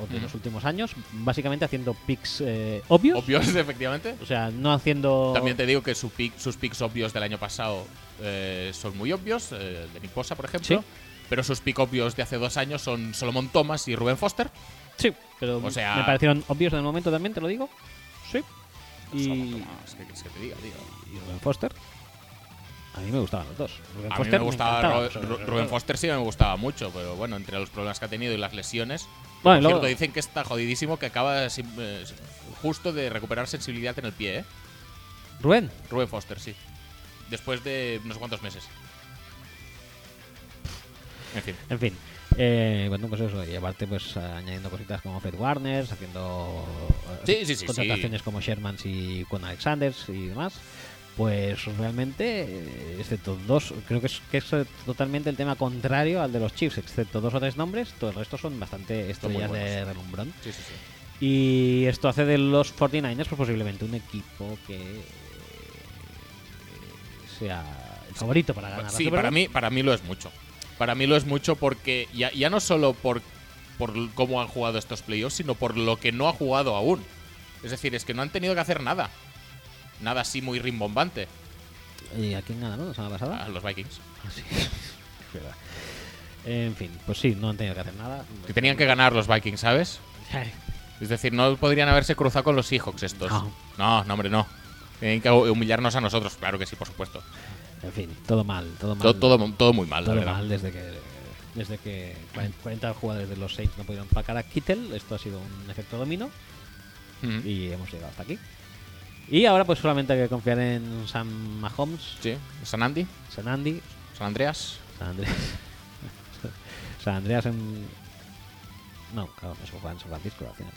A: o de
B: Ujú.
A: los últimos años, básicamente haciendo picks eh, obvios.
B: Obvios, efectivamente.
A: O sea, no haciendo...
B: También te digo que su pick- sus picks obvios del año pasado eh, son muy obvios, eh, el de Nick Bosa, por ejemplo.
A: Sí.
B: Pero sus pick obvios de hace dos años son Solomon Thomas y Rubén Foster.
A: Sí, pero
B: O sea-
A: me parecieron obvios en el momento también, te lo digo. Sí. Y,
B: Solomon Thomas, ¿qué quieres Ah, que te diga, tío?
A: y Rubén Foster. A mí me gustaban los dos. Rubén
B: A mí
A: Foster
B: me gustaba
A: encantaba.
B: Ro- Ru- Rubén Foster, sí me gustaba mucho, pero bueno, entre los problemas que ha tenido y las lesiones.
A: Bueno, y
B: por
A: luego-
B: cierto, dicen que está jodidísimo, que acaba sin- eh, justo de recuperar sensibilidad en el pie, ¿eh?
A: Rubén,
B: Rubén Foster, sí. Después de no sé cuántos meses. En fin.
A: En fin, eh, bueno, pues eso, y aparte, pues añadiendo cositas como Fred Warner, haciendo eh,
B: Sí, sí, sí,
A: contrataciones como Shermans y con Alexanders y demás, pues realmente, eh, excepto dos, creo que es, que es eh, totalmente el tema contrario al de los Chiefs, excepto dos o tres nombres, todo el resto son bastante
B: Son muy
A: estrellas de
B: buenos.
A: relumbrón.
B: Sí, sí, sí.
A: Y esto hace de los 49ers pues, posiblemente un equipo que eh, sea el favorito para ganar. la
B: Sí,
A: Super
B: para
A: Bowl.
B: mí, para mí lo es mucho. Para mí lo es mucho porque ya, ya no solo por por l- cómo han jugado estos playoffs, sino por lo que no ha jugado aún. Es decir, es que no han tenido que hacer nada. Nada así muy rimbombante
A: ¿Y a quién ganaron la semana pasada?
B: a los Vikings.
A: Así es verdad. En fin, pues sí, no han tenido que hacer nada.
B: Que tenían que ganar los Vikings, ¿sabes? Es decir, no podrían haberse cruzado con los Seahawks estos.
A: No.
B: no, no, hombre, no. Tienen que humillarnos a nosotros, claro que sí, por supuesto.
A: En fin, todo mal, todo mal.
B: Todo, todo, todo muy mal,
A: Todo
B: la verdad.
A: mal desde que desde que 40 jugadores de los Saints no pudieron placar a Kittel, esto ha sido un efecto dominó
B: Mm.
A: y hemos llegado hasta aquí. Y ahora pues solamente hay que confiar en Sam Mahomes,
B: Sí, San Andy,
A: San Andy,
B: San Andreas.
A: San Andrés. San Andreas en No, claro, eso juega en San Francisco al final.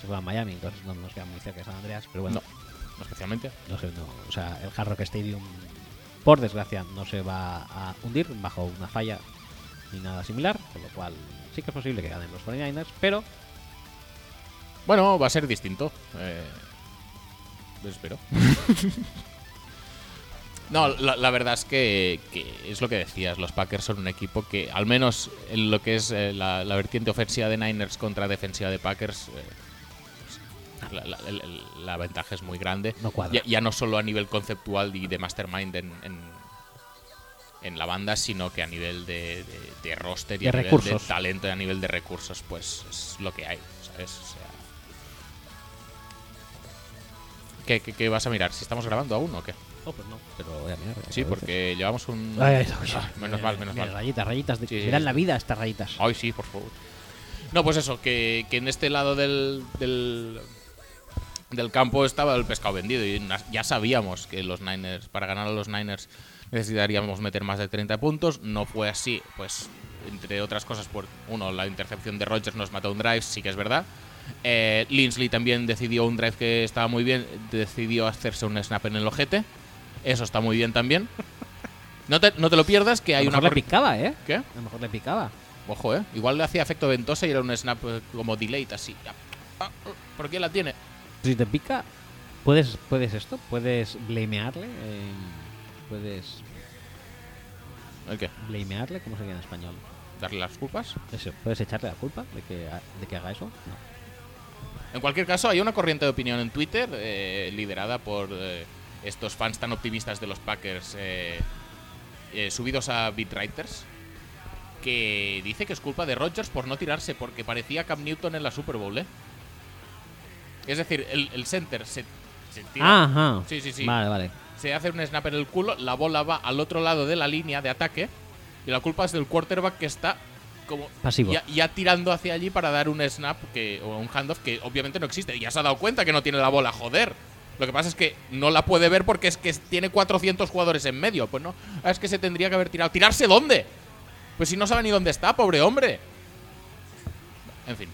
A: Se juega en Miami, entonces no nos queda muy cerca de San Andreas, pero bueno.
B: No, no especialmente.
A: no sé, no, o sea, el Hard Rock Stadium, por desgracia, no se va a hundir bajo una falla ni nada similar, con lo cual sí que es posible que ganen los 49ers, pero
B: Bueno, va a ser distinto. eh, espero. no, la, la verdad es que, que es lo que decías. Los Packers son un equipo que, al menos en lo que es eh, la, la vertiente ofensiva de Niners contra defensiva de Packers, eh, pues, la, la- el- el- la ventaja es muy grande.
A: No cuadra.
B: ya, ya no solo a nivel conceptual y de mastermind en, en- en la banda, sino que a nivel de, de- de roster y
A: De
B: a nivel
A: recursos.
B: de talento y a nivel de recursos, pues es lo que hay, ¿sabes? O sea, ¿Qué, qué, qué vas a mirar? ¿Si estamos grabando aún o qué?
A: oh, pues no, pero voy a mirar. voy a
B: Sí,
A: mirar.
B: porque llevamos un...
A: Ay, ay, ay,
B: Ah,
A: ay,
B: menos
A: mira,
B: mal, menos
A: mira,
B: mal.
A: Rayitas, rayitas, de-
B: Sí, sí,
A: le dan
B: sí.
A: la vida a estas rayitas.
B: Ay, sí, por favor. No, pues eso, que, que en este lado del, del, del campo estaba el pescado vendido y na- ya sabíamos que los Niners, para ganar a los Niners necesitaríamos meter más de 30 puntos, no fue así, pues entre otras cosas por, uno, la intercepción de Rogers nos mató un drive, sí que es verdad. Eh, Linsley también decidió un drive que estaba muy bien, decidió hacerse un snap en el ojete, eso está muy bien también. No te, no te lo pierdas, que
A: a
B: hay
A: lo
B: una...
A: mejor le
B: corri-
A: picaba, ¿eh?
B: ¿Qué?
A: A lo mejor le picaba.
B: Ojo, ¿eh? Igual le hacía efecto ventosa y era un snap eh, como delayed así. Ah, ah, ah, ¿Por qué la tiene?
A: Si te pica, puedes, puedes esto, puedes blamearle, eh, puedes
B: ¿El qué?
A: blamearle, ¿cómo sería en español?
B: ¿Darle las culpas?
A: Eso, puedes echarle la culpa de que, ha- de que haga eso. No.
B: En cualquier caso, hay una corriente de opinión en Twitter eh, liderada por eh, estos fans tan optimistas de los Packers eh, eh, subidos a Beatwriters que dice que es culpa de Rodgers por no tirarse porque parecía Cam Newton en la Super Bowl, ¿eh? Es decir, el, el center se, se tira,
A: Ajá.
B: Sí, sí, sí.
A: Vale, vale.
B: se hace un snap en el culo, la bola va al otro lado de la línea de ataque y la culpa es del quarterback que está como
A: Pasivo.
B: ya, ya tirando hacia allí para dar un snap que, o un handoff que obviamente no existe. Ya se ha dado cuenta que no tiene la bola, joder. Lo que pasa es que no la puede ver porque es que tiene 400 jugadores en medio. Pues no, ah, es que se tendría que haber tirado. ¿Tirarse dónde? Pues si no sabe ni dónde está, pobre hombre. En fin.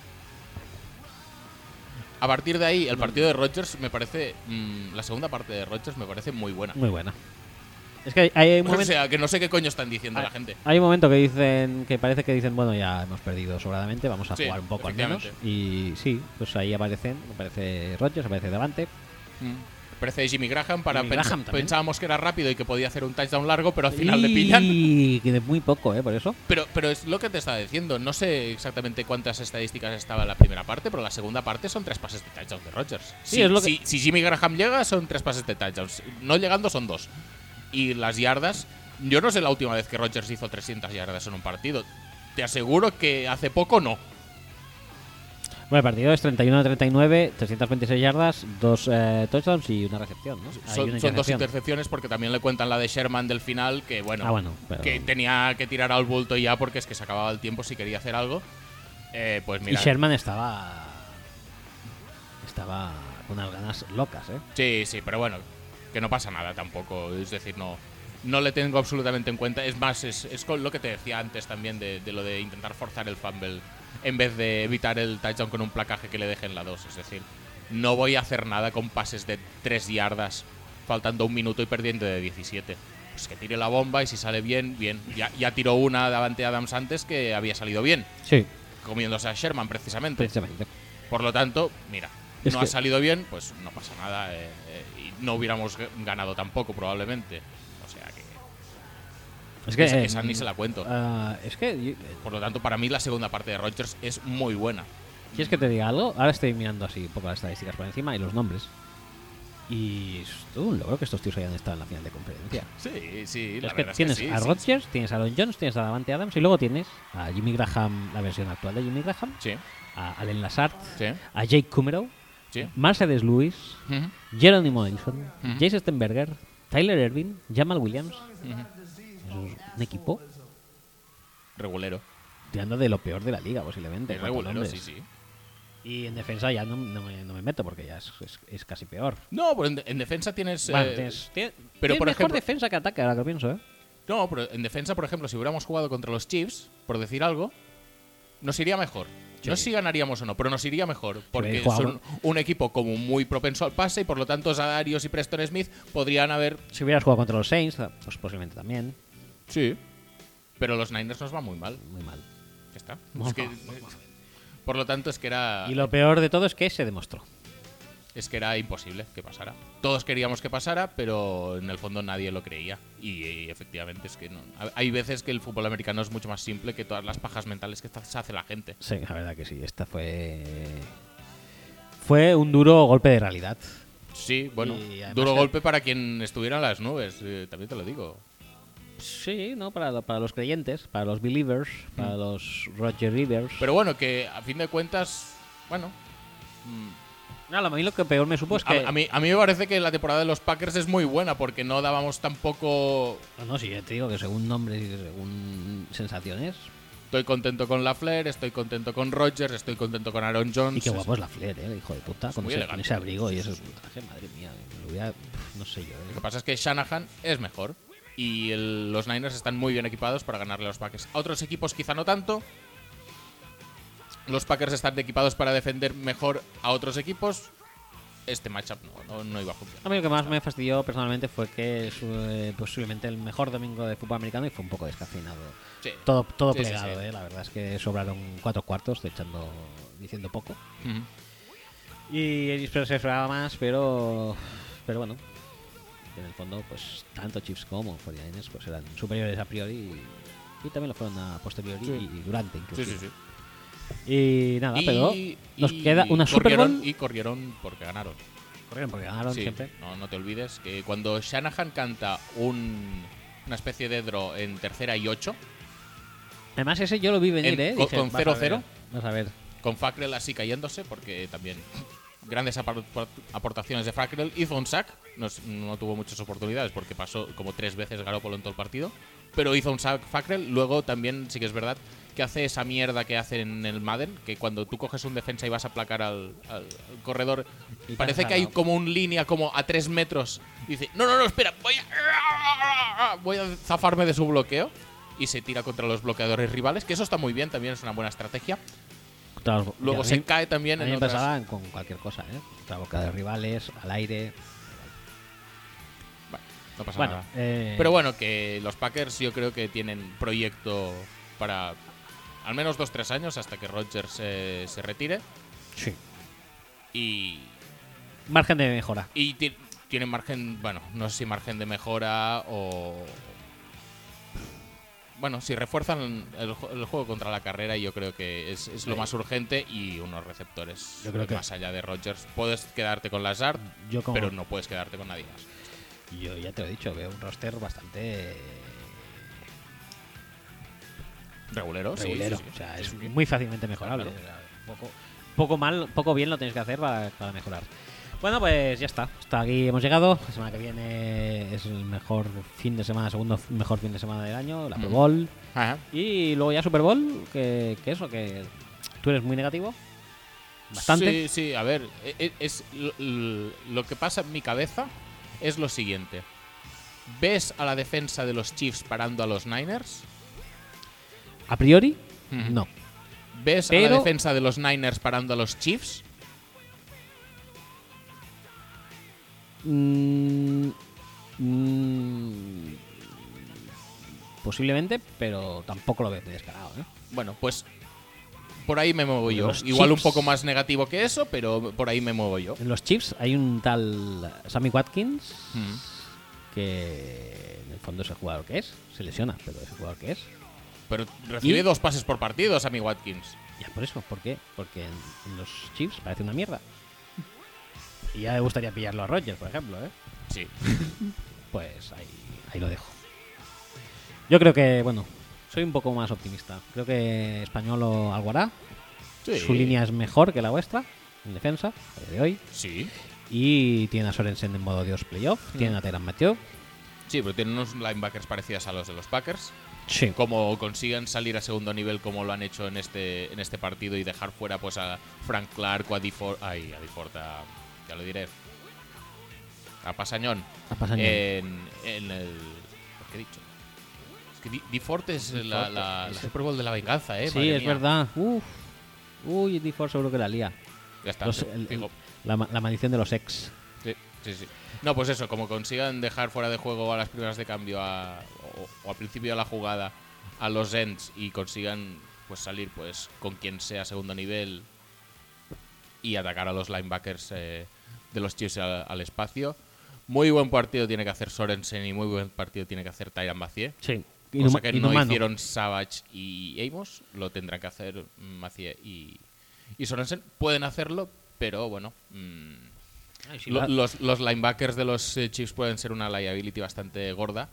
B: A partir de ahí, el partido de Rodgers me parece. mm, la segunda parte de Rodgers me parece muy buena.
A: Muy buena. Es que hay, hay un
B: O
A: momento,
B: sea, que no sé qué coño están diciendo la
A: Ah,
B: gente.
A: hay un momento que dicen que parece que dicen, bueno, ya hemos perdido sobradamente, vamos a
B: Sí,
A: jugar un poco al menos.
B: efectivamente.
A: Y sí, pues ahí aparecen, aparece Rodgers, aparece Davante.
B: Mm. Parece Jimmy Graham para
A: Jimmy
B: pens-
A: Graham también.
B: pensábamos que era rápido y que podía hacer un touchdown largo, pero al final le pillan.
A: Y que de muy poco, ¿eh? Por eso.
B: Pero, pero es lo que te estaba diciendo. No sé exactamente cuántas estadísticas estaba en la primera parte, pero la segunda parte son tres pases de touchdown de Rodgers.
A: Sí,
B: si,
A: es lo
B: si- si Jimmy Graham llega, son tres pases de touchdown. No llegando, son dos. Y las yardas. Yo no sé la última vez que Rodgers hizo 300 yardas en un partido. Te aseguro que hace poco no.
A: Bueno, el partido es 31-39, 326 yardas, dos eh, touchdowns y una recepción, ¿no? Hay
B: Son,
A: una
B: son dos
A: intercepción.
B: intercepciones porque también le cuentan la de Sherman del final, que bueno.
A: Ah, bueno, pero-
B: que tenía que tirar al bulto ya porque es que se acababa el tiempo si quería hacer algo. Eh, pues
A: Y
B: mira.
A: Sherman estaba. Estaba con unas ganas locas, ¿eh?
B: Sí, sí, pero bueno, que no pasa nada tampoco. Es decir, no, no le tengo absolutamente en cuenta. Es más, es, es con lo que te decía antes también de, de lo de intentar forzar el fumble en vez de evitar el touchdown con un placaje que le dejen la 2. Es decir, no voy a hacer nada con pases de 3 yardas faltando un minuto y perdiendo de 17. Pues que tire la bomba y si sale bien, bien. Ya, ya tiró una delante de Adams antes que había salido bien,
A: Sí,
B: comiéndose a Sherman precisamente.
A: precisamente.
B: Por lo tanto, mira,
A: Pues Es
B: no
A: que-
B: ha salido bien, pues no pasa nada. eh, eh, y no hubiéramos g- ganado tampoco, probablemente. O sea que.
A: Es que,
B: Esa-
A: eh,
B: esa ni se la cuento.
A: Ah, es que. yo-
B: Por lo tanto, para mí la segunda parte de Rogers es muy buena.
A: ¿Quieres que te diga algo? Ahora estoy mirando así un poco las estadísticas por encima y los nombres. Y es todo un logro que estos tíos hayan estado en la final de conferencia.
B: Sí, sí, la
A: es que
B: verdad
A: tienes
B: es que sí,
A: a
B: sí,
A: Rodgers, tienes a Don Jones, tienes a Davante Adams y luego tienes a Jimmy Graham, la versión actual de Jimmy Graham,
B: Sí,
A: a Allen Lazard,
B: sí,
A: a Jake Kumerow,
B: sí.
A: Mercedes Lewis,
B: Ujú,
A: Jerónimo Nilsson,
B: Ujú.
A: Jason Stenberger, Tyler Irving, Jamal Williams.
B: ujú.
A: Eso es un equipo
B: Regulero.
A: tirando de lo peor de la liga, posiblemente. en cuanto a
B: Regulero,
A: nombres.
B: sí, sí.
A: Y en defensa ya no, no me, no me meto porque ya es, es- es casi peor.
B: No, pero en, en defensa tienes.
A: Bueno,
B: eh,
A: tienes, tie-
B: pero
A: tienes mejor
B: por ejemplo-
A: defensa que ataque, ahora que lo pienso, ¿eh?
B: No, pero en defensa, por ejemplo, si hubiéramos jugado contra los Chiefs, por decir algo, nos iría mejor. No sé si ganaríamos o no, pero nos iría mejor. Porque
A: jugado
B: son un equipo como muy propenso al pase y por lo tanto Zadarios y Preston Smith podrían haber.
A: Si hubieras jugado contra los Saints, pues posiblemente también.
B: Sí. Pero los Niners nos va muy mal.
A: Muy mal.
B: Ya está. Es que- eh, por lo tanto, es que era.
A: Y lo peor de todo es que se demostró.
B: Es que era imposible que pasara. Todos queríamos que pasara, pero en el fondo nadie lo creía. Y, eh, efectivamente es que no. Ha- Hay veces que el fútbol americano es mucho más simple que todas las pajas mentales que ta- se hace la gente.
A: Sí, la verdad que sí. Esta fue. Fue un duro golpe de realidad.
B: Sí, bueno,
A: Y además
B: duro
A: que-
B: golpe para quien estuviera en las nubes, eh, también te lo digo.
A: Sí, ¿no? Para, para los creyentes, para los believers, para los Roger Rivers.
B: Pero bueno, que a fin de cuentas, bueno,
A: no, a mí lo que peor me supo es
B: a,
A: Pues que.
B: a mí, a mí me parece que la temporada de los Packers es muy buena porque no dábamos tampoco...
A: No, no, sí, yo te digo que según nombres y según sensaciones.
B: Estoy contento con Lafler, estoy contento con Rogers, estoy contento con Aaron Jones.
A: Y qué guapo es la Flair, ¿eh? Hijo de puta. Con
B: muy
A: ese, con
B: elegante.
A: ese abrigo y ese traje, madre mía. me lo hubiera- no sé yo,
B: Lo
A: ¿eh?
B: que pasa es que Shanahan es mejor y el- los Niners están muy bien equipados para ganarle a los Packers. A otros equipos quizá no tanto. Los Packers están equipados para defender mejor a otros equipos. Este matchup no, no, no iba a funcionar.
A: A mí lo que más me fastidió personalmente fue que es eh, posiblemente el mejor domingo de fútbol americano y fue un poco descafeinado.
B: Sí.
A: Todo, todo
B: Sí, sí,
A: plegado,
B: sí.
A: ¿eh? La verdad es que sobraron cuatro cuartos, de echando, diciendo poco.
B: Ujú.
A: Y espero se esperaba más, pero, pero bueno. En el fondo, pues tanto Chiefs como 49ers pues, eran superiores a priori y, y también lo fueron a posteriori
B: Sí.
A: y, y durante
B: Sí,
A: incluso.
B: sí, sí.
A: Y Pues nada, pero
B: Y-
A: nos
B: y
A: queda una Super
B: corrieron-
A: Bowl.
B: Y corrieron porque ganaron.
A: Corrieron porque ganaron
B: Sí,
A: siempre.
B: No, no te olvides que cuando Shanahan canta un- una especie de draw en tercera y ocho,
A: Además, ese yo lo vi venir,
B: En-
A: ¿eh?
B: con-
A: Dije,
B: con
A: vas a
B: 0-0.
A: ver, Vas a ver.
B: con Fackrell así cayéndose, porque también grandes apar- por- aportaciones de Fackrell. Hizo un sack, no, es- no tuvo muchas oportunidades porque pasó como tres veces Garoppolo en todo el partido, pero hizo un sack Fackrell. Luego también, sí que es verdad, que hace esa mierda que hacen en el Madden, que cuando tú coges un defensa y vas a aplacar al, al- al corredor,
A: Y te
B: parece
A: has
B: que hay
A: ganado.
B: como un línea como a tres metros. Y dice, no, no, no, espera, voy a, voy a zafarme de su bloqueo. Y se tira contra los bloqueadores rivales, que eso está muy bien, también es una buena estrategia.
A: Contra los- y
B: Luego
A: a
B: se
A: mí-
B: cae también
A: a mí me
B: en otras-
A: pasaban con cualquier cosa, ¿eh? Contra boca de rivales, al aire.
B: Bueno, no pasa
A: Bueno,
B: nada.
A: eh,
B: Pero bueno, que los Packers yo creo que tienen proyecto para al menos dos tres años hasta que Rodgers eh, se retire
A: Sí.
B: y,
A: Margen de mejora.
B: y ti- tienen margen, bueno, no sé si margen de mejora o... Bueno, si refuerzan el, ju- el juego contra la carrera, yo creo que es, es lo
A: Sí.
B: más urgente y unos receptores.
A: Yo creo que-
B: más allá de Rodgers, puedes quedarte con Lazard,
A: Yo como-
B: pero no puedes quedarte con nadie más.
A: Yo ya te lo he dicho, veo un roster bastante eh,
B: Regulero, Oh, sí, sí,
A: regulero.
B: sí.
A: O sea, es
B: Sí, sí.
A: muy fácilmente mejorable.
B: Claro.
A: O sea, Poco, poco mal, poco bien lo tenéis que hacer para, para mejorar. Bueno, pues ya está. Hasta aquí hemos llegado. La semana que viene es el mejor fin de semana, segundo f- mejor fin de semana del año, la Pro
B: Mm.
A: Bowl.
B: Ajá.
A: Y luego ya Super Bowl, que, que eso, que tú eres muy negativo. Bastante.
B: Sí, sí, a ver, e- e- es, l- l- lo que pasa en mi cabeza es lo siguiente. ¿Ves a la defensa de los Chiefs parando a los Niners?
A: A priori,
B: Ujú.
A: no.
B: ¿Ves a la
A: Pero-
B: defensa de los Niners parando a los Chiefs?
A: Mm, mm, posiblemente, pero tampoco lo veo muy descarado. ¿eh?
B: Bueno, pues por ahí me muevo yo.
A: Los
B: Igual
A: Chiefs.
B: un poco más negativo que eso, pero por ahí me muevo yo.
A: En los Chiefs hay un tal Sammy Watkins
B: Mm.
A: que en el fondo es el jugador que es, se lesiona, pero es el jugador que es.
B: Pero recibe
A: Y-
B: dos pases por partido, Sammy Watkins.
A: Ya por eso, ¿por qué? Porque en, en los Chiefs parece una mierda. Y ya me gustaría pillarlo a Rogers, por ejemplo, ¿eh?
B: Sí.
A: Pues ahí, ahí lo dejo. Yo creo que, bueno, soy un poco más optimista. Creo que Español lo alguará.
B: Sí.
A: Su línea es mejor que la vuestra en defensa, a día de hoy.
B: Sí.
A: Y tiene a Sorensen en modo Dios playoff.
B: Mm.
A: Tiene a Terán Mateo.
B: Sí, pero tienen unos linebackers parecidos a los de los Packers.
A: Sí.
B: Como consigan salir a segundo nivel como lo han hecho en este, en este partido y dejar fuera pues a Frank Clark o a Difor... Ay, a Difort, a- ya lo diré. A Pasañón.
A: A Pasañón.
B: En, en el... ¿Qué he dicho? Es que Di- Difort es la, la- la Super Bowl de la venganza, ¿eh?
A: Sí,
B: Madre
A: es
B: mía.
A: verdad. Uf. Uy, D4 seguro que la lía.
B: Ya está.
A: Los- el-
B: fijo.
A: la, ma- la maldición de los ex.
B: Sí, sí, sí. No, pues eso, como consigan dejar fuera de juego a las primeras de cambio a- o, o al principio de la jugada a los ends y consigan pues salir pues con quien sea a segundo nivel y atacar a los linebackers eh, de los Chiefs al, al espacio. Muy buen partido tiene que hacer Sorensen y muy buen partido tiene que hacer Tyran Macié.
A: Sí.
B: Cosa que no hicieron Savage y Amos, lo tendrán que hacer Macié y, y Sorensen. Pueden hacerlo, pero bueno, mm, lo-
A: Ah.
B: los, los linebackers de los eh, Chiefs pueden ser una liability bastante gorda,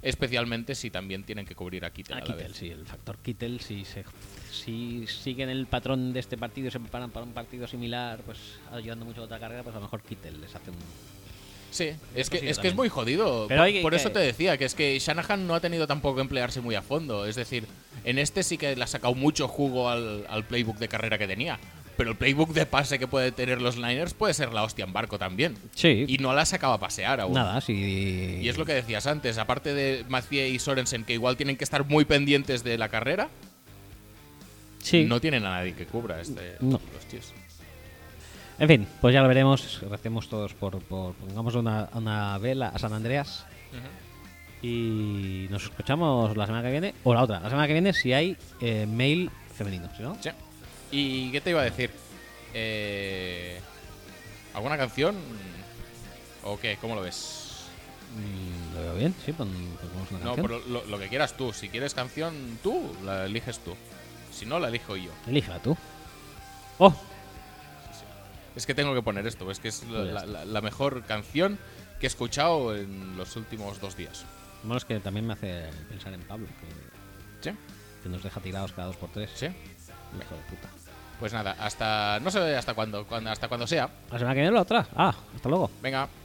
B: especialmente si también tienen que cubrir a Kittel a,
A: Ah,
B: la
A: Kittel,
B: vez.
A: sí, el factor Kittel, si, se, si siguen el patrón de este partido y se preparan para un partido similar, pues ayudando mucho a otra carga, pues a lo mejor Kittel les hace un...
B: Sí, es
A: sí,
B: que, es, que es
A: también.
B: muy jodido.
A: Pero
B: Por-
A: hay que-
B: Por
A: que-
B: eso te decía, que es que Shanahan no ha tenido tampoco que emplearse muy a fondo. Es decir, en este sí que le ha sacado mucho jugo al, al playbook de carrera que tenía. Pero el playbook de pase que puede tener los Niners puede ser la hostia en barco también.
A: Sí.
B: Y no la sacaba a pasear aún.
A: Nada, si...
B: Y es lo que decías antes, aparte de Macié y Sorensen, que igual tienen que estar muy pendientes de la carrera,
A: Sí.
B: No tienen a nadie que cubra este,
A: No.
B: los Chiefs.
A: En fin, pues ya lo veremos, recemos todos por... por pongamos una, una vela a San Andreas y nos escuchamos la semana que viene, o la otra, la semana que viene si hay eh, mail femenino, si no...
B: Sí. ¿Y qué te iba a decir? Eh, ¿Alguna canción? ¿O qué? ¿Cómo lo ves?
A: Mm, Lo veo bien, sí, pon- pongamos una
B: No,
A: canción.
B: pero lo, lo que quieras tú. Si quieres canción, tú la eliges tú. Si no, la elijo yo.
A: Elígela tú. ¡Oh!
B: Es que tengo que poner esto, es que es la,
A: Pues ya
B: la- la- la mejor canción que he escuchado en los últimos dos días.
A: Lo Malo es que también me hace pensar en Pablo, que,
B: ¿Sí?
A: que nos deja tirados cada dos por tres.
B: ¿Sí?
A: Hijo de puta.
B: Pues nada, hasta. No sé hasta cuándo, cuándo- hasta cuando sea.
A: La semana que viene la otra. Ah, hasta luego.
B: Venga.